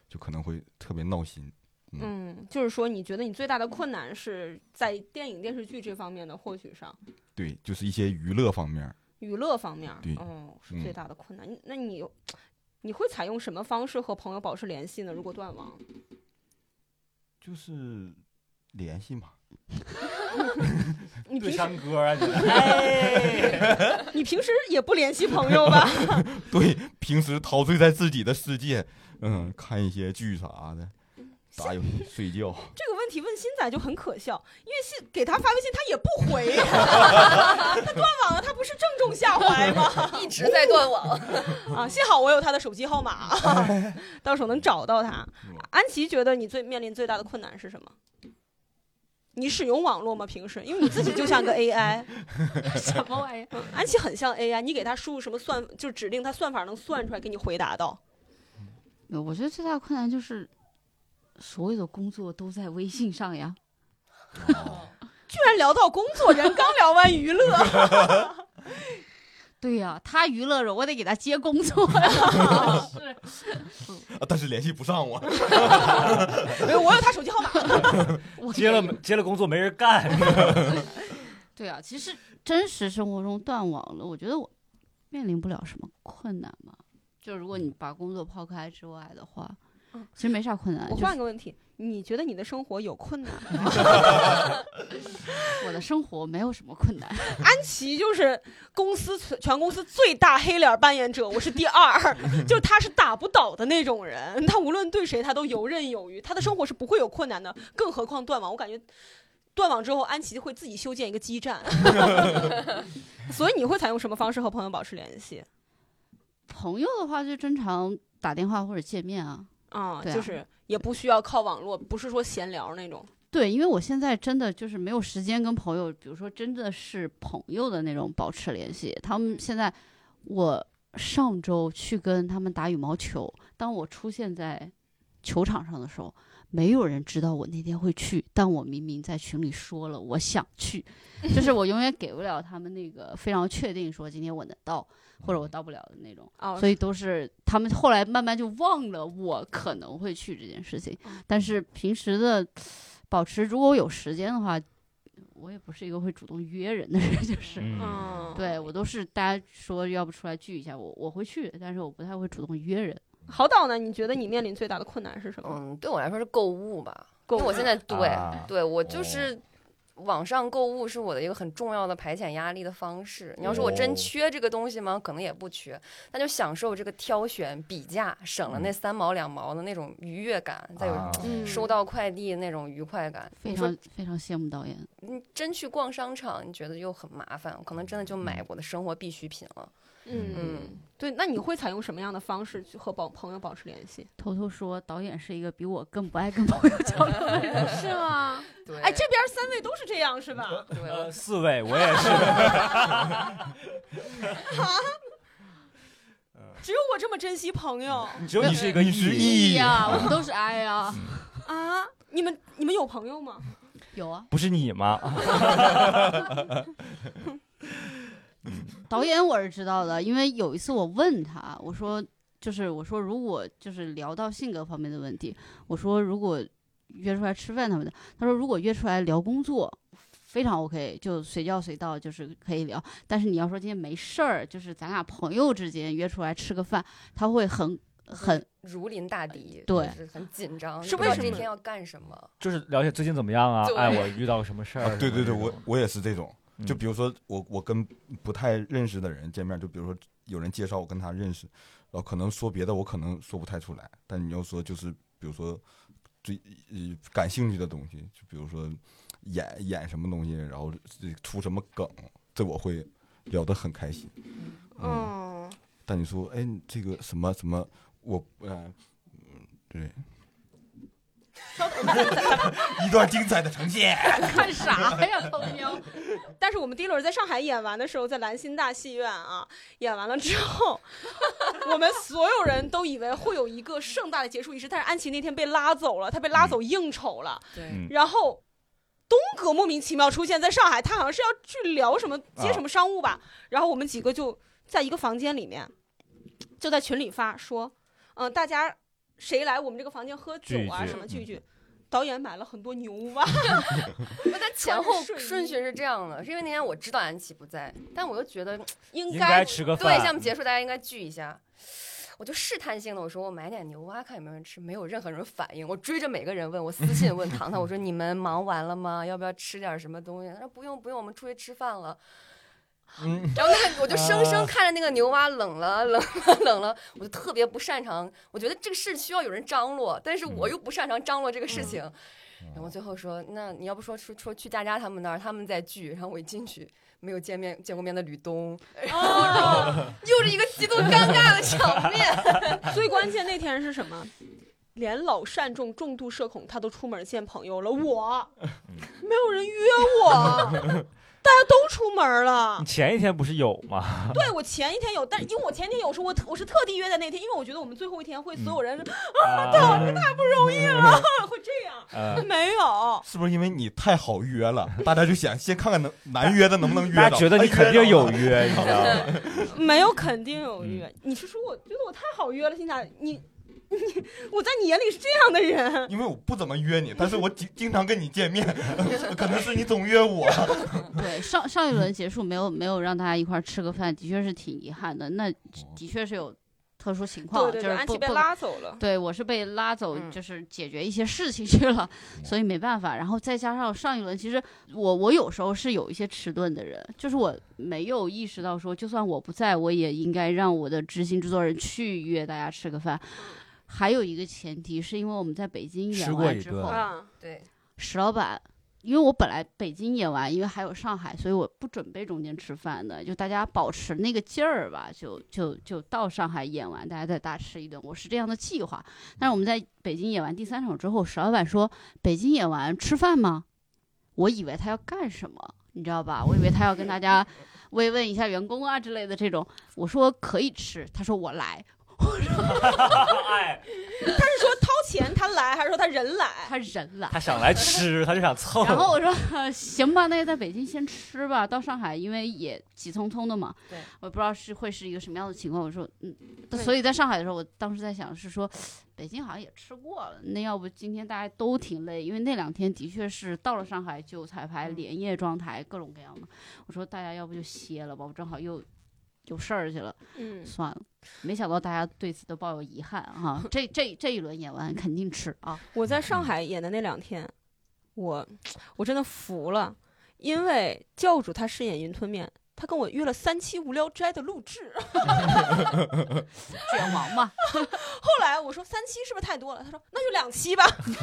Speaker 2: 就可能会特别闹心。
Speaker 1: 嗯，就是说你觉得你最大的困难是在电影、电视剧这方面的获取上，
Speaker 2: 对，就是一些娱乐方面儿，
Speaker 1: 娱乐方面，
Speaker 2: 对
Speaker 1: 嗯，是最
Speaker 2: 嗯
Speaker 1: 大的困难。你那你有你会采用什么方式和朋友保持联系呢？如果断网？
Speaker 2: 就是联系嘛。
Speaker 1: 你平
Speaker 3: 对
Speaker 1: 时
Speaker 3: 山歌啊，
Speaker 1: 你平时也不联系朋友吧？
Speaker 2: 对，平时陶醉在自己的世界，嗯，看一些剧啥的，打游戏、睡觉。
Speaker 1: 这个问问题问新仔就很可笑，因为信给他发微信他也不回， 他断网了，他不是正中下怀吗？
Speaker 5: 一直在断网。
Speaker 1: 啊，幸好我有他的手机号码，啊到时候能找到他。安琪觉得你最面临最大的困难是什么？你使用网络吗？平时，因为你自己就像个 AI，
Speaker 4: 什么玩意儿？
Speaker 1: 安琪很像 AI，你给他输入什么算，就指令，他算法能算出来给你回答到。
Speaker 4: 呃我觉得最大的困难就是，所有的工作都在微信上呀。
Speaker 1: 居然聊到工作，人刚聊完娱乐，
Speaker 4: 对呀、他娱乐着，我得给他接工作。是，
Speaker 2: 啊但是联系不上我，
Speaker 1: 没哎有，我有他手机号码。
Speaker 4: 我
Speaker 3: 接了接了工作没人干，
Speaker 4: 对啊，其实真实生活中断网了，我觉得我面临不了什么困难嘛。就如果你把工作抛开之外的话，
Speaker 1: 嗯
Speaker 4: 其实没啥困难。
Speaker 1: 我
Speaker 4: 就
Speaker 1: 换
Speaker 4: 是
Speaker 1: 个问题，你觉得你的生活有困难吗？
Speaker 4: 我的生活没有什么困难。
Speaker 1: 安琪就是公司全全公司最大黑脸扮演者，我是第二， 就是他是打不倒的那种人，他无论对谁他都游刃有余，他的生活是不会有困难的，更何况断网，我感觉。断网之后，安琪会自己修建一个基 站，所以你会采用什么方式和朋友保持联系
Speaker 4: 朋友的话就正常打电话或者见面啊。
Speaker 1: 啊？
Speaker 4: 对啊
Speaker 1: 就是也不需要靠网络，不是说闲聊那种。
Speaker 4: 对，因为我现在真的就是没有时间跟朋友，比如说真的是朋友的那种保持联系。他们现在，我上周去跟他们打羽毛球，当我出现在球场上的时候，没有人知道我那天会去，但我明明在群里说了我想去，就是我永远给不了他们那个非常确定说今天我能到或者我到不了的那种。
Speaker 1: 哦，
Speaker 4: 所以都是他们后来慢慢就忘了我可能会去这件事情
Speaker 1: 嗯，
Speaker 4: 但是平时的保持，如果我有时间的话，我也不是一个会主动约人的人，就是。
Speaker 1: 嗯，
Speaker 4: 对，我都是大家说要不出来聚一下，我我会去，但是我不太会主动约人。
Speaker 1: 郝导呢？你觉得你面临最大的困难是什么？
Speaker 5: 嗯，对我来说是购物吧，
Speaker 1: 购
Speaker 5: 因为我现在对、
Speaker 3: 啊
Speaker 5: 对我就
Speaker 3: 哦
Speaker 5: 是。网上购物是我的一个很重要的排遣压力的方式。你要说我
Speaker 3: 哦
Speaker 5: 真缺这个东西吗？可能也不缺，那就享受这个挑选、比价，省了那三毛两毛的那种愉悦感，再有
Speaker 3: 啊
Speaker 1: 嗯
Speaker 5: 收到快递那种愉快感。
Speaker 4: 非
Speaker 5: 你说
Speaker 4: 常非常羡慕导演，
Speaker 5: 你真去逛商场，你觉得又很麻烦，可能真的就买我的生活必需品了。
Speaker 1: 嗯，
Speaker 5: 嗯，
Speaker 1: 对，那你会采用什么样的方式去和保朋友保持联系？
Speaker 4: 偷偷说导演是一个比我更不爱跟朋友交流的人。
Speaker 1: 是吗？
Speaker 5: 对，嗯
Speaker 1: 哎，这边三位都是这样是吧？
Speaker 5: 对
Speaker 3: 呃，
Speaker 5: 我
Speaker 3: 四位我也是，
Speaker 1: 只有我这么珍惜朋友
Speaker 3: 只有你是一个
Speaker 2: 你是
Speaker 3: 异，
Speaker 4: 哎
Speaker 2: E
Speaker 4: 呀，我们都是 I 呀。
Speaker 1: 啊！你们你们有朋友吗？
Speaker 4: 有啊，
Speaker 3: 不是你吗？
Speaker 4: 导演我是知道的，因为有一次我问他，我说就是我说如果就是聊到性格方面的问题，我说如果约出来吃饭他们的，他说如果约出来聊工作。非常 OK，就随叫随到，就是可以聊。但是你要说今天没事儿，就是咱俩朋友之间约出来吃个饭，他会很很
Speaker 5: 如临大敌，
Speaker 4: 对
Speaker 5: 就是很紧张，
Speaker 1: 是
Speaker 5: 就不知
Speaker 3: 为
Speaker 5: 道
Speaker 3: 什
Speaker 5: 这
Speaker 3: 么
Speaker 5: 天要干什么？
Speaker 3: 就是了解最近怎么样啊？
Speaker 5: 对
Speaker 3: 哎，我遇到个什么事儿？
Speaker 2: 啊对对对，
Speaker 3: 什么
Speaker 2: 我我也是这种。
Speaker 3: 嗯
Speaker 2: 就比如说我我跟不太认识的人见面，就比如说有人介绍我跟他认识，然后可能说别的我可能说不太出来，但你要说就是比如说最呃感兴趣的东西，就比如说演演什么东西，然后这出什么梗，这我会聊得很开心。嗯，
Speaker 1: 嗯，
Speaker 2: 但你说哎你这个什么什么我呃。嗯 对，一段精彩的呈现。
Speaker 4: 看啥呀，偷瞄。
Speaker 1: 但是我们第一轮在上海演完的时候，在兰心大戏院啊，演完了之后， 我们所有人都以为会有一个盛大的结束仪式，但是安琪那天被拉走了，她被拉走应酬了，
Speaker 3: 嗯
Speaker 5: 对，
Speaker 1: 然后。东哥莫名其妙出现在上海，他好像是要去聊什么接什么商务吧，
Speaker 3: 啊
Speaker 1: 然后我们几个就在一个房间里面，就在群里发说，嗯、大家谁来我们这个房间喝酒啊
Speaker 3: 聚一聚
Speaker 1: 什么聚一
Speaker 3: 嗯
Speaker 1: 聚。 导演买了很多牛 蛙，
Speaker 5: 不，但前后
Speaker 1: 顺
Speaker 5: 顺序
Speaker 1: 序
Speaker 5: 是这样的，是因为那天我知道安琪不在，但我又觉得
Speaker 1: 应
Speaker 3: 应
Speaker 1: 该
Speaker 3: 该吃个
Speaker 5: 对
Speaker 3: 饭，
Speaker 5: 项目结束大家应该聚一下。我就试探性的我说我买点牛蛙看有没有人吃，没有任何人反应。我追着每个人问，我私信问糖糖，我说你们忙完了吗？要不要吃点什么东西？他说不用不用，我们出去吃饭了。
Speaker 2: 嗯，
Speaker 5: 然后那个我就生
Speaker 3: 啊
Speaker 5: 生看着那个牛蛙冷了冷了冷了，我就特别不擅长。我觉得这个事需要有人张罗，但是我又不擅长张罗这个事情。然后最后说，那你要不说说说去佳佳他们那儿，他们在聚。然后我一进去，没有见面见过面的吕东，然后又是一个极度尴尬的场面。
Speaker 1: 最关键那天是什么？连老善重重度社恐，他都出门见朋友了。我
Speaker 3: 嗯
Speaker 1: 没有人约我，大家都出门了
Speaker 3: 你。前一天不是有 吗？
Speaker 1: 对我前一天有，但因为我前一天有时候我特我是特地约的那天，因为我觉得我们最后一天会所有人是
Speaker 3: 啊，对，
Speaker 1: 太不容易了，会这样。
Speaker 3: 嗯 呃
Speaker 1: 没 有，
Speaker 2: 是不是因为你太好约了，大家就想先看看能难约的能不能约
Speaker 3: 大
Speaker 2: 着？
Speaker 3: 家觉得你
Speaker 2: 哎
Speaker 3: 肯定有
Speaker 2: 约
Speaker 3: 约，你知道吗？
Speaker 1: 没有，肯定有约。你是说我觉得我太好约了？心想你你我在你眼里是这样的
Speaker 2: 着了，
Speaker 1: 人，
Speaker 2: 因为我不怎么约你，但是我经经常跟你见面， 可能是你总约我。
Speaker 4: 对，上上一轮结束没有没有让大家一块儿吃个饭，的确是挺遗憾的。那的确是有特殊情况，
Speaker 1: 哦对对对，
Speaker 4: 就是
Speaker 1: 安
Speaker 4: 不
Speaker 1: 琪被
Speaker 4: 不
Speaker 1: 拉走了。
Speaker 4: 对，我是被拉走，
Speaker 5: 嗯
Speaker 4: 就是解决一些事情去了，
Speaker 3: 嗯
Speaker 4: 所以没办法。然后再加上上一轮，其实我我有时候是有一些迟钝的人，就是我没有意识到说，就算我不在，我也应该让我的执行制作人去约大家吃个饭。还有一个前提是因为我们在北京
Speaker 3: 吃
Speaker 4: 演
Speaker 3: 过
Speaker 4: 完
Speaker 3: 一
Speaker 4: 之
Speaker 3: 顿
Speaker 4: 后，
Speaker 1: 啊，
Speaker 5: 对，
Speaker 4: 石老板，因为我本来北京演完，因为还有上海，所以我不准备中间吃饭的，就大家保持那个劲儿吧，就就就到上海演完，大家再大吃一顿，我是这样的计划。但是我们在北京演完第三场之后，石老板说北京演完吃饭吗？我以为他要干什么，你知道吧？我以为他要跟大家慰问一下员工啊之类的这种。我说可以吃，他说我来，
Speaker 3: 哎，
Speaker 1: 他是说掏钱他来，还是说他人来？
Speaker 4: 他人来。
Speaker 3: 他想来吃，他就想凑。
Speaker 4: 然后我说、 呃行吧，那就在北京先吃吧。到上海，因为也急匆匆的嘛，
Speaker 5: 对，
Speaker 4: 我也不知道是会是一个什么样的情况。我说，嗯，
Speaker 5: 对
Speaker 4: 所以在上海的时候，我当时在想是说， 北京好像也吃过了，那要不今天大家都挺累，因为那两天的确是到了上海就彩排、
Speaker 5: 嗯
Speaker 4: 连夜装台，各种各样的。我说大家要不就歇了吧，我正好又有事儿去了，
Speaker 1: 嗯，
Speaker 4: 算了。没想到大家对此都抱有遗憾啊！这这这一轮演完肯定吃啊，
Speaker 1: 我在上海演的那两天，我我真的服了，因为教主他饰演云吞面，他跟我约了三期《无聊斋》的录制。
Speaker 4: 卷王嘛，
Speaker 1: 后来我说三期是不是太多了？他说那就两期吧。就是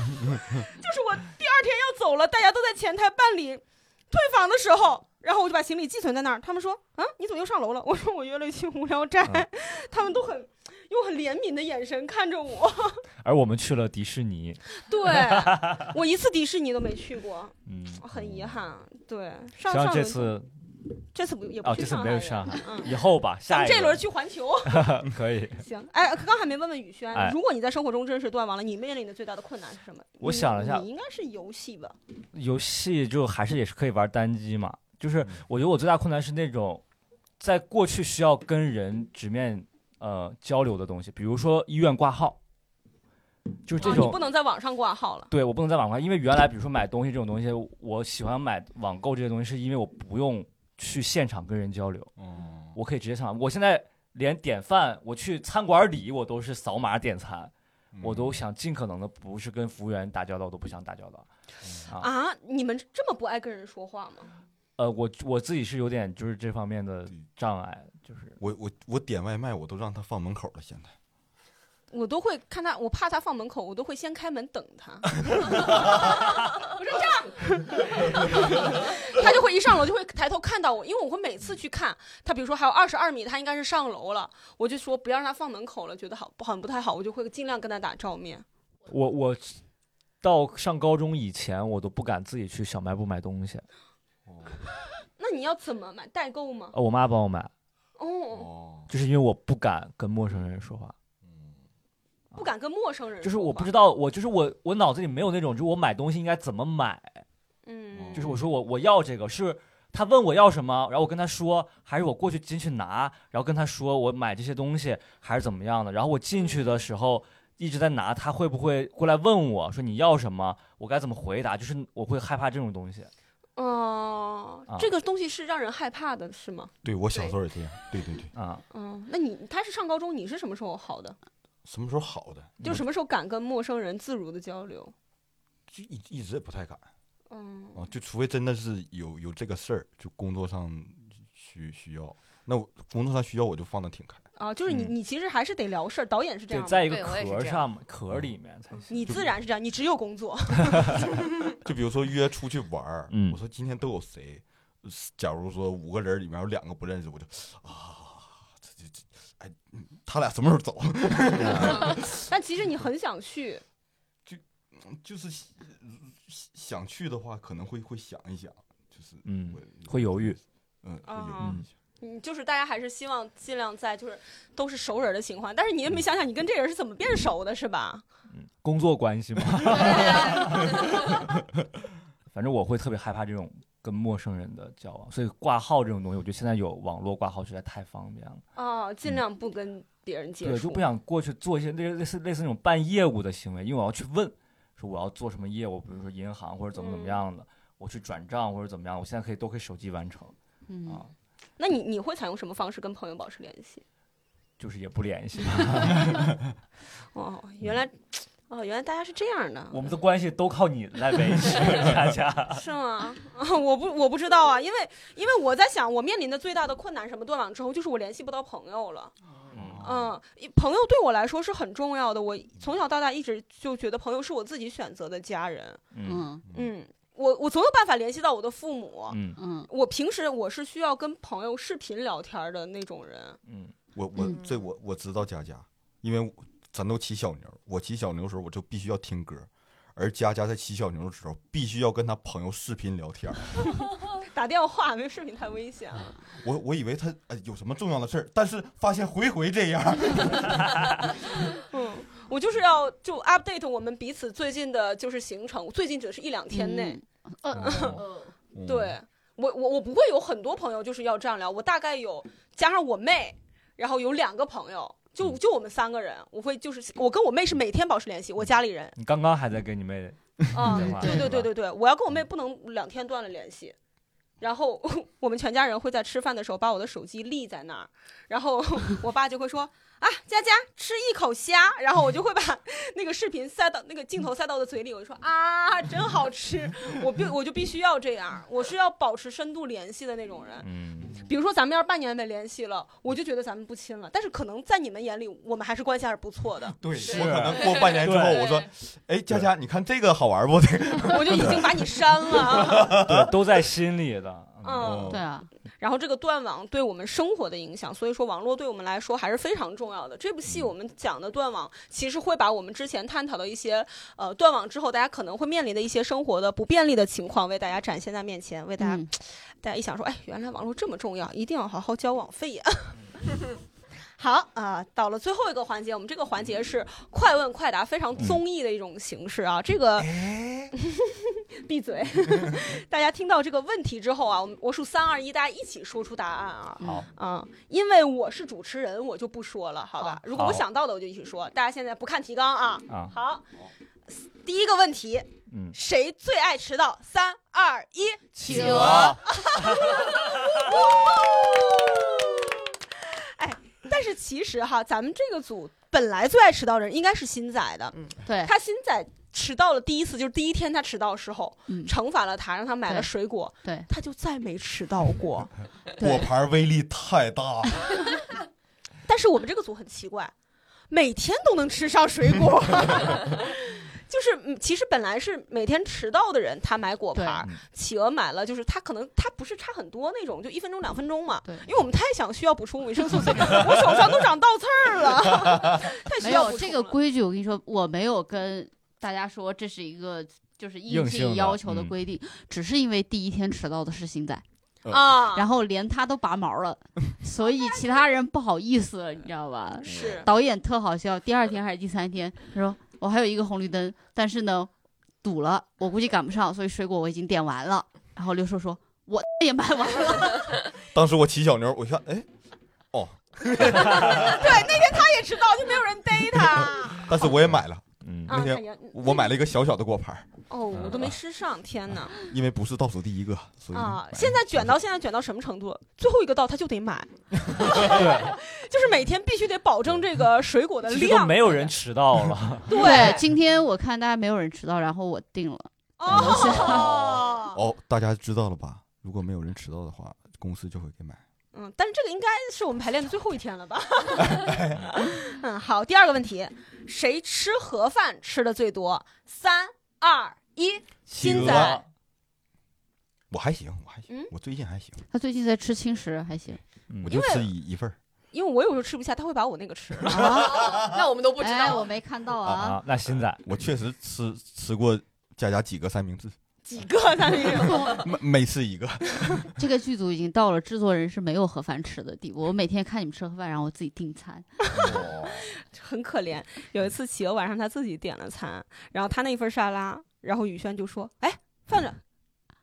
Speaker 1: 我第二天要走了，大家都在前台办理退房的时候，然后我就把行李寄存在那儿。他们说啊，你怎么又上楼了？我 说我约了一期《无聊斋》
Speaker 3: 啊
Speaker 1: 他们都很用很怜悯的眼神看着我。
Speaker 3: 而我们去了迪士尼，
Speaker 1: 对 我一次迪士尼都没去过，
Speaker 3: 嗯，
Speaker 1: 很遗憾。对，上
Speaker 3: 希
Speaker 1: 上
Speaker 3: 望这
Speaker 1: 轮
Speaker 3: 次
Speaker 1: 这次不也不
Speaker 3: 哦，
Speaker 1: 去
Speaker 3: 这次
Speaker 1: 上海
Speaker 3: 没有
Speaker 1: 了
Speaker 3: 上海，
Speaker 1: 嗯。
Speaker 3: 以后吧，
Speaker 1: 咱
Speaker 3: 下
Speaker 1: 们
Speaker 3: 一
Speaker 1: 这轮去环球，
Speaker 3: 可以。
Speaker 1: 行。哎，刚还没问问宇轩，
Speaker 3: 哎
Speaker 1: 如果你在生活中真是断网了，你面临的最大的困难是什么？
Speaker 3: 我
Speaker 1: 你
Speaker 3: 想了一下
Speaker 1: 你应该是游戏吧？
Speaker 3: 游戏就还是也是可以玩单机嘛。就是我觉得我最大困难是那种，在过去需要跟人直面呃交流的东西，比如说医院挂号，就是这
Speaker 1: 啊，
Speaker 3: 种。
Speaker 1: 你不能在网上挂号了。
Speaker 3: 对我不能在网上，因为原来比如说买东西这种东西，我喜欢买网购这些东西，是因为我不用去现场跟人交流，
Speaker 2: 嗯
Speaker 3: 我可以直接上网。我现在连点饭，我去餐馆里我都是扫码点餐，
Speaker 2: 嗯
Speaker 3: 我都想尽可能的不是跟服务员打交道，我都不想打交道。
Speaker 2: 嗯
Speaker 1: 啊，你们这么不爱跟人说话吗？
Speaker 3: 呃，我我自己是有点就是这方面的
Speaker 2: 对
Speaker 3: 障碍，就是
Speaker 2: 我我我点外卖，我都让他放门口了。现在
Speaker 1: 我都会看他，我怕他放门口，我都会先开门等他。 我说这样， 他就会一上楼就会抬头看到我，因为我会每次去看他，比如说还有二十二米，他应该是上楼了，我就说不要让他放门口了，觉得好不很不太好，我就会尽量跟他打照面。
Speaker 3: 我我到上高中以前，我都不敢自己去小卖部买东西，哦
Speaker 1: 那你要怎么买代购吗？
Speaker 3: 呃，我妈帮我买，
Speaker 1: 哦，
Speaker 2: 哦，嗯
Speaker 3: 就是因为我不敢跟陌生人说话，
Speaker 1: 不敢跟陌生人说话，
Speaker 3: 就是我不知道，我就是我我脑子里没有那种，就是我买东西应该怎么买，
Speaker 1: 嗯，
Speaker 3: 就是我说我我要这个是。他问我要什么，然后我跟他说，还是我过去进去拿，然后跟他说我买这些东西还是怎么样的。然后我进去的时候一直在拿，他会不会过来问我说你要什么，我该怎么回答？就是我会害怕这种东西。
Speaker 1: 哦
Speaker 3: 啊，
Speaker 1: 这个东西是让人害怕的，是吗？
Speaker 2: 对我小时候也这样，对对对，
Speaker 3: 啊，
Speaker 1: 嗯，那你他是上高中，你是什么时候好的？
Speaker 2: 什么时候好的？
Speaker 1: 就什么时候敢跟陌生人自如的交流？
Speaker 2: 就一一直也不太敢
Speaker 1: 嗯，
Speaker 3: 哦
Speaker 2: 啊，就除非真的是有有这个事儿，就工作上需需要，那我工作上需要我就放得挺开。
Speaker 1: 啊，就是你
Speaker 3: 嗯
Speaker 1: 你其实还是得聊事儿，导演是这
Speaker 3: 对，
Speaker 1: 样的，
Speaker 3: 在一个
Speaker 5: 对我也是
Speaker 3: 壳
Speaker 5: 这样
Speaker 3: 上嘛，壳里面才行。
Speaker 1: 你自然是这样，你只有工作，
Speaker 2: 就比如说约出去玩儿，
Speaker 3: 嗯
Speaker 2: 我说今天都有谁？呃假如说五个人里面有两个不认识，我就啊，这这这，哎，他俩什么时候走？
Speaker 3: 啊
Speaker 1: 但其实你很想去，
Speaker 2: 就是呃想去的话，可能会会想一想，就是
Speaker 3: 嗯
Speaker 2: 我
Speaker 3: 会犹豫，
Speaker 2: 嗯，会
Speaker 1: 啊
Speaker 2: 犹豫一下。
Speaker 1: 嗯，就是大家还是希望尽量在就是都是熟人的情况，但是你也没想想你跟这人是怎么变熟的，是吧？
Speaker 3: 嗯，工作关系嘛。 反正我会特别害怕这种跟陌生人的交往，所以挂号这种东西，我觉得现在有网络挂号实在太方便了。
Speaker 1: 啊，尽量不跟别人接
Speaker 3: 嗯对，就
Speaker 1: 触
Speaker 3: 不。想过去做一些类类似类似那种办业务的行为，因为我要去问，说我要做什么业务，比如说银行或者怎么怎么样的，我去转账或者怎么样，我现在可以都可以手机完成
Speaker 4: 嗯，
Speaker 3: 啊，
Speaker 1: 那你你会采用什么方式跟朋友保持联系？
Speaker 3: 就是也不联系，
Speaker 1: 哦，原来，哦，原来大家是这样的，
Speaker 3: 我们的关系都靠你来维持，大家。
Speaker 1: 是吗？ 啊，我不我不知道啊，因为因为我在想，我面临的最大的困难，什么断网之后，就是我联系不到朋友了。
Speaker 3: 嗯
Speaker 1: 嗯，一朋友对我来说是很重要的，我从小到大一直就觉得朋友是我自己选择的家人。
Speaker 3: 嗯
Speaker 4: 嗯
Speaker 1: 嗯，我我总有办法联系到我的父母。
Speaker 3: 嗯
Speaker 4: 嗯
Speaker 1: 我平时我是需要跟朋友视频聊天的那种人。
Speaker 3: 嗯
Speaker 2: 我我
Speaker 4: 嗯
Speaker 2: 这我我知道佳佳，因为我咱都骑小牛，我骑小牛的时候我就必须要听歌，而佳佳在骑小牛的时候必须要跟她朋友视频聊天儿。
Speaker 1: 打电话没有视频太危险了。
Speaker 2: 我我以为她呃有什么重要的事儿，但是发现回回这样。。
Speaker 1: 嗯，我就是要就 update 我们彼此最近的就是行程，最近指的是一两天
Speaker 4: 嗯
Speaker 1: 内。
Speaker 4: 呃
Speaker 3: 哦
Speaker 1: 对我我我不会有很多朋友就是要这样聊，我大概有加上我妹，然后有两个朋友，就就我们三个人，我会就是我跟我妹是每天保持联系，我家里人
Speaker 3: 你刚刚还在跟你妹
Speaker 1: 啊、
Speaker 3: 电话
Speaker 1: 对对
Speaker 3: 是吧
Speaker 1: 对对对，我要跟我妹不能两天断了联系。然后 我们全家人会在吃饭的时候把我的手机立在那儿，然 后我爸就会说：“啊，佳佳吃一口虾。”然后我就会把那个视频塞到那个镜头塞到我的嘴里，我就说：“啊，真好吃！”我必我就必须要这样，我是要保持深度联系的那种人。
Speaker 3: 嗯
Speaker 1: 比如说咱们要是半年没联系了，我就觉得咱们不亲了。但是可能在你们眼里，我们还是关系还是不错的
Speaker 2: 对，
Speaker 3: 是
Speaker 2: 我可能过半年之后，
Speaker 3: 对
Speaker 2: 我说，哎，佳佳，你看这个好玩不？这个
Speaker 1: 我就已经把你删了。啊
Speaker 3: 对，都在心里的。哦
Speaker 1: 嗯，
Speaker 4: 对啊，
Speaker 1: 然后这个断网对我们生活的影响，所以说网络对我们来说还是非常重要的。这部戏我们讲的断网，其实会把我们之前探讨的一些呃断网之后大家可能会面临的一些生活的不便利的情况，为大家展现在面前，为大家、
Speaker 4: 嗯
Speaker 1: 大家一想说，哎，原来网络这么重要，一定要好好交网费呀。 好啊、到了最后一个环节，我们这个环节是快问快答，非常综艺的一种形式啊。这个 闭嘴， 大家听到这个问题之后啊，我们我数三二一，大家一起说出答案啊。
Speaker 3: 好，
Speaker 1: 啊、因为我是主持人，我就不说了，好吧？如果我想到的，我就一起说。大家现在不看提纲啊。
Speaker 3: 啊，
Speaker 1: 好，第一个问题，
Speaker 3: 嗯，
Speaker 1: 谁最爱迟到？三二一，
Speaker 4: 企
Speaker 1: 鹅
Speaker 3: 鹅，
Speaker 1: 哎但是其实哈，咱们这个组本来最爱迟到的人应该是新仔的，
Speaker 4: 对，
Speaker 1: 他新仔迟到了第一次，就是第一天他迟到的时候，
Speaker 4: 嗯
Speaker 1: 惩罚了他，让他买了
Speaker 4: 对
Speaker 1: 水果，
Speaker 4: 对
Speaker 1: 他就再没迟到过。
Speaker 2: 果
Speaker 4: 对，
Speaker 2: 盘威力太大了。
Speaker 1: 但是我们这个组很奇怪，每天都能吃上水果。 就是，嗯其实本来是每天迟到的人，他买果盘儿
Speaker 3: 对嗯，
Speaker 1: 企鹅买了，就是他可能他不是差很多那种，就一分钟两分钟嘛。
Speaker 4: 对
Speaker 1: 因为我们太想需要补充维生素，所以我手上都长倒刺儿了，太需
Speaker 4: 没
Speaker 1: 要补
Speaker 4: 有
Speaker 1: 充
Speaker 4: 这个
Speaker 1: 了
Speaker 4: 规矩，我跟你说，我没有跟大家说这是一个就是硬
Speaker 3: 硬性
Speaker 4: 性
Speaker 3: 的
Speaker 4: 要求的
Speaker 3: 嗯
Speaker 4: 规定，只是因为第一天迟到的是星仔，
Speaker 2: 嗯
Speaker 1: 啊，
Speaker 4: 然后连他都拔 毛了，所以其他人不好意思了，你知道吧？
Speaker 1: 是
Speaker 4: 导演特好笑，第二天还是第三天，他说我还有一个红绿灯，但是呢堵了，我估计赶不上，所以水果我已经点完了。然后刘叔说。我 也买完了，
Speaker 2: 当时我骑小牛，我一看，哎，哦，
Speaker 1: 对，那天他也迟到，就没有人逮 他。啊，哎
Speaker 2: 但是我也买了，
Speaker 3: 嗯，
Speaker 2: 那天
Speaker 1: 看见
Speaker 2: 我买了嗯一个小小的果盘，
Speaker 1: 哦，我都没吃上，天哪！
Speaker 2: 因为不是倒数第一个，所以
Speaker 1: 啊
Speaker 2: 买，了
Speaker 1: 现在卷到现在卷到什么程度？最后一个到他就得买，就是每天必须得保证这个水果的
Speaker 3: 其实都
Speaker 1: 量。
Speaker 3: 没有人迟到了。
Speaker 1: 对，
Speaker 4: 今天我看大家没有人迟到，然后我定了，
Speaker 1: 哦，
Speaker 2: 哦哦，大家知道了吧？如果没有人迟到的话，公司就会给买。
Speaker 1: 嗯，但是这个应该是我们排练的最后一天 了吧？嗯，好，第二个问题，谁吃盒饭吃的最多？三二一，
Speaker 2: 企
Speaker 1: 金
Speaker 2: 鹅
Speaker 1: 仔，
Speaker 2: 我还行，我还行
Speaker 1: 嗯，
Speaker 2: 我最近还行，
Speaker 4: 他最近在吃轻食，还行。
Speaker 3: 嗯
Speaker 2: 我就吃一一份儿。
Speaker 1: 因为我有时候吃不下，他会把我那个吃了。
Speaker 5: 啊那我们都不知
Speaker 4: 哎，
Speaker 5: 道
Speaker 4: 我。没看到啊。
Speaker 3: 啊，那新仔
Speaker 2: 我确实吃吃过佳佳几个三明治，
Speaker 1: 几个三明治？
Speaker 2: 每每次一个。
Speaker 4: 这个剧组已经到了制作人是没有盒饭吃的地步。我每天看你们吃盒饭，然后我自己订餐。
Speaker 1: 很可怜。有一次企鹅晚上他自己点了餐，然后他那份沙拉，然后宇轩就说：“哎，放着，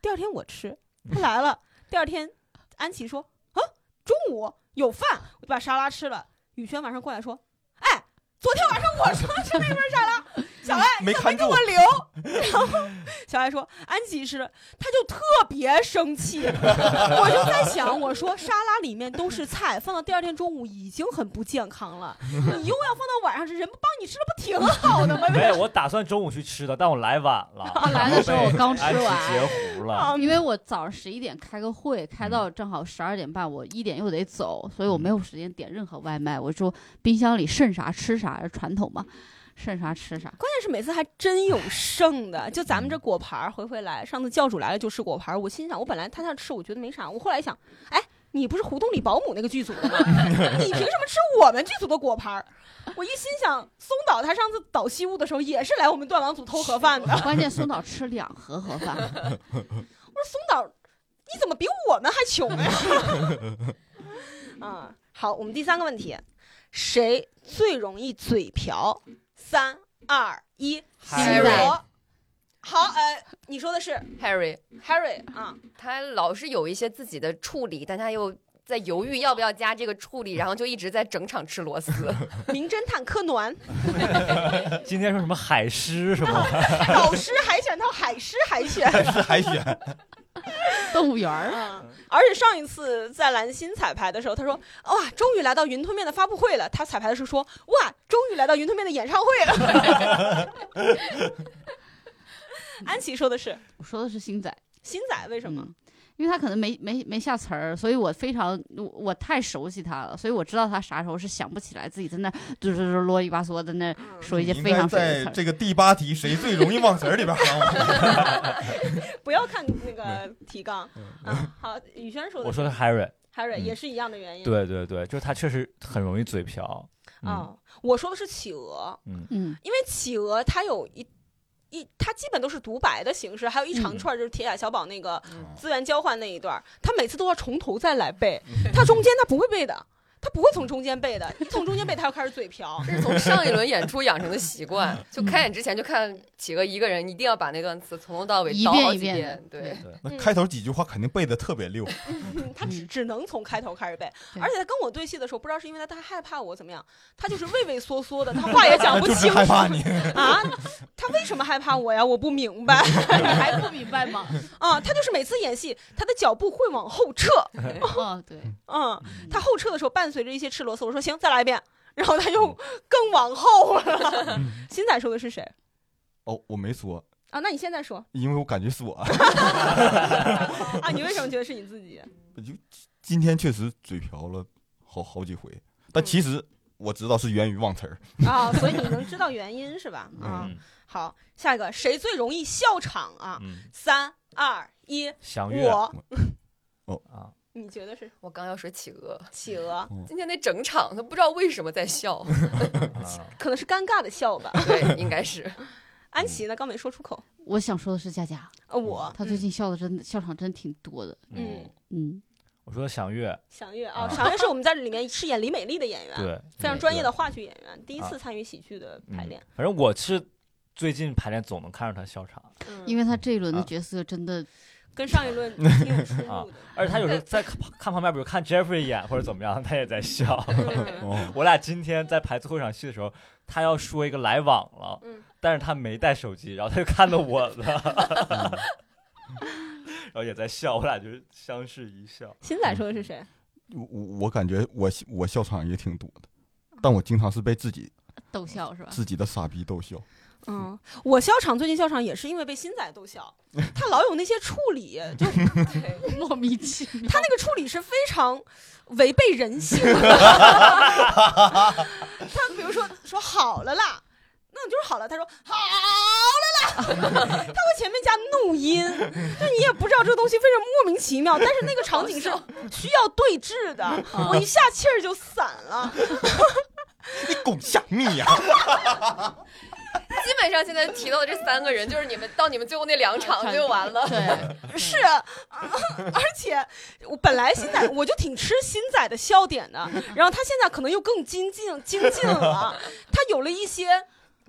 Speaker 1: 第二天我吃。”他来了，第二天安琪说：“啊，中午有饭，我就把沙拉吃了。”宇轩晚上过来说：“哎，昨天晚上我说吃那份沙拉，小赖
Speaker 2: 没看
Speaker 1: 给
Speaker 2: 住
Speaker 1: 我，留。”然后 小赖说：“安琪吃。”他就特别生气。 我就在想，我说沙拉里面都是菜，放到第二天中午已经很不健康了，你又要放到晚上吃，人不帮你吃了，不挺好 的吗？
Speaker 3: 没有，我打算中午去吃的，但我来晚了，
Speaker 4: 来的时候我刚吃
Speaker 3: 安琪
Speaker 4: 完，
Speaker 3: 截胡了。
Speaker 1: 啊
Speaker 4: 因为我早上十一点开个会，开到正好十二点半，我一点又得走，所以我没有时间点任何外卖。我说冰箱里剩啥吃啥，传统嘛，剩啥吃啥。
Speaker 1: 关键是每次还真有剩的，就咱们这果盘儿回回来，上次教主来了就吃果盘儿，我心想我本来他那吃我觉得没啥，我后来想，哎。你不是胡同里保姆那个剧组的吗？你凭什么吃我们剧组的果盘儿？我一心想，松岛他上次倒西屋的时候也是来我们断网组偷盒饭的。
Speaker 4: 关键松岛吃两盒盒饭，
Speaker 1: 我说松岛，你怎么比我们还穷呀？ 啊，好，我们第三个问题，谁最容易嘴瓢？三二一，
Speaker 3: Harry
Speaker 1: 我。好，呃，你说的是
Speaker 5: Harry，
Speaker 1: Harry 啊，
Speaker 5: 他老是有一些自己的处理，但他又在犹豫要不要加这个处理，然后就一直在整场吃螺丝。
Speaker 1: 名侦探柯南，
Speaker 3: 今天说什么海狮什么？
Speaker 1: 老师海选到海狮海选，
Speaker 2: 是海选。
Speaker 4: 动物园儿。
Speaker 1: 嗯， 而且上一次在兰心彩排的时候，他说哇，终于来到云吞面的发布会了。他彩排的时候说哇，终于来到云吞面的演唱会了。 安琪说的是
Speaker 4: 我说的是星仔，
Speaker 1: 新仔为什么？
Speaker 4: 嗯因为他可能没没没下词儿，所以我非常我我太熟悉他了，所以我知道他啥时候是想不起来自己在那儿就是就是啰里吧嗦的那儿
Speaker 1: 嗯
Speaker 4: 说一些
Speaker 2: 你应
Speaker 4: 非
Speaker 2: 该
Speaker 4: 常非
Speaker 2: 在
Speaker 4: 常词
Speaker 2: 这个第八题谁最容易忘词儿里边喊我。
Speaker 1: 不要看那个提纲。嗯，好，宇轩说的
Speaker 3: 我说的是 Harry，
Speaker 1: Harry
Speaker 3: 嗯
Speaker 1: 也是一样的原因。
Speaker 3: 对对对，就是他确实很容易嘴瓢。嗯
Speaker 1: 啊，我说的是企鹅，
Speaker 4: 儿。 嗯，
Speaker 1: 因为企鹅它有一。一，它基本都是独白的形式，还有一
Speaker 3: 嗯
Speaker 1: 长串就是铁甲小宝那个
Speaker 2: 嗯
Speaker 1: 资源交换那一段儿，它每次都要从头再来背，
Speaker 2: 嗯
Speaker 1: 它中间它不会背 的，它不会从中间背的，一从中间背它就开始嘴瓢。
Speaker 5: 这是从上一轮演出养成的习惯，就开演之前就看企鹅一个人一定要把那段词从头到尾
Speaker 4: 一
Speaker 5: 倒
Speaker 4: 遍
Speaker 5: 好
Speaker 4: 一
Speaker 5: 几
Speaker 4: 遍的
Speaker 5: 对，
Speaker 2: 那开头几句话肯定背的特别溜，
Speaker 1: 嗯 他只只能从开头开始背，
Speaker 2: 嗯
Speaker 4: 对
Speaker 1: 而且他跟我对戏的时候，不知道是因为他他害怕我怎么样，他就是畏畏缩缩 的，他话也讲不
Speaker 2: 就
Speaker 1: 清
Speaker 2: 是
Speaker 1: 楚
Speaker 2: 害怕你。
Speaker 1: 啊，他为什么害怕我呀？我不明白
Speaker 2: 嗯
Speaker 4: 还不明白吗？
Speaker 1: 啊，他就是每次演戏，他的脚步会往后撤，
Speaker 4: 哦，对，
Speaker 1: 嗯，他后撤的时候伴随着一些吃螺丝，我说行，再来一遍。 然后他又
Speaker 2: 嗯
Speaker 1: 更往后了。 新仔说的是谁
Speaker 2: 哦，我没说，
Speaker 1: 啊？那你现在说
Speaker 2: 因为我感觉是我。
Speaker 1: 啊？你为什么觉得是你自己？
Speaker 2: 我就今天确实嘴瓢了好好几回，
Speaker 1: 嗯
Speaker 2: 但其实我知道是源于忘词 儿。
Speaker 1: 啊，所以你能知道原因是吧？啊，
Speaker 3: 嗯
Speaker 1: 好，下一个谁最容易笑场啊？
Speaker 3: 嗯，
Speaker 1: 三二一，
Speaker 3: 祥月
Speaker 1: 我。
Speaker 3: 啊，
Speaker 1: 你觉得是
Speaker 5: 我刚要说企鹅，
Speaker 1: 企鹅？
Speaker 5: 今天那整场他不知道为什么在笑，
Speaker 3: 啊
Speaker 1: 可能是尴尬的笑吧。
Speaker 5: 对，应该是
Speaker 1: 安琪呢？刚没说出口。
Speaker 4: 我想说的是佳佳，
Speaker 1: 呃，我，
Speaker 4: 嗯她最近笑的真的笑场真挺多的。
Speaker 1: 嗯，
Speaker 4: 嗯，
Speaker 3: 我说的祥月，
Speaker 1: 祥月啊，
Speaker 3: 啊
Speaker 1: 祥月是我们在里面饰演李美丽的演员，
Speaker 3: 对，
Speaker 1: 啊非常
Speaker 3: 嗯
Speaker 1: 专业
Speaker 3: 对
Speaker 1: 的话剧演员，第一次参与喜剧的
Speaker 3: 嗯
Speaker 1: 排练。
Speaker 3: 反正我是最近排练总能看着他笑场，
Speaker 1: 嗯
Speaker 4: 因为她这一轮的
Speaker 3: 啊
Speaker 4: 角色真
Speaker 2: 嗯
Speaker 4: 的，
Speaker 1: 跟上一轮挺有出入的。
Speaker 3: 而且他有时候在看看旁边，比如看 Jeffrey 演或者怎么样，他也在笑。
Speaker 1: 嗯
Speaker 2: 哦，
Speaker 3: 我俩今天在排最后一场戏的时候，他要说一个来往了，
Speaker 1: 嗯
Speaker 3: 但是他没带手机，然后他就看到我了，
Speaker 2: 嗯
Speaker 3: 然后也在笑，我俩就相视一笑。
Speaker 1: 新仔说的是谁？
Speaker 2: 我我我感觉我我笑场也挺多的，但我经常是被自己
Speaker 4: 逗笑是吧？
Speaker 2: 自己的傻逼逗笑。
Speaker 1: 嗯，我笑场最近笑场也是因为被新仔逗笑，他老有那些处理，就
Speaker 4: 莫名其妙。
Speaker 1: 他那个处理是非常违背人性的。 他比如说说好了啦，那就是好了。他说好了啦， 他会前面加怒音，就你也不知道这个东西为什么莫名其妙。但是那个场景是需要对峙的，我一下气儿就散了。
Speaker 2: 你拱下密呀、
Speaker 5: 基本上现在提到的这三个人，就是你们到你们最后那两场就完了。
Speaker 4: 对，
Speaker 1: 是， 啊而且我本来新仔我就挺吃新仔的笑点 的，然后他现在可能又更精进精进 了，他有了一些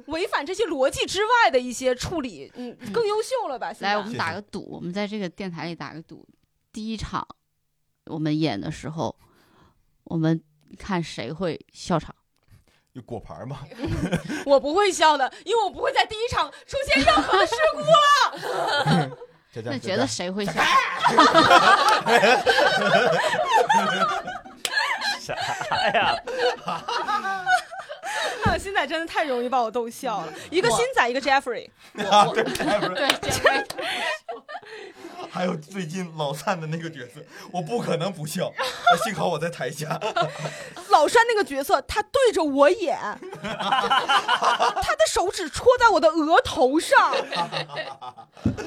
Speaker 1: 违反这些逻辑之外的一些处理，嗯，更优秀了吧？现
Speaker 4: 来，我
Speaker 1: 在
Speaker 4: 们打个赌，我们在这个电台里打个赌，第一场我们演的时候，我们看谁会笑场。
Speaker 2: 有果盘吗？
Speaker 1: 我不会笑的，因为我不会在第一场出现任何的事故 了。
Speaker 2: 佳佳
Speaker 4: 那
Speaker 2: 佳
Speaker 4: 觉
Speaker 2: 佳
Speaker 4: 得谁会笑？
Speaker 3: 啥呀？
Speaker 1: 啊新仔真的太容易把我逗笑了，一个
Speaker 4: 我
Speaker 1: 新仔，一个 Jeffrey，
Speaker 4: 我我对，Jeffrey
Speaker 2: 还有最近老灿的那个角色，我不可能不笑。我幸好我在 台下，
Speaker 1: 老山那个角色，他对着我演，他的手指戳在我的额头上，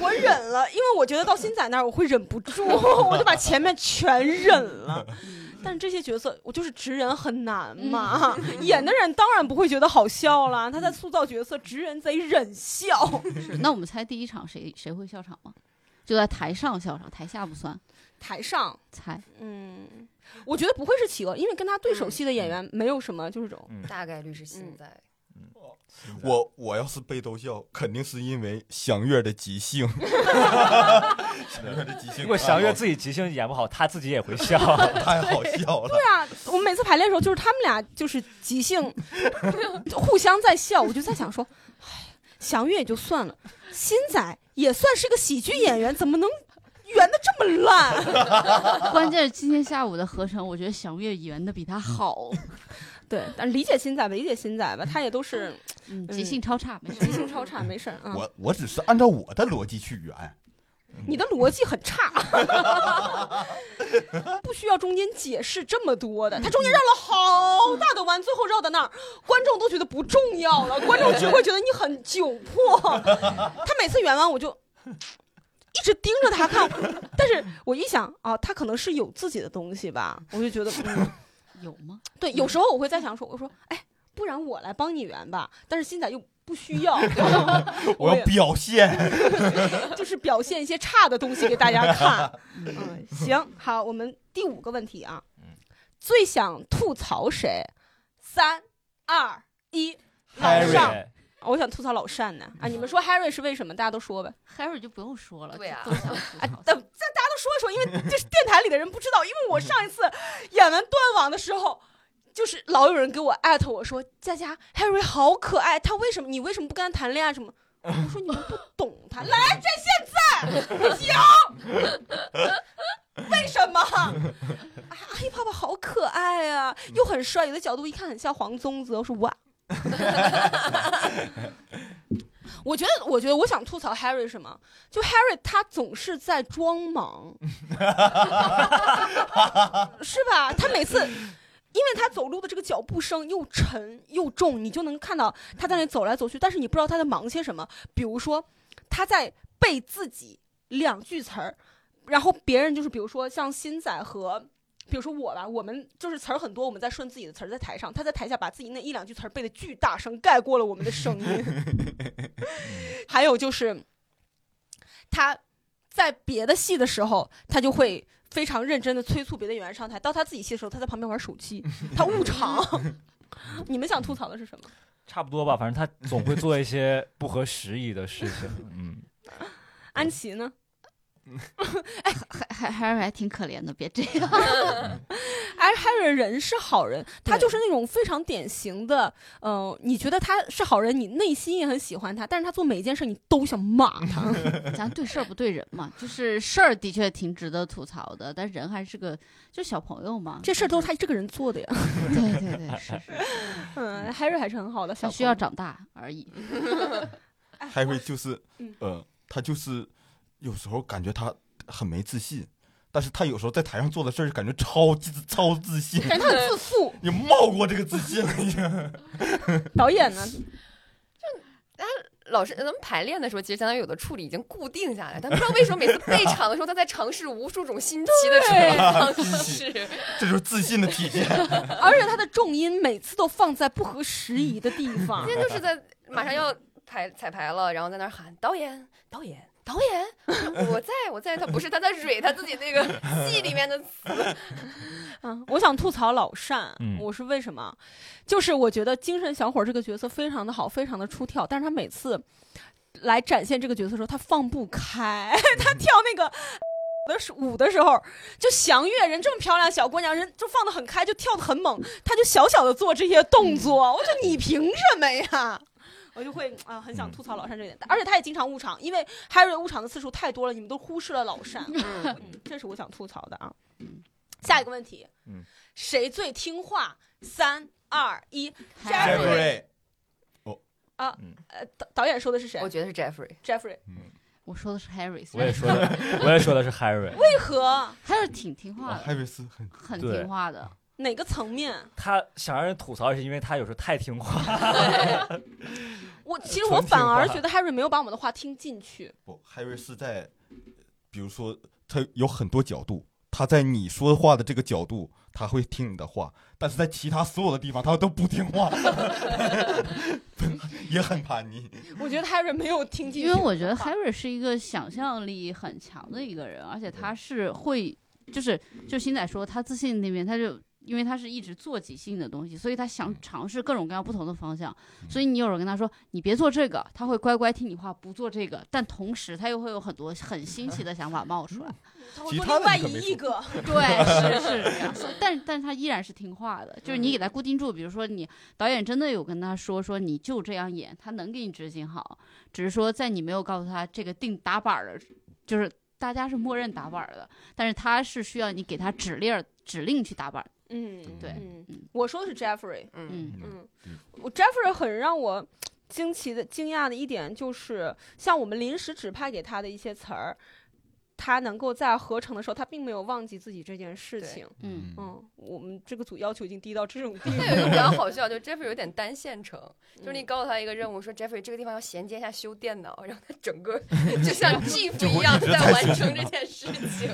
Speaker 1: 我忍了，因为我觉得到新仔那儿我会忍不住，我就把前面全忍了。但是这些角色，我就是直人很难嘛，演的人当然不会觉得好笑啦。他在塑造角色，直人贼忍笑。
Speaker 4: 是那我们猜第一场谁谁会笑场吗？就在台上笑场，台下不算。
Speaker 1: 台上，
Speaker 4: 猜
Speaker 1: 嗯，我觉得不会是企鹅，因为跟他对手戏的演员没有什么就是这种。
Speaker 5: 大概率是现在。
Speaker 2: 我我要是被逗笑，肯定是因为祥月的即兴。祥月的即兴，
Speaker 3: 如果祥
Speaker 2: 啊
Speaker 3: 月自己即兴演不好，他自己也 会笑。
Speaker 2: 太 好笑了。
Speaker 1: 对啊，我们每次排练的时候，就是他们俩就是即兴，互相在笑。我就在想说，哎，祥月也就算了，新仔也算是个喜剧演员，怎么能圆的这么烂？
Speaker 4: 关键是今天下午的合成，我觉得小月圆的比他好。
Speaker 1: 对，但理解新仔吧，理解新仔吧，他也都是
Speaker 4: 嗯，即兴超差，没事
Speaker 1: 即。兴超差，没事儿啊。
Speaker 2: 我我只是按照我的逻辑去圆，
Speaker 1: 你的逻辑很差， 不需要中间解释这么多的。他中间绕了好大的弯，最后绕到那儿，观众都觉得不重要了，观众只会觉得你很窘迫。他每次圆完我就。一直盯着他看，但是我一想啊，他可能是有自己的东西吧，我就觉得，嗯、
Speaker 4: 有吗？
Speaker 1: 对，有时候我会在想说，我说，哎，不然我来帮你圆吧，但是新仔又不需要，
Speaker 2: 我要
Speaker 1: 也
Speaker 2: 表现。
Speaker 1: 就是表现一些差的东西给大家看。嗯，行，好，我们第五个问题啊，最想吐槽谁？三、二、一，老上。哦
Speaker 3: Harry，
Speaker 1: 我想吐槽老善呢啊！你们说 Harry 是为什么？大家都说呗，
Speaker 4: Harry 就不用说了，
Speaker 5: 对啊
Speaker 4: 都想吐槽
Speaker 1: 哎但但大家都说一说，因为就是 电台里的人不知道，因为我上一次演完断网的时候。就是老有人给我艾特我说佳佳 Harry 好可爱，他为什么你为什么不跟他谈恋爱什么？ 我说你们不懂他，来在现在不行，为什么？ 啊，黑泡泡好可爱啊，又很帅，有的角度一看很像黄宗泽，我说哇。 我觉得，我觉得我想吐槽 Harry 什么？就 Harry 他总是在装忙，是吧？他每次，因为他走路的这个脚步声又沉又重，你就能看到他在那走来走去，但是你不知道他在忙些什么。比如说，他在背自己两句词儿，然后别人就是比如说像新仔和。比如说我吧，我们就是词儿很多，我们在顺自己的词儿在台上，他在台下把自己那一两句词儿背的巨大声，盖过了我们的声音。还有就是，他在别的戏的时候，他就会非常认真的催促别的演员上台；到他自己戏的时候，他在旁边玩手 机，他误场。你们想吐槽的是什么？
Speaker 3: 差不多吧，反正他总会做一些不合时宜的事情。嗯，
Speaker 1: 安琪呢？
Speaker 4: 还还 Harry 还挺可怜的，别这样。
Speaker 1: 艾艾海瑞人是好人，他
Speaker 5: 对
Speaker 1: 就是那种非常典型的，嗯、你觉得他是好人，你内心也很喜欢他，但是他做每一件事你都想骂 他。
Speaker 4: 咱对事儿不对人嘛，就是事儿的确挺值得吐槽的，但人还是个就小朋友嘛，
Speaker 1: 这事儿都是他这个人做的呀。
Speaker 4: 就是对对对， 是是，
Speaker 1: 嗯，海瑞还是很好的小
Speaker 4: 他
Speaker 1: 朋友，
Speaker 4: 需要长大而已。
Speaker 1: 哎。
Speaker 2: h a r r y 就是
Speaker 1: 嗯，，
Speaker 2: 呃，他就是有时候感觉他很没自信，但是他有时候在台上做的事儿，感觉超自超自信
Speaker 1: 感觉他很自负。
Speaker 2: 你冒过这个自信了 已经。
Speaker 1: 导演 呢？
Speaker 5: 老师，咱们排练的时候，其实相当于有的处理已经固定下来，但不知道为什么每次 备场的时候，他在尝试无数种新奇的处 理方式。
Speaker 2: 这就是自信的体现。
Speaker 1: 而且他的重音每次都放在不合时宜的地 方
Speaker 5: 今。天就是在马上要排彩排了，然后在那儿喊导演，导演。导演，我我在我在，他不是他在蕊他自己那个戏里面的词，
Speaker 1: 嗯，我想吐槽老善，
Speaker 3: 嗯
Speaker 1: 我是为什么？就是我觉得精神小伙这个角色非常的好，非常的出挑，但是他每次来展现这个角色的时候，他放不开， 他跳那个。的时舞的时候，就祥月人这么漂亮小姑娘，人就放得很开，就跳得很猛，他就小小的做这些动作，我就你凭什么呀？ 我就会啊、很想吐槽老善这点，而且他也经常误场，因为 Harry 误场的次数太多了，你们都忽视了老善。
Speaker 5: 嗯，
Speaker 1: 这是我想吐槽的啊。
Speaker 2: 嗯
Speaker 1: 下一个问题，
Speaker 3: 嗯
Speaker 1: 谁最听话？三二一，
Speaker 4: 嗨
Speaker 5: Jeffrey
Speaker 1: 呃，导导演说的是谁
Speaker 5: 我觉得是 Jeffrey，
Speaker 1: ？Jeffrey，
Speaker 2: 嗯
Speaker 4: 我说的是 Harry，
Speaker 3: 我也说的，我也说的是 Harry，
Speaker 1: 为何？
Speaker 4: Harry 挺听话
Speaker 2: 啊
Speaker 4: 的，
Speaker 2: 海瑞斯很
Speaker 4: 很
Speaker 3: 对
Speaker 4: 听话的。
Speaker 1: 哪个层面？
Speaker 3: 他想让人吐槽，是因为他有时候太听话。
Speaker 1: 我其实我反而觉得 Harry 没有把我们的话听进去。
Speaker 2: 不，海瑞斯在，比如说他有很多角度，他在你说话的这个角度，他会听你的话，但是在其他所有的地方，他都不听话， 也很叛逆。
Speaker 1: 我觉得 Harry 没有听进去
Speaker 4: 因
Speaker 1: 的
Speaker 4: 为
Speaker 1: 话。
Speaker 4: 我觉得 Harry 是一个想象力很强的一个人，而且他是会，就是就星仔说他自信那边，他就因为他是一直做即兴的东西，所以他想
Speaker 2: 嗯
Speaker 4: 尝试各种各样不同的方向。
Speaker 2: 嗯
Speaker 4: 所以你有时候跟他说你别做这个，他会乖乖听你话，不做这个，但同时他又会有很多很新奇的想法冒出来。
Speaker 1: 他会
Speaker 2: 其
Speaker 1: 说
Speaker 2: 他的
Speaker 1: 另外
Speaker 2: 你可没
Speaker 1: 一亿个，
Speaker 4: 对，是是这样，所以但但是他依然是听话的，就是你给他固定住，比如说你导演真的有跟他说说你就这样演，他能给你执行好，只是说在你没有告诉他这个定打板儿的，就是大家是默认打板儿的，但是他是需要你给他指令儿指令去打板儿，
Speaker 1: 嗯，
Speaker 4: 对
Speaker 1: 嗯
Speaker 4: 嗯，
Speaker 1: 我说的是 Jeffrey，
Speaker 5: 嗯，
Speaker 4: 嗯，
Speaker 1: 嗯
Speaker 2: 嗯，
Speaker 1: 我 Jeffrey 很让我惊奇的惊讶的一点就是，像我们临时指派给他的一些词儿，他能够在合成的时候，他并没有忘记自己这件事
Speaker 5: 对
Speaker 1: 情。
Speaker 4: 嗯
Speaker 1: 嗯，我们这个组要求已经低到这种地步。
Speaker 5: 那有一个比较好笑，就 Jeffrey 有点单线程，就是
Speaker 1: 嗯
Speaker 5: 你告诉他一个任务，说 Jeffrey 这个地方要衔接一下修电脑，然后他整个就像 G 一样在完成这件事情。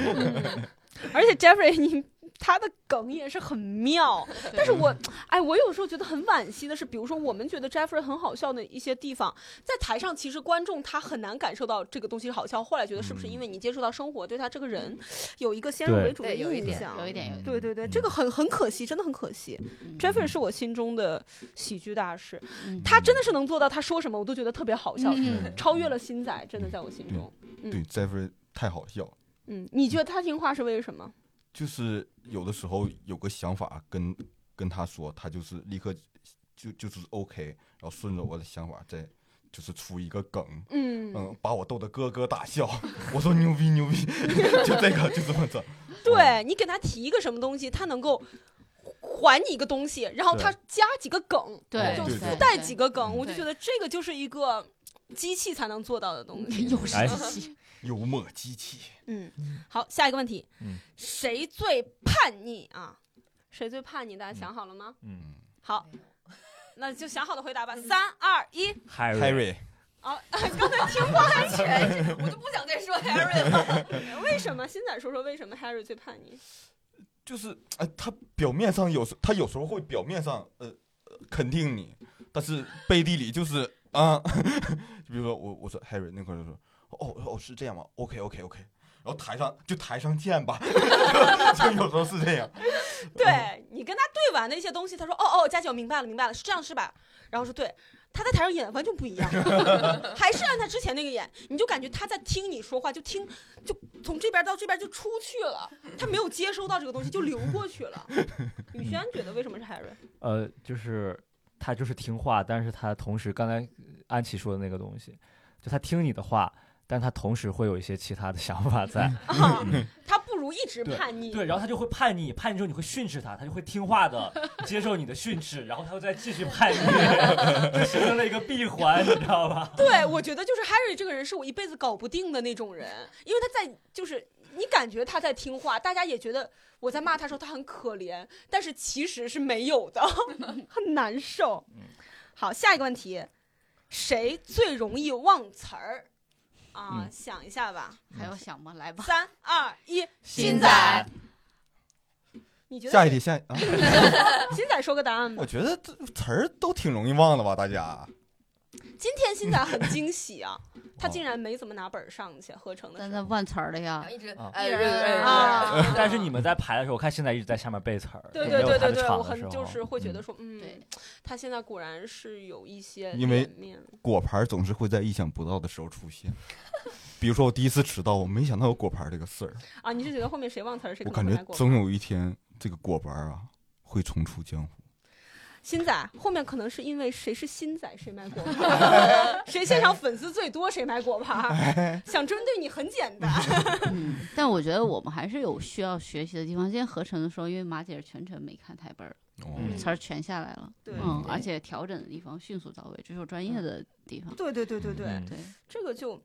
Speaker 1: 而且 Jeffrey 你。他的梗也是很妙，但是我，哎，我有时候觉得很惋惜的是，比如说我们觉得 Jeffrey 很好笑的一些地方，在台上其实观众他很难感受到这个东西好笑，后来觉得是不是因为你接触到生活，对他这个人有一个先入
Speaker 3: 对
Speaker 1: 为主的
Speaker 5: 对有一
Speaker 1: 印
Speaker 5: 点
Speaker 1: 象，
Speaker 4: 有一点有一点
Speaker 1: 对对对，这个很很可惜，真的很可惜。
Speaker 4: 嗯
Speaker 1: Jeffrey 是我心中的喜剧大师，
Speaker 4: 嗯
Speaker 1: 他真的是能做到，他说什么我都觉得特别好笑，
Speaker 4: 嗯
Speaker 1: 超越了新仔，真的在我心中。
Speaker 2: 对，Jeffrey 太好笑了，
Speaker 1: 嗯，你觉得他听话是为什么？
Speaker 2: 就是有的时候有个想法跟跟他说，他就是立刻就就是 OK，然后顺着我的想法再就是出一个梗，
Speaker 1: 嗯，
Speaker 2: 嗯，把我逗得咯咯大笑。 我说牛逼牛逼， 就这个就这么整。
Speaker 1: 对你给他提一个什么东西，他能够。还你一个东西，然后他加几个梗，
Speaker 4: 对
Speaker 1: 就
Speaker 2: 对
Speaker 1: 附带几
Speaker 4: 个
Speaker 1: 个梗，我就
Speaker 4: 对
Speaker 1: 觉得这个就是一个机器才能做到的东西。
Speaker 4: 有时
Speaker 3: 哎
Speaker 4: 期
Speaker 2: 幽默机器，
Speaker 1: 嗯，好，下一个问题，
Speaker 3: 嗯
Speaker 1: 谁最叛逆啊？谁最叛逆？大家想好了吗？
Speaker 3: 嗯
Speaker 1: 好，那就想好的回答吧。三二一，
Speaker 3: ，Harry，
Speaker 1: 哦，刚才听话
Speaker 5: 全是我就不想再说 Harry 了。
Speaker 1: 为什么？新仔说说为什么 Harry 最叛逆？
Speaker 2: 就是哎，他表面上有时他有时候会表面上呃呃肯定你，但是背地里就是啊， 就比如说我我说 Harry 那块儿就说哦哦是这样吗？OK OK OK，然后台上就台上见吧， 就有时候是这样。
Speaker 3: 嗯
Speaker 1: 对你跟他对完的一些东西，他说哦哦，佳姐我明白了明白了，是这样是吧？然后说对，他在台上演完全不 一样，还是按他之前那个演，你就感觉他在听你说话，就听就从这边到这边就出去了，他没有接收到这个东西，就流过去 了。宇轩觉得为什么是 Harry？
Speaker 3: 呃，就是他就是听话，但是他同时刚才安琪说的那个东西，就他听你的话，但他同时会有一些其他的想法在。
Speaker 1: 啊，他不如一直叛逆。
Speaker 3: 嗯对，然后他就会叛逆，叛逆之后你会训斥他，他就会听话 的接受你的训斥，然后他又再继续叛逆，就形成了一个闭环，你知道吧？
Speaker 1: 对，我觉得就是 Harry 这个人是我一辈子搞不定的那种人，因为他在就是你感觉他在听话，大家也觉得我在骂他时候他很可怜，但是其实是没有的， 很难受。
Speaker 3: 嗯
Speaker 1: 好，下一个问题，谁最容易忘词儿？啊，
Speaker 3: 嗯啊
Speaker 1: 想一下吧，
Speaker 4: 还要想吗？来吧，
Speaker 1: 三二一，
Speaker 4: 新
Speaker 1: 仔，你觉
Speaker 2: 下
Speaker 1: 得
Speaker 2: 一题，下一啊，
Speaker 1: 新仔说个答案吧
Speaker 2: 我。觉得这词儿都挺容易忘的吧，大家。
Speaker 1: 今天新仔很惊喜啊，他
Speaker 3: 哦
Speaker 1: 竟然没怎么拿本儿上去，合成的
Speaker 4: 咱
Speaker 1: 时
Speaker 4: 咱
Speaker 1: 候。
Speaker 4: 忘词儿了
Speaker 5: 然
Speaker 4: 呀
Speaker 5: 后。一直
Speaker 3: 啊
Speaker 5: 哎
Speaker 4: 一
Speaker 5: 对
Speaker 4: 人
Speaker 5: 对对
Speaker 1: 啊
Speaker 5: 对，
Speaker 3: 但是你们在排的时候，我看现在一直在下面背词儿，
Speaker 1: 对
Speaker 3: 就
Speaker 1: 对
Speaker 3: 没有
Speaker 1: 对
Speaker 3: 他
Speaker 1: 对
Speaker 3: 们
Speaker 1: 对，
Speaker 3: 唱
Speaker 1: 我
Speaker 3: 的时
Speaker 1: 很就
Speaker 3: 候
Speaker 1: 是会觉得
Speaker 3: 嗯
Speaker 1: 说，嗯，
Speaker 4: 对，
Speaker 1: 他现在果然是有一些
Speaker 2: 因为
Speaker 1: 脸面
Speaker 2: 果盘总是会在意想不到的时候出现，比如说我第一次迟到，我没想到有果盘这个事儿，
Speaker 1: 啊，你是觉得后面谁忘词儿谁
Speaker 2: 我
Speaker 1: 可
Speaker 2: 感
Speaker 1: 能会
Speaker 2: 觉
Speaker 1: 来过
Speaker 2: 总有一天这个果盘啊会重出江湖。
Speaker 1: 新仔后面可能是因为谁是新仔谁买 果盘儿， 谁现
Speaker 2: 哎
Speaker 1: 场粉丝最多谁买果盘儿，想针对你很简 单。
Speaker 4: 嗯，但我觉得我们还是有需要学习的地方。今天合成的时候，因为马姐是全程没看台本儿，
Speaker 2: 哦，
Speaker 3: 嗯
Speaker 4: 词儿全下来了，
Speaker 1: 对嗯
Speaker 4: 嗯，
Speaker 1: 对
Speaker 4: 而且调整的地方迅速到位，这是我专业的地方。
Speaker 1: 对对对对对，
Speaker 3: 嗯
Speaker 4: 对
Speaker 1: 这个就，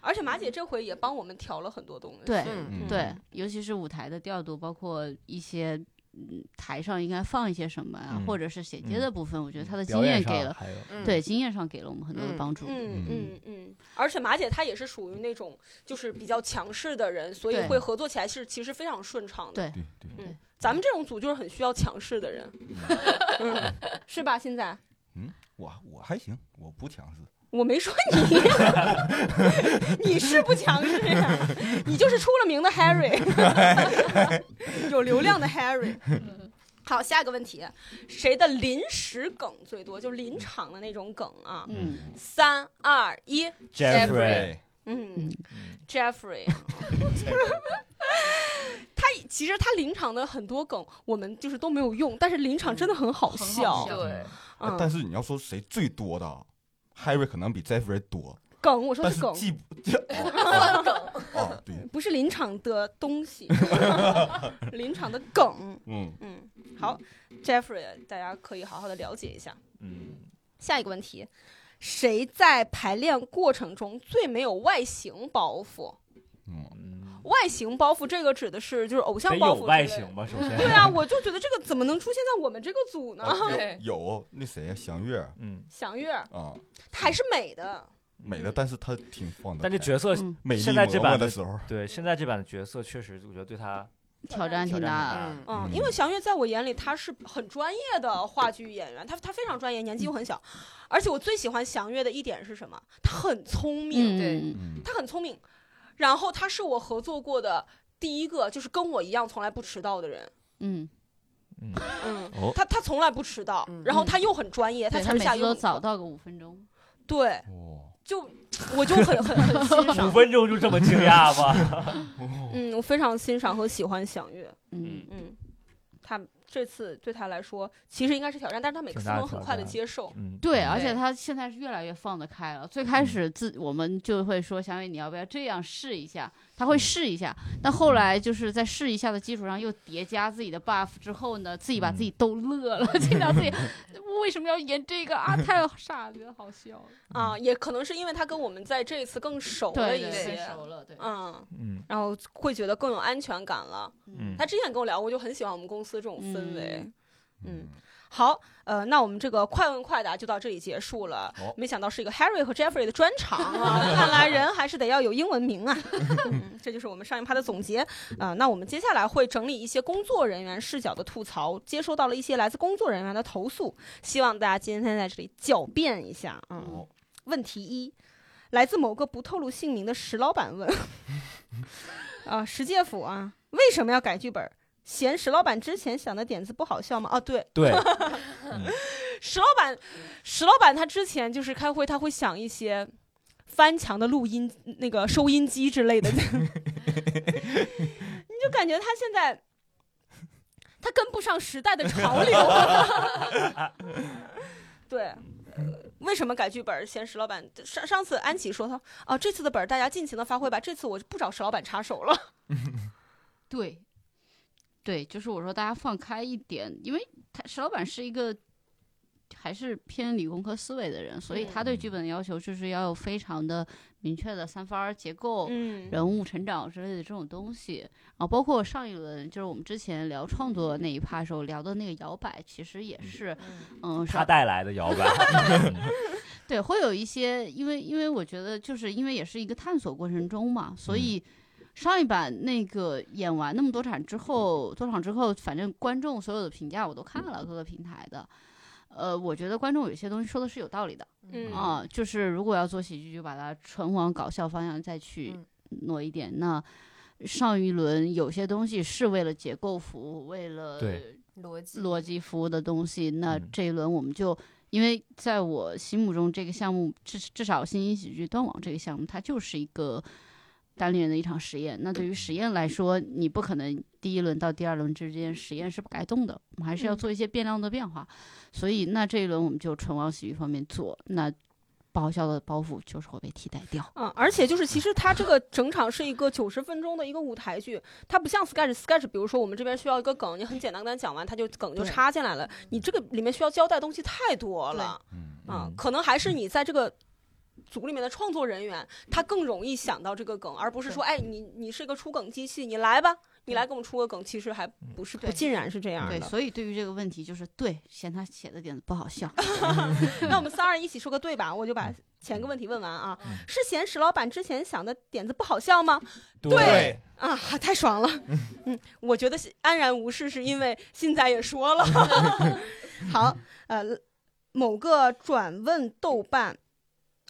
Speaker 1: 而且马姐这回也帮我们调了很多东西。
Speaker 4: 对
Speaker 5: 嗯
Speaker 2: 嗯
Speaker 4: 对，尤其是舞台的调度，包括一些。嗯，台上应该放一些什么啊，
Speaker 3: 嗯
Speaker 4: 或者是剪接的部分，我觉得他的经
Speaker 3: 表演
Speaker 4: 验
Speaker 3: 上
Speaker 4: 给了，
Speaker 3: 还有
Speaker 5: 嗯
Speaker 4: 对经验上给了我们很多的
Speaker 5: 嗯
Speaker 4: 帮助。
Speaker 1: 嗯
Speaker 2: 嗯
Speaker 1: 嗯嗯，而且马姐她也是属于那种就是比较强势的人，所以
Speaker 4: 对
Speaker 1: 会合作起来是其实非常顺畅的。
Speaker 4: 对
Speaker 2: 对对，
Speaker 1: 嗯，咱们这种组就是很需要强势的人， 嗯，是吧？现在
Speaker 2: 我我还行，我不强势。
Speaker 1: 我没说你，你 是不强势呀、你就是出了名的 Harry，有 流量的 Harry。好，下一个问题，谁的临时梗最多？就临场的那种梗啊！
Speaker 4: 嗯，
Speaker 1: 三二一，
Speaker 3: Jeffrey，
Speaker 5: Jeffrey
Speaker 1: 嗯
Speaker 4: 嗯
Speaker 1: ，Jeffrey，他其实他临场的很多梗我们就是都没有用，但是临场真的很好笑，
Speaker 5: 笑
Speaker 3: 对
Speaker 5: 对
Speaker 2: 哎但
Speaker 1: 嗯，
Speaker 2: 是你要说谁最多的啊，Harry 可能比 Jeffrey 多，
Speaker 1: 梗我说
Speaker 2: 但
Speaker 1: 的
Speaker 2: 是
Speaker 1: 梗
Speaker 2: 既不既哦哦哦 对，
Speaker 1: 不是临场的东 西，临场的梗，
Speaker 2: 嗯，
Speaker 1: 嗯，好，Jeffrey，大家可以好好的了解一下。
Speaker 3: 嗯，
Speaker 1: 下一个问题，谁在排练过程中最没有外形包袱？
Speaker 2: 嗯，
Speaker 3: 嗯
Speaker 1: 外形包袱这个指的是就是偶像
Speaker 3: 得
Speaker 1: 包
Speaker 3: 有
Speaker 1: 袱之
Speaker 3: 外
Speaker 1: 类的
Speaker 3: 形吧，首先，
Speaker 1: 对啊，我就觉得这个怎么能出现在我们这个组呢？
Speaker 3: 哦
Speaker 5: 对
Speaker 2: 有哦那谁呀，祥月
Speaker 3: 嗯，
Speaker 1: 祥月，
Speaker 2: 啊，
Speaker 1: 她还是美的，
Speaker 2: 美的，但是她挺放得开，
Speaker 3: 但这角色
Speaker 4: 嗯
Speaker 2: 美丽
Speaker 3: 现在这
Speaker 2: 嬷嬷
Speaker 3: 版
Speaker 2: 的
Speaker 3: 的
Speaker 2: 时候，
Speaker 3: 对现在这版的角色确实，我觉得对他
Speaker 4: 挑战
Speaker 3: 挑战
Speaker 4: 挺
Speaker 3: 挺
Speaker 4: 大的。
Speaker 3: 大
Speaker 5: 嗯
Speaker 1: 嗯，
Speaker 2: 嗯
Speaker 1: 因为祥月在我眼里她是很专业的话剧演员，她她非常专业，年纪又很小，而且我最喜欢祥月的一点是什么？她很聪明，
Speaker 4: 嗯，
Speaker 2: 嗯
Speaker 1: 她很聪明，然后她是我合作过的第一个就是跟我一样从来不迟到的人，
Speaker 4: 嗯，
Speaker 3: 嗯，
Speaker 1: 嗯
Speaker 3: 哦，
Speaker 1: 她她从来不迟到，
Speaker 5: 嗯
Speaker 1: 然后她又很专哎业，她
Speaker 4: 对他
Speaker 1: 词儿
Speaker 4: 每
Speaker 1: 下
Speaker 4: 次
Speaker 1: 又
Speaker 4: 都
Speaker 1: 很
Speaker 4: 早到个五分钟。
Speaker 1: 对，
Speaker 3: 嗯
Speaker 2: 哦，
Speaker 1: 就我就很很很 欣
Speaker 3: 五
Speaker 4: 嗯
Speaker 1: 赏，
Speaker 3: 分钟就这么惊讶吗？哦
Speaker 1: 嗯，我非常欣赏和喜欢祥月。
Speaker 4: 嗯，
Speaker 1: 嗯，他这次对他来说其实应该是挑战，但是他每次
Speaker 3: 挺
Speaker 1: 都
Speaker 3: 大的
Speaker 1: 能很
Speaker 3: 挑
Speaker 1: 快的
Speaker 3: 战
Speaker 1: 接受。
Speaker 3: 嗯，
Speaker 4: 对，啊
Speaker 3: 嗯
Speaker 4: 而且
Speaker 5: 对
Speaker 4: 他现在是越来越放得开了。最开始自我们就会说，小雨你要不要这样试一下？他会试一下，但后来就是在试一下的基础上又叠加自己的 buff 之后呢，自己把自己逗乐了，经常自己 为什么要演这个啊？太傻了，觉得好笑了。
Speaker 1: 啊，也可能是因为他跟我们在这一次更熟了
Speaker 4: 对
Speaker 1: 一
Speaker 4: 对，
Speaker 1: 些
Speaker 4: 太，熟了，对，
Speaker 1: 嗯，
Speaker 3: 嗯
Speaker 1: 然后会觉得更有安全感了。
Speaker 3: 嗯，
Speaker 1: 他之前跟我聊过，我就很喜欢我们公司这种氛围。
Speaker 4: 嗯
Speaker 1: 嗯，好，呃，那我们这个快问快答就到这里结束了。
Speaker 2: 好
Speaker 1: 没想到是一个 Harry 和 Jeffrey 的专场啊，看来人还是得要有英文名啊。嗯、这就是我们上一趴的总结啊、呃那我们接下来会整理一些工作人员视角的吐槽，接收到了一些来自工作人员的投诉，希望大家今天在这里狡辩一下啊、
Speaker 4: 嗯
Speaker 1: 问题一，来自某个不透露姓名的石老板问：啊，石介甫啊，为什么要改剧本？嫌石老板之前想的点子不好笑吗？啊，对，
Speaker 3: 对，
Speaker 1: 哦石老板，石老板他之前就是开会，他会想一些翻墙的录音那个收音机之类的， 你就感觉他现在他跟不上时代的潮流。 对。呃为什么改剧本？嫌石老板上上次安琪说他啊，这次的本儿大家尽情的发挥吧，这次我就不找石老板插手了。
Speaker 4: 对，对，就是我说大家放开一点，因为他石老板是一个还是偏理工科思维的人，所以他对剧本的要求就是要有非常的明确的三分儿结构。
Speaker 1: 嗯
Speaker 4: 人物成长之类的这种东西，啊，包括上一轮就是我们之前聊创作那一趴的时候聊的那个摇摆，其实也是，嗯，是
Speaker 3: 他带来的摇摆，
Speaker 4: 对，会有一些，因为因为我觉得就是因为也是一个探索过程中嘛，所以上一版那个演完那么多场之后，多场之后，反正观众所有的评价我都看了各个平台的，呃，我觉得观众有些东西说的是有道理的
Speaker 1: 嗯
Speaker 4: 啊，就是如果要做喜剧，就把它纯往搞笑方向再去
Speaker 5: 嗯
Speaker 4: 挪一点。那上一轮有些东西是为了结构服务，为了
Speaker 3: 对
Speaker 5: 逻辑
Speaker 4: 逻辑服务的东西。那
Speaker 3: 嗯
Speaker 4: 这一轮我们就，因为在我心目中，这个项目至至少新兴喜剧端网这个项目，它就是一个单立人的一场实验。那对于实验来说，你不可能第一轮到第二轮之间实验是不改动的，我们还是要
Speaker 1: 嗯
Speaker 4: 做一些变量的变化。所以，那这一轮我们就纯往喜剧方面做，那不好笑的包袱就是会被替代掉。
Speaker 1: 嗯，而且就是，其实它这个整场是一个九十分钟的一个舞台剧，它不像 sketch sketch，比如说我们这边需要一个梗，你很简单跟他讲完，他就梗就
Speaker 4: 对
Speaker 1: 插进来了。你这个里面需要交代的东西太多了，
Speaker 2: 嗯，
Speaker 1: 啊
Speaker 3: 嗯，
Speaker 1: 可能还是你在这个组里面的创作人员，他更容易想到这个梗，而不是说，哎，你你是一个出梗机器，你来吧，你来给我们出个梗，其实还
Speaker 3: 嗯
Speaker 1: 不是不
Speaker 4: 对
Speaker 1: 尽然是这样
Speaker 4: 对，
Speaker 1: 的。
Speaker 4: 所以对于这个问题，就是对嫌他写的点子不好 笑，
Speaker 1: 那我们三二一起说个对吧？我就把前一个问题问完啊，
Speaker 3: 嗯
Speaker 1: 是嫌石老板之前想的点子不好笑吗？
Speaker 3: 对，
Speaker 1: 啊，太爽了！嗯，我觉得是安然无事是因为现在也说 了。好，呃，某个转问豆瓣，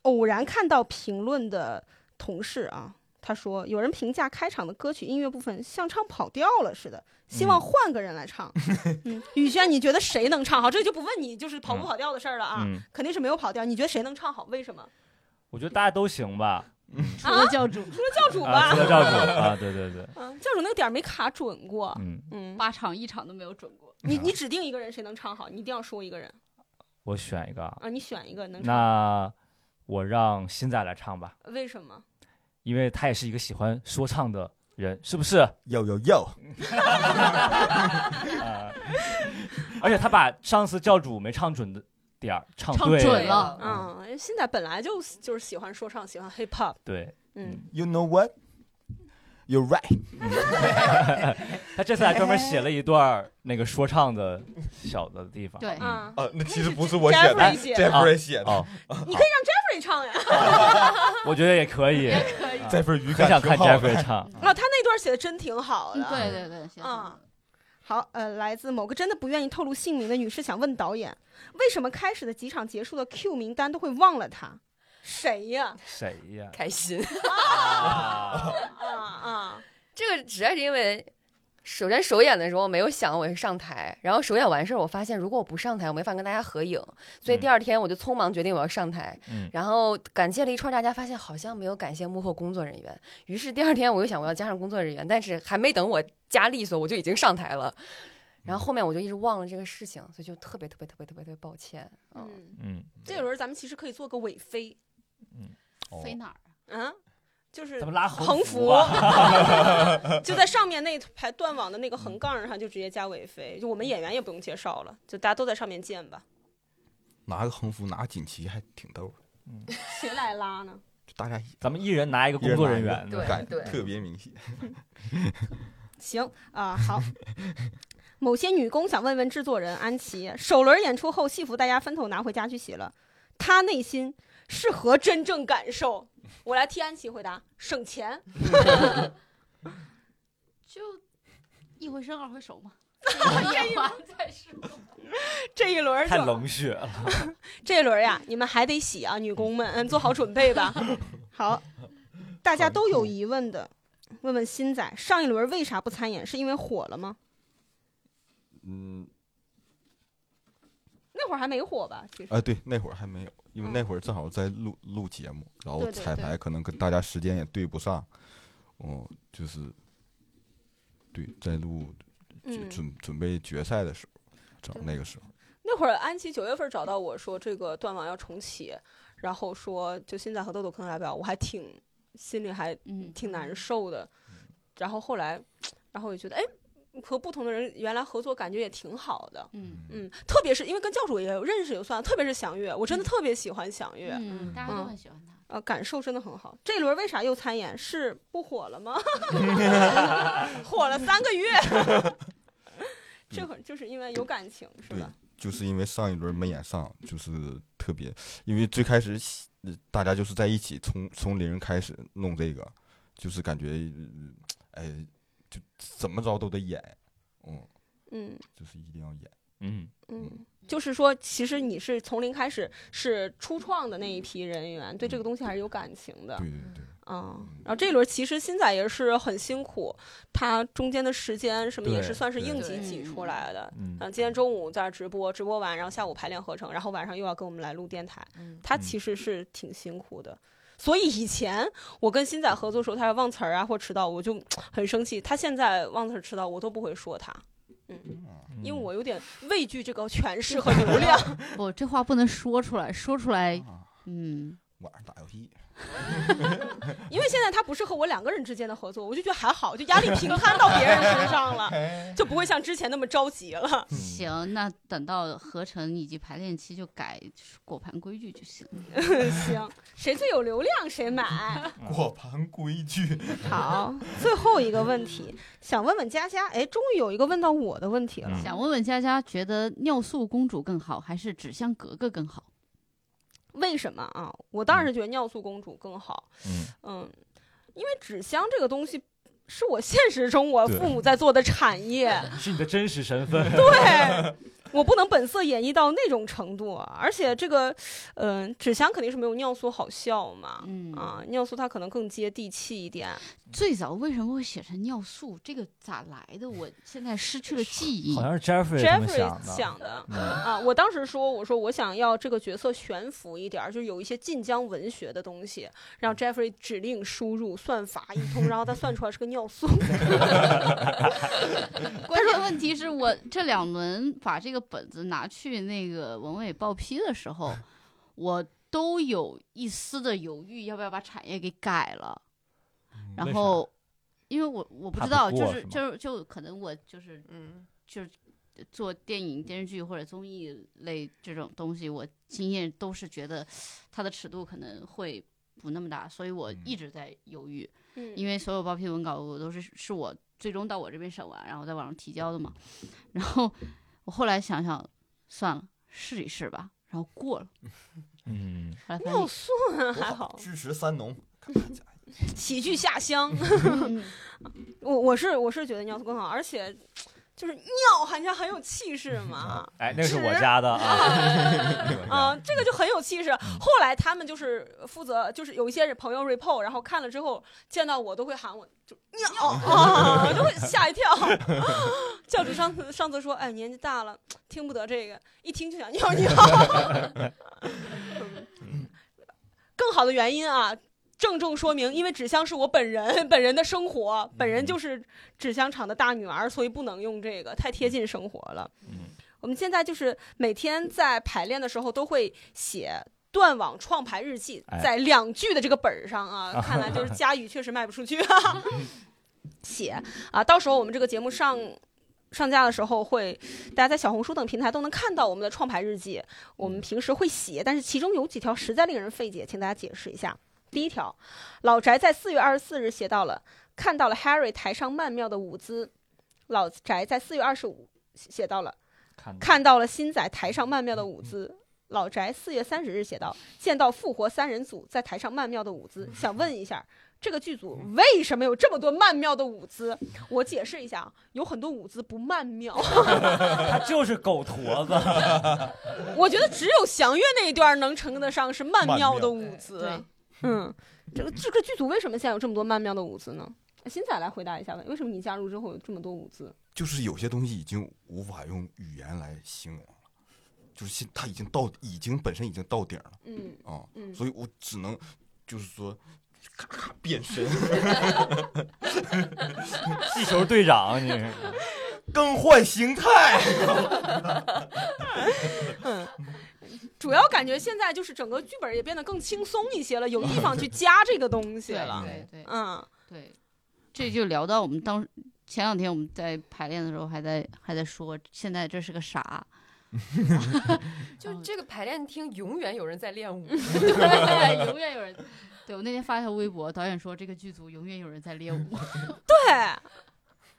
Speaker 1: 偶然看到评论的同事啊，他说有人评价开场的歌曲音乐部分像唱跑调了似的，希望换个人来唱。嗯，宇轩，你觉得谁能唱好？这就不问你就是跑不跑调的事儿了啊，
Speaker 3: 嗯，
Speaker 1: 肯定是没有跑调。你觉得谁能唱好？为什么？
Speaker 3: 我觉得大家都行吧，
Speaker 4: 除了教主
Speaker 1: 教主吧，
Speaker 3: 啊，除了教主啊，对对对，
Speaker 1: 嗯，教主那个点儿没卡准过。
Speaker 3: 嗯，
Speaker 1: 嗯，
Speaker 4: 八场一场都没有准过。
Speaker 1: 你你指定一个人谁能唱好，你一定要说一个人
Speaker 3: 我选一个，啊，
Speaker 1: 啊，你选一个能唱。
Speaker 3: 那我让新仔来唱吧，
Speaker 1: 为什么？
Speaker 3: 因为他也是一个喜欢说唱的人，是不是？
Speaker 2: 有有有，
Speaker 3: 啊，而且他把上次教主没唱准的点儿唱
Speaker 4: 唱
Speaker 3: 对
Speaker 4: 准
Speaker 3: 了，
Speaker 4: 了
Speaker 3: 嗯
Speaker 1: 嗯，现在本来就就是喜欢说唱，喜欢 hip hop。
Speaker 3: 对，
Speaker 1: 嗯，
Speaker 2: You know what? You're right。
Speaker 3: 他这次还专门写了一段儿那个说唱的小的地方，嗯
Speaker 4: 对
Speaker 1: 啊，
Speaker 2: 啊，那其
Speaker 1: 实
Speaker 2: 实
Speaker 1: 不
Speaker 2: 不
Speaker 1: 是
Speaker 2: 是
Speaker 1: 我
Speaker 2: 我
Speaker 1: 写
Speaker 2: 写
Speaker 1: 的
Speaker 2: 的
Speaker 1: Jeffrey 写的
Speaker 2: ，Jeffrey 写的。
Speaker 3: 哦，
Speaker 1: 那谁唱呀？
Speaker 3: 我觉得也可以，
Speaker 4: 可以
Speaker 3: 啊
Speaker 2: Jeffrey 语
Speaker 3: 很
Speaker 2: 感
Speaker 3: 想
Speaker 2: 挺
Speaker 3: 看
Speaker 2: 好的
Speaker 3: Jeffrey 唱，
Speaker 1: 哦，他那段写的真挺好的。
Speaker 4: 嗯，对对对，谢谢
Speaker 1: 啊好，呃，来自某个真的不愿意透露姓名的女士想问导演，为什么开始的几场结束的 Q 名单都会忘了他？谁呀？
Speaker 3: 谁 呀？
Speaker 5: 开心。
Speaker 3: 啊
Speaker 1: 啊啊！
Speaker 5: 这个只要是因为，首先首演的时候我没有想我是上台，然后首演完事儿，我发现如果我不上台，我没法跟大家合影，所以第二天我就匆忙决定我要上台，
Speaker 3: 嗯
Speaker 5: 然后感谢了一串，大家发现好像没有感谢幕后工作人员，于是第二天我又想我要加上工作人员，但是还没等我加利索，我就已经上台了。然后后面我就一直忘了这个事情，所以就特别特别特别特别特别抱歉。嗯，
Speaker 1: 嗯，
Speaker 3: 嗯，
Speaker 1: 这轮咱们其实可以做个尾飞，
Speaker 4: 飞哪儿啊？
Speaker 1: 嗯，就是
Speaker 3: 咱们拉
Speaker 1: 横
Speaker 3: 幅
Speaker 1: 幅
Speaker 3: 吧，
Speaker 1: 就在上面那排断网的那个横杠上，就直接加尾飞。就我们演员也不用介绍了，就大家都在上面见吧。
Speaker 2: 拿个横幅，拿个锦旗，还挺逗的。
Speaker 1: 谁来拉呢？
Speaker 2: 就大家一
Speaker 3: 咱们一人拿一个工作人员，
Speaker 5: 一人拿一个对
Speaker 2: 感特别明显。
Speaker 1: 行啊、 好。某些女工想问问制作人安琪，首轮演出后戏服大家分头拿回家去洗了，她内心是何真正感受？我来替安琪回答：省钱。
Speaker 4: 就一回生二回熟嘛，演完再说。
Speaker 1: 这一轮儿
Speaker 3: 太
Speaker 1: 就
Speaker 3: 冷血了，
Speaker 1: 这轮儿呀，你们还得洗啊，女工们，嗯，做好准备吧。 好，大家都有疑问的，问问新仔，上一轮为啥不
Speaker 3: 嗯
Speaker 1: 参演？是因为火了吗？
Speaker 2: 嗯，
Speaker 1: 那会儿还没火吧？其实
Speaker 2: 哎，对，那会儿还没有，因为
Speaker 1: 嗯
Speaker 2: 那会儿正好在录录节目，然后
Speaker 1: 对对
Speaker 2: 彩
Speaker 1: 对
Speaker 2: 排可能跟大家时间也对不上，哦，就是，对，在录就
Speaker 1: 嗯，
Speaker 2: 准准备决赛的时候，找
Speaker 1: 对
Speaker 2: 那个时候，
Speaker 1: 那会儿安琪九月份找到我说这个断网要重启，然后说就现在和豆豆可能来不了，我还挺心里还
Speaker 4: 嗯，
Speaker 1: 挺难受的。
Speaker 2: 嗯
Speaker 1: 然后后来，然后我就觉得，哎，和不同的人原来合作感觉也挺好的。
Speaker 4: 嗯
Speaker 1: 嗯，特别是因为跟教主也有认识就算了，特别是响乐，我真的
Speaker 4: 嗯
Speaker 1: 特别喜欢响乐，
Speaker 4: 嗯，大家都很喜欢他。
Speaker 1: 呃，感受真的很好。这轮为啥又参演？是不火了吗？火了三个月，这会儿就是因为有感情是
Speaker 2: 对
Speaker 1: 吧？，
Speaker 2: 就是因为上一轮没演上，就是特别，因为最开始喜呃大家就是在一起从从零开始弄这个，就是感觉，呃哎，就怎么着都得演，嗯，
Speaker 1: 嗯
Speaker 2: 就是一定要演。
Speaker 3: 嗯，
Speaker 1: 嗯，就是说，其实你是从零开始，是初创的那一批人员，对这个东西还是有感情的。
Speaker 2: 对对对，
Speaker 1: 嗯，然后这一轮其实新仔也是很辛苦，他中间的时间什么也
Speaker 3: 对
Speaker 1: 是算是
Speaker 3: 对
Speaker 1: 应急
Speaker 4: 对
Speaker 1: 挤出来的。
Speaker 3: 嗯
Speaker 1: 嗯，今天中午在直播，直播完然后下午排练合成，然后晚上又要跟我们来录电台，
Speaker 5: 嗯
Speaker 1: 他其实是挺辛苦的。所以以前我跟新仔合作的时候，他要忘词儿啊或迟到，我就很生气。他现在忘词儿迟到，我都不会说他，
Speaker 3: 嗯
Speaker 1: 因为我有点畏惧这个权势和流量。
Speaker 4: 不，这话不能说出来，说出来，
Speaker 2: 啊
Speaker 4: 嗯，
Speaker 2: 晚上打游戏，
Speaker 1: 因为现在他不是和我两个人之间的合作，我就觉得还好，就压力平摊到别人身上了，就不会像之前那么着急了。
Speaker 3: 嗯
Speaker 4: 行，那等到合成以及排练期就改果盘规矩就行了。
Speaker 1: 行，谁最有流量谁买。
Speaker 2: 果盘规矩，
Speaker 1: 好，最后一个问题，想问问佳佳，哎，终于有一个问到我的问题了。
Speaker 3: 嗯
Speaker 4: 想问问佳佳，觉得尿素公主更好，还是纸箱格格更好？
Speaker 1: 为什么啊？我当然是觉得尿素公主更好。
Speaker 3: 嗯
Speaker 1: 嗯，因为纸箱这个东西是我现实中我
Speaker 2: 对
Speaker 1: 父母在做的产业。
Speaker 3: 是你的真实身份，
Speaker 1: 对，我不能本色演绎到那种程度啊！而且这个，嗯、纸箱肯定是没有尿素好笑嘛。
Speaker 4: 嗯
Speaker 1: 啊，尿素它可能更接地气一点，
Speaker 4: 最早为什么会写成尿素？这个咋来的？我现在失去了记忆
Speaker 3: 好。像是 Jeffrey 他们
Speaker 1: Jeffrey
Speaker 3: 想的。
Speaker 1: 想的
Speaker 3: 嗯
Speaker 1: 啊，我当时说，我说我想要这个角色悬浮一点儿，就有一些晋江文学的东西，让 Jeffrey 指令输入算法一通，然后他算出来是个尿素。
Speaker 4: 关键问题是我这两轮把这个本子拿去那个文委报批的时候，我都有一丝的犹豫，要不要把产业给改了。
Speaker 2: 嗯
Speaker 4: 然后，因为我我不
Speaker 3: 怕
Speaker 4: 知
Speaker 3: 不
Speaker 4: 道，就
Speaker 3: 过
Speaker 4: 是
Speaker 3: 是吗
Speaker 4: 就是就可能我就是
Speaker 5: 嗯
Speaker 4: 就是做电影、电视剧或者综艺类这种东西，我经验都是觉得它的尺度可能会不那么大，所以我
Speaker 3: 嗯
Speaker 4: 一直在犹豫。
Speaker 1: 嗯
Speaker 4: 因为所有报批文稿我都是是我最终到我这边审完，然后在网上提交的嘛。然后我后来想想，算了，试一试吧。然后过了，
Speaker 3: 嗯，
Speaker 4: 后来发
Speaker 1: 尿
Speaker 4: 现
Speaker 1: 素啊还好，
Speaker 2: 支持三农，
Speaker 1: 喜剧下乡。
Speaker 4: 嗯
Speaker 1: 我我是我是觉得尿素更好，而且就是尿，好像很有气势 嘛。
Speaker 3: 哎，那是我家的啊，那是嗯我家的
Speaker 1: 啊，这个就很有气势。后来他们就是负责，就是有一些朋友 report，然后看了之后见到我都会喊我就尿 啊，就会吓一跳。 教主上次上次说，哎，年纪大了听不得这个，一听就想尿 尿。更好的原因啊。郑重说明，因为纸箱是我本人本人的生活，
Speaker 3: 嗯
Speaker 1: 本人就是纸箱厂的大女儿，所以不能用这个，太贴近生活了。
Speaker 3: 嗯
Speaker 1: 我们现在就是每天在排练的时候都会写。断网创排日记
Speaker 3: 哎
Speaker 1: 在两句的这个本儿上啊， 看来就是佳宇确实卖不出去、啊。写啊，到时候我们这个节目上上架的时候会，大家在小红书等平台都能看到我们的创排日记。我们平时会写，但是其中有几条实在令人费解，请大家解释一下。第一条，老宅在四月二十四日写到了看到了 Harry 台上曼妙的舞姿，老宅在四月二十五写到了。
Speaker 3: 看
Speaker 1: 看到了新仔台上曼妙的舞姿。老宅四月三十日写道：“见到复活三人组在台上曼妙的舞姿，想问一下，这个剧组为什么有这么多曼妙的舞姿？我解释一下啊，有很多舞姿不曼妙。
Speaker 3: 他就是狗驼子，
Speaker 1: 我觉得只有祥月那一段能称得上是曼妙的舞姿。
Speaker 4: 对，
Speaker 1: 嗯，这个这个剧组为什么现在有这么多曼妙的舞姿呢？新仔来回答一下吧，为什么你加入之后有这么多舞姿？
Speaker 2: 就是有些东西已经无法用语言来形容了，就是现他已经到已经本身已经到顶了
Speaker 1: 嗯
Speaker 2: 啊，
Speaker 1: 嗯，
Speaker 2: 所以我只能就是说。咔咔变身，
Speaker 3: 气球队长，你
Speaker 2: 更换形态。
Speaker 1: 主要感觉现在就是整个剧本也变得更轻松一些了，有地方去加这个东西了。
Speaker 4: 对对
Speaker 1: 嗯
Speaker 4: 对，这就聊到我们当前两天我们在排练的时候还在还在说，现在这是个 啥？
Speaker 5: 就
Speaker 4: 哦嗯
Speaker 5: 这个排练厅永远有人在练舞，
Speaker 4: 对，永远有人。对我那天发一条微博，导演说这个剧组永远有人在练 舞。
Speaker 1: 对，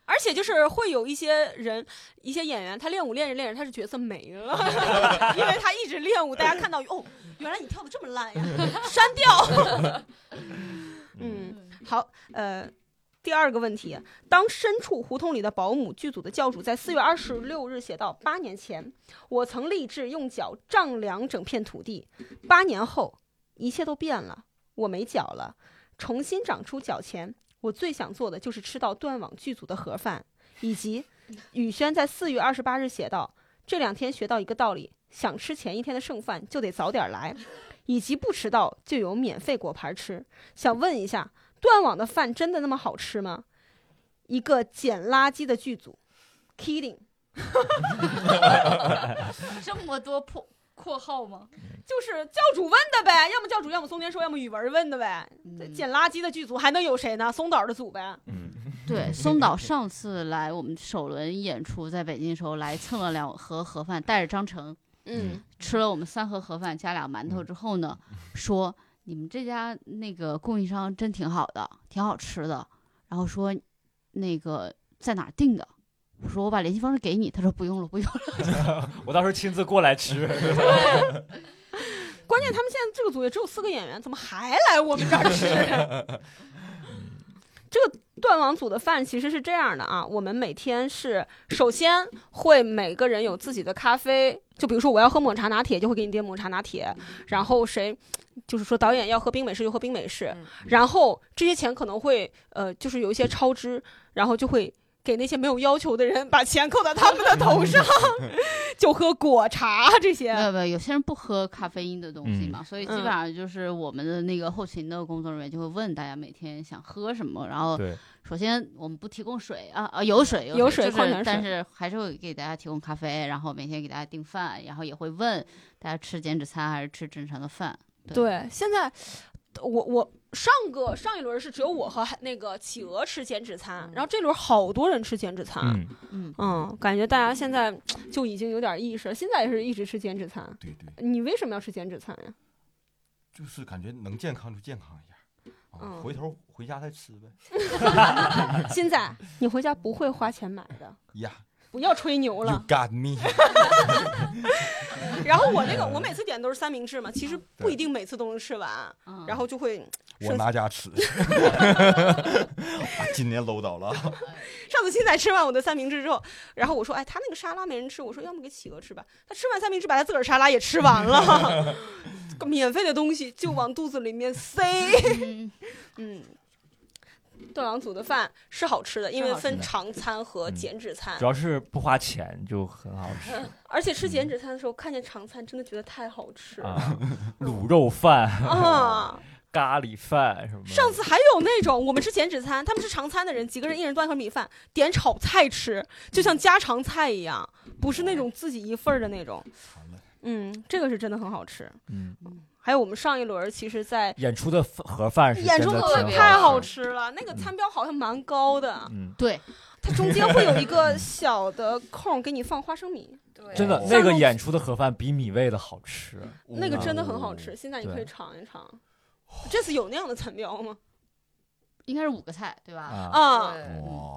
Speaker 1: 而且就是会有一些人，一些演员，他练舞练着练着，他是角色没了， 因为他一直练舞，大家看到哦，原来你跳的这么烂 呀，删掉。嗯，好，呃。第二个问题，当身处胡同里的保姆剧组的教主在四月二十六日写道：“八年前，我曾立志用脚丈量整片土地；八年后，一切都变了，我没脚了，重新长出脚前。我最想做的就是吃到断网剧组的盒饭，以及宇轩在四月二十八日写道：这两天学到一个道理，想吃前一天的剩饭就得早点来，以及不迟到就有免费果盘吃。想问一下，断网的饭真的那么好吃吗？一个捡垃圾的剧组，kidding，
Speaker 4: 这么多破括号吗？
Speaker 1: 就是教主问的呗，要么教主，要么松田说，要么语文问的呗。
Speaker 4: 嗯
Speaker 1: 这捡垃圾的剧组还能有谁呢？松岛的组呗。
Speaker 4: 嗯对，松岛上次来我们首轮演出在北京的时候来蹭了两盒盒饭，带着张成
Speaker 1: 嗯
Speaker 4: 吃了我们三盒盒饭加俩馒头之后呢，说你们这家那个供应商真挺好的，挺好吃的。然后说那个在哪儿订的？我说我把联系方式给你，他说不用了，不用了。
Speaker 3: 我到时候亲自过来吃。
Speaker 1: 关键他们现在这个组也只有四个演员，怎么还来我们这儿吃？这个断网组的饭其实是这样的啊，我们每天是首先会每个人有自己的咖啡，就比如说我要喝抹茶拿铁，就会给你点抹茶拿铁，然后谁就是说导演要喝冰美式就喝冰美式
Speaker 5: 嗯，
Speaker 1: 然后这些钱可能会呃就是有一些超支，然后就会。给那些没有要求的人把钱扣到他们的头上，就喝果茶这些。
Speaker 4: 没有没有，有些人不喝咖啡因的东西
Speaker 3: 嗯
Speaker 4: 嘛，所以基本上就是我们的那个后勤的工作人员就会问大家每天想喝什么，然后
Speaker 3: 对，
Speaker 4: 首先我们不提供水啊啊有水
Speaker 1: 有水
Speaker 4: 水，就
Speaker 1: 矿
Speaker 4: 是
Speaker 1: 泉水
Speaker 4: 但是还是会给大家提供咖啡，然后每天给大家订饭，然后也会问大家吃减脂餐还是吃正常的饭。
Speaker 1: 对，现在呃我我上个上一轮是只有我和那个企鹅吃减脂餐，然后这轮好多人吃减脂餐。嗯
Speaker 3: 嗯，
Speaker 4: 嗯，
Speaker 1: 感觉大家现在就已经有点意识了，现在也是一直吃减脂餐。
Speaker 2: 对对，
Speaker 1: 你为什么要吃减脂餐呀？
Speaker 2: 就是感觉能健康就健康一下，啊
Speaker 1: 嗯，
Speaker 2: 回头回家再吃呗。
Speaker 1: 现在你回家不会花钱买的，
Speaker 2: 呀
Speaker 1: 不要吹牛
Speaker 2: ，You
Speaker 1: 了。
Speaker 2: got me。
Speaker 1: 然后我那个我每次点的都是三明治嘛，其实不一定每次都能吃完，
Speaker 4: 嗯
Speaker 1: 然后就会
Speaker 2: 我拿家 吃，啊今年搂到了 啊。
Speaker 1: 上次新仔吃完我的三明治之后，然后我说，哎，他那个沙拉没人吃，我说要么给企鹅吃吧。他吃完三明治，把他自个儿沙拉也吃完 了，个免费的东西就往肚子里面塞。
Speaker 4: 嗯
Speaker 1: 嗯，段王组的饭是好吃的，因为
Speaker 4: 是好吃
Speaker 3: 的嗯
Speaker 1: 分常餐和减脂餐
Speaker 3: 主，要是不花钱就很好吃
Speaker 1: 而且吃减脂餐的时候看见常餐，真的觉得太好吃 了
Speaker 3: 嗯啊，嗯卤肉饭、
Speaker 1: 啊！
Speaker 3: 咖喱饭什么的。
Speaker 1: 上次还有那种我们吃减脂餐，他们吃常餐的人，几个人一人端一盒米饭，点炒菜吃，就像家常菜一样，不是那种自己一份儿的那种。嗯，这个是真的很好吃。
Speaker 3: 嗯，
Speaker 1: 还有我们上一轮，其实，在
Speaker 3: 演出的盒饭是
Speaker 1: 演出
Speaker 3: 真的
Speaker 1: 口
Speaker 3: 挺
Speaker 1: 味太
Speaker 3: 好吃
Speaker 1: 好。吃了，那个餐标好像蛮高的，
Speaker 3: 嗯，
Speaker 4: 对，
Speaker 1: 它中间会有一个小的空给你放花生米，
Speaker 5: 对
Speaker 3: 真的
Speaker 2: 哦
Speaker 3: 那个演出的盒饭比米味的好吃。
Speaker 1: 那个真的很好吃。
Speaker 2: 哦。
Speaker 1: 现在你可以
Speaker 3: 对哦
Speaker 1: 尝一尝。这次有那样的餐标吗？
Speaker 4: 应该是五个菜对吧？
Speaker 3: 啊，哦
Speaker 1: 啊，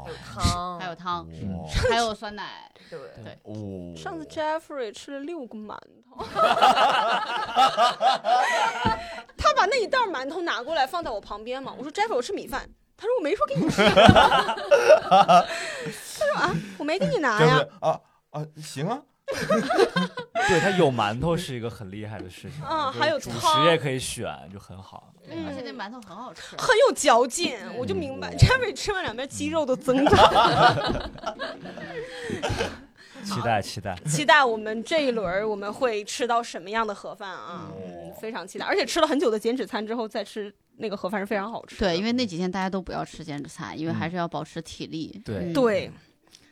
Speaker 5: 对
Speaker 2: 哇
Speaker 5: 有汤，
Speaker 4: 还有汤，
Speaker 1: 嗯
Speaker 2: 哇
Speaker 4: 还有酸奶，
Speaker 5: 对
Speaker 2: 哦！
Speaker 1: 上次 Jeffrey 吃了六个馒头， 他把那一袋馒头拿过来放在我旁边嘛，我说 Jeffrey 我吃米饭，他说我没说给你吃， 他说啊我没给你拿
Speaker 2: 这
Speaker 1: 呀，
Speaker 2: 是啊啊，行啊，
Speaker 3: 对，它有馒头是一个很厉害的事情。
Speaker 1: 嗯
Speaker 3: 就是
Speaker 1: 还有
Speaker 3: 主
Speaker 1: 汤
Speaker 3: 食也可以选，就很好。
Speaker 1: 嗯
Speaker 4: 而且那馒头很好 吃。
Speaker 1: 很有嚼劲，我就明白 Jeffrey 吃完两边肌肉都增长。
Speaker 3: 期待期待。
Speaker 1: 期待我们这一轮儿我们会吃到什么样的盒饭啊？嗯，非常期待。而且吃了很久的减脂餐之后再吃那个盒饭是非常好吃的。
Speaker 4: 对，因为那几天大家都不要吃减脂餐，因为还是要保持体力。
Speaker 3: 对
Speaker 4: 嗯
Speaker 1: 对。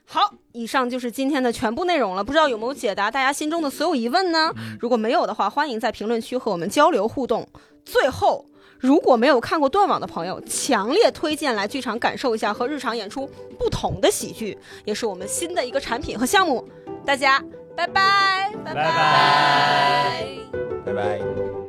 Speaker 1: 好，以上就是今天的全部内容了。不知道有没有解答大家心中的所有疑问呢？如果没有的话，欢迎在评论区和我们交流互动。最后，如果没有看过《断网》的朋友，强烈推荐来剧场感受一下和日常演出不同的喜剧，也是我们新的一个产品和项目。大家拜拜，拜
Speaker 3: 拜
Speaker 1: 拜
Speaker 5: 拜。
Speaker 2: 拜拜。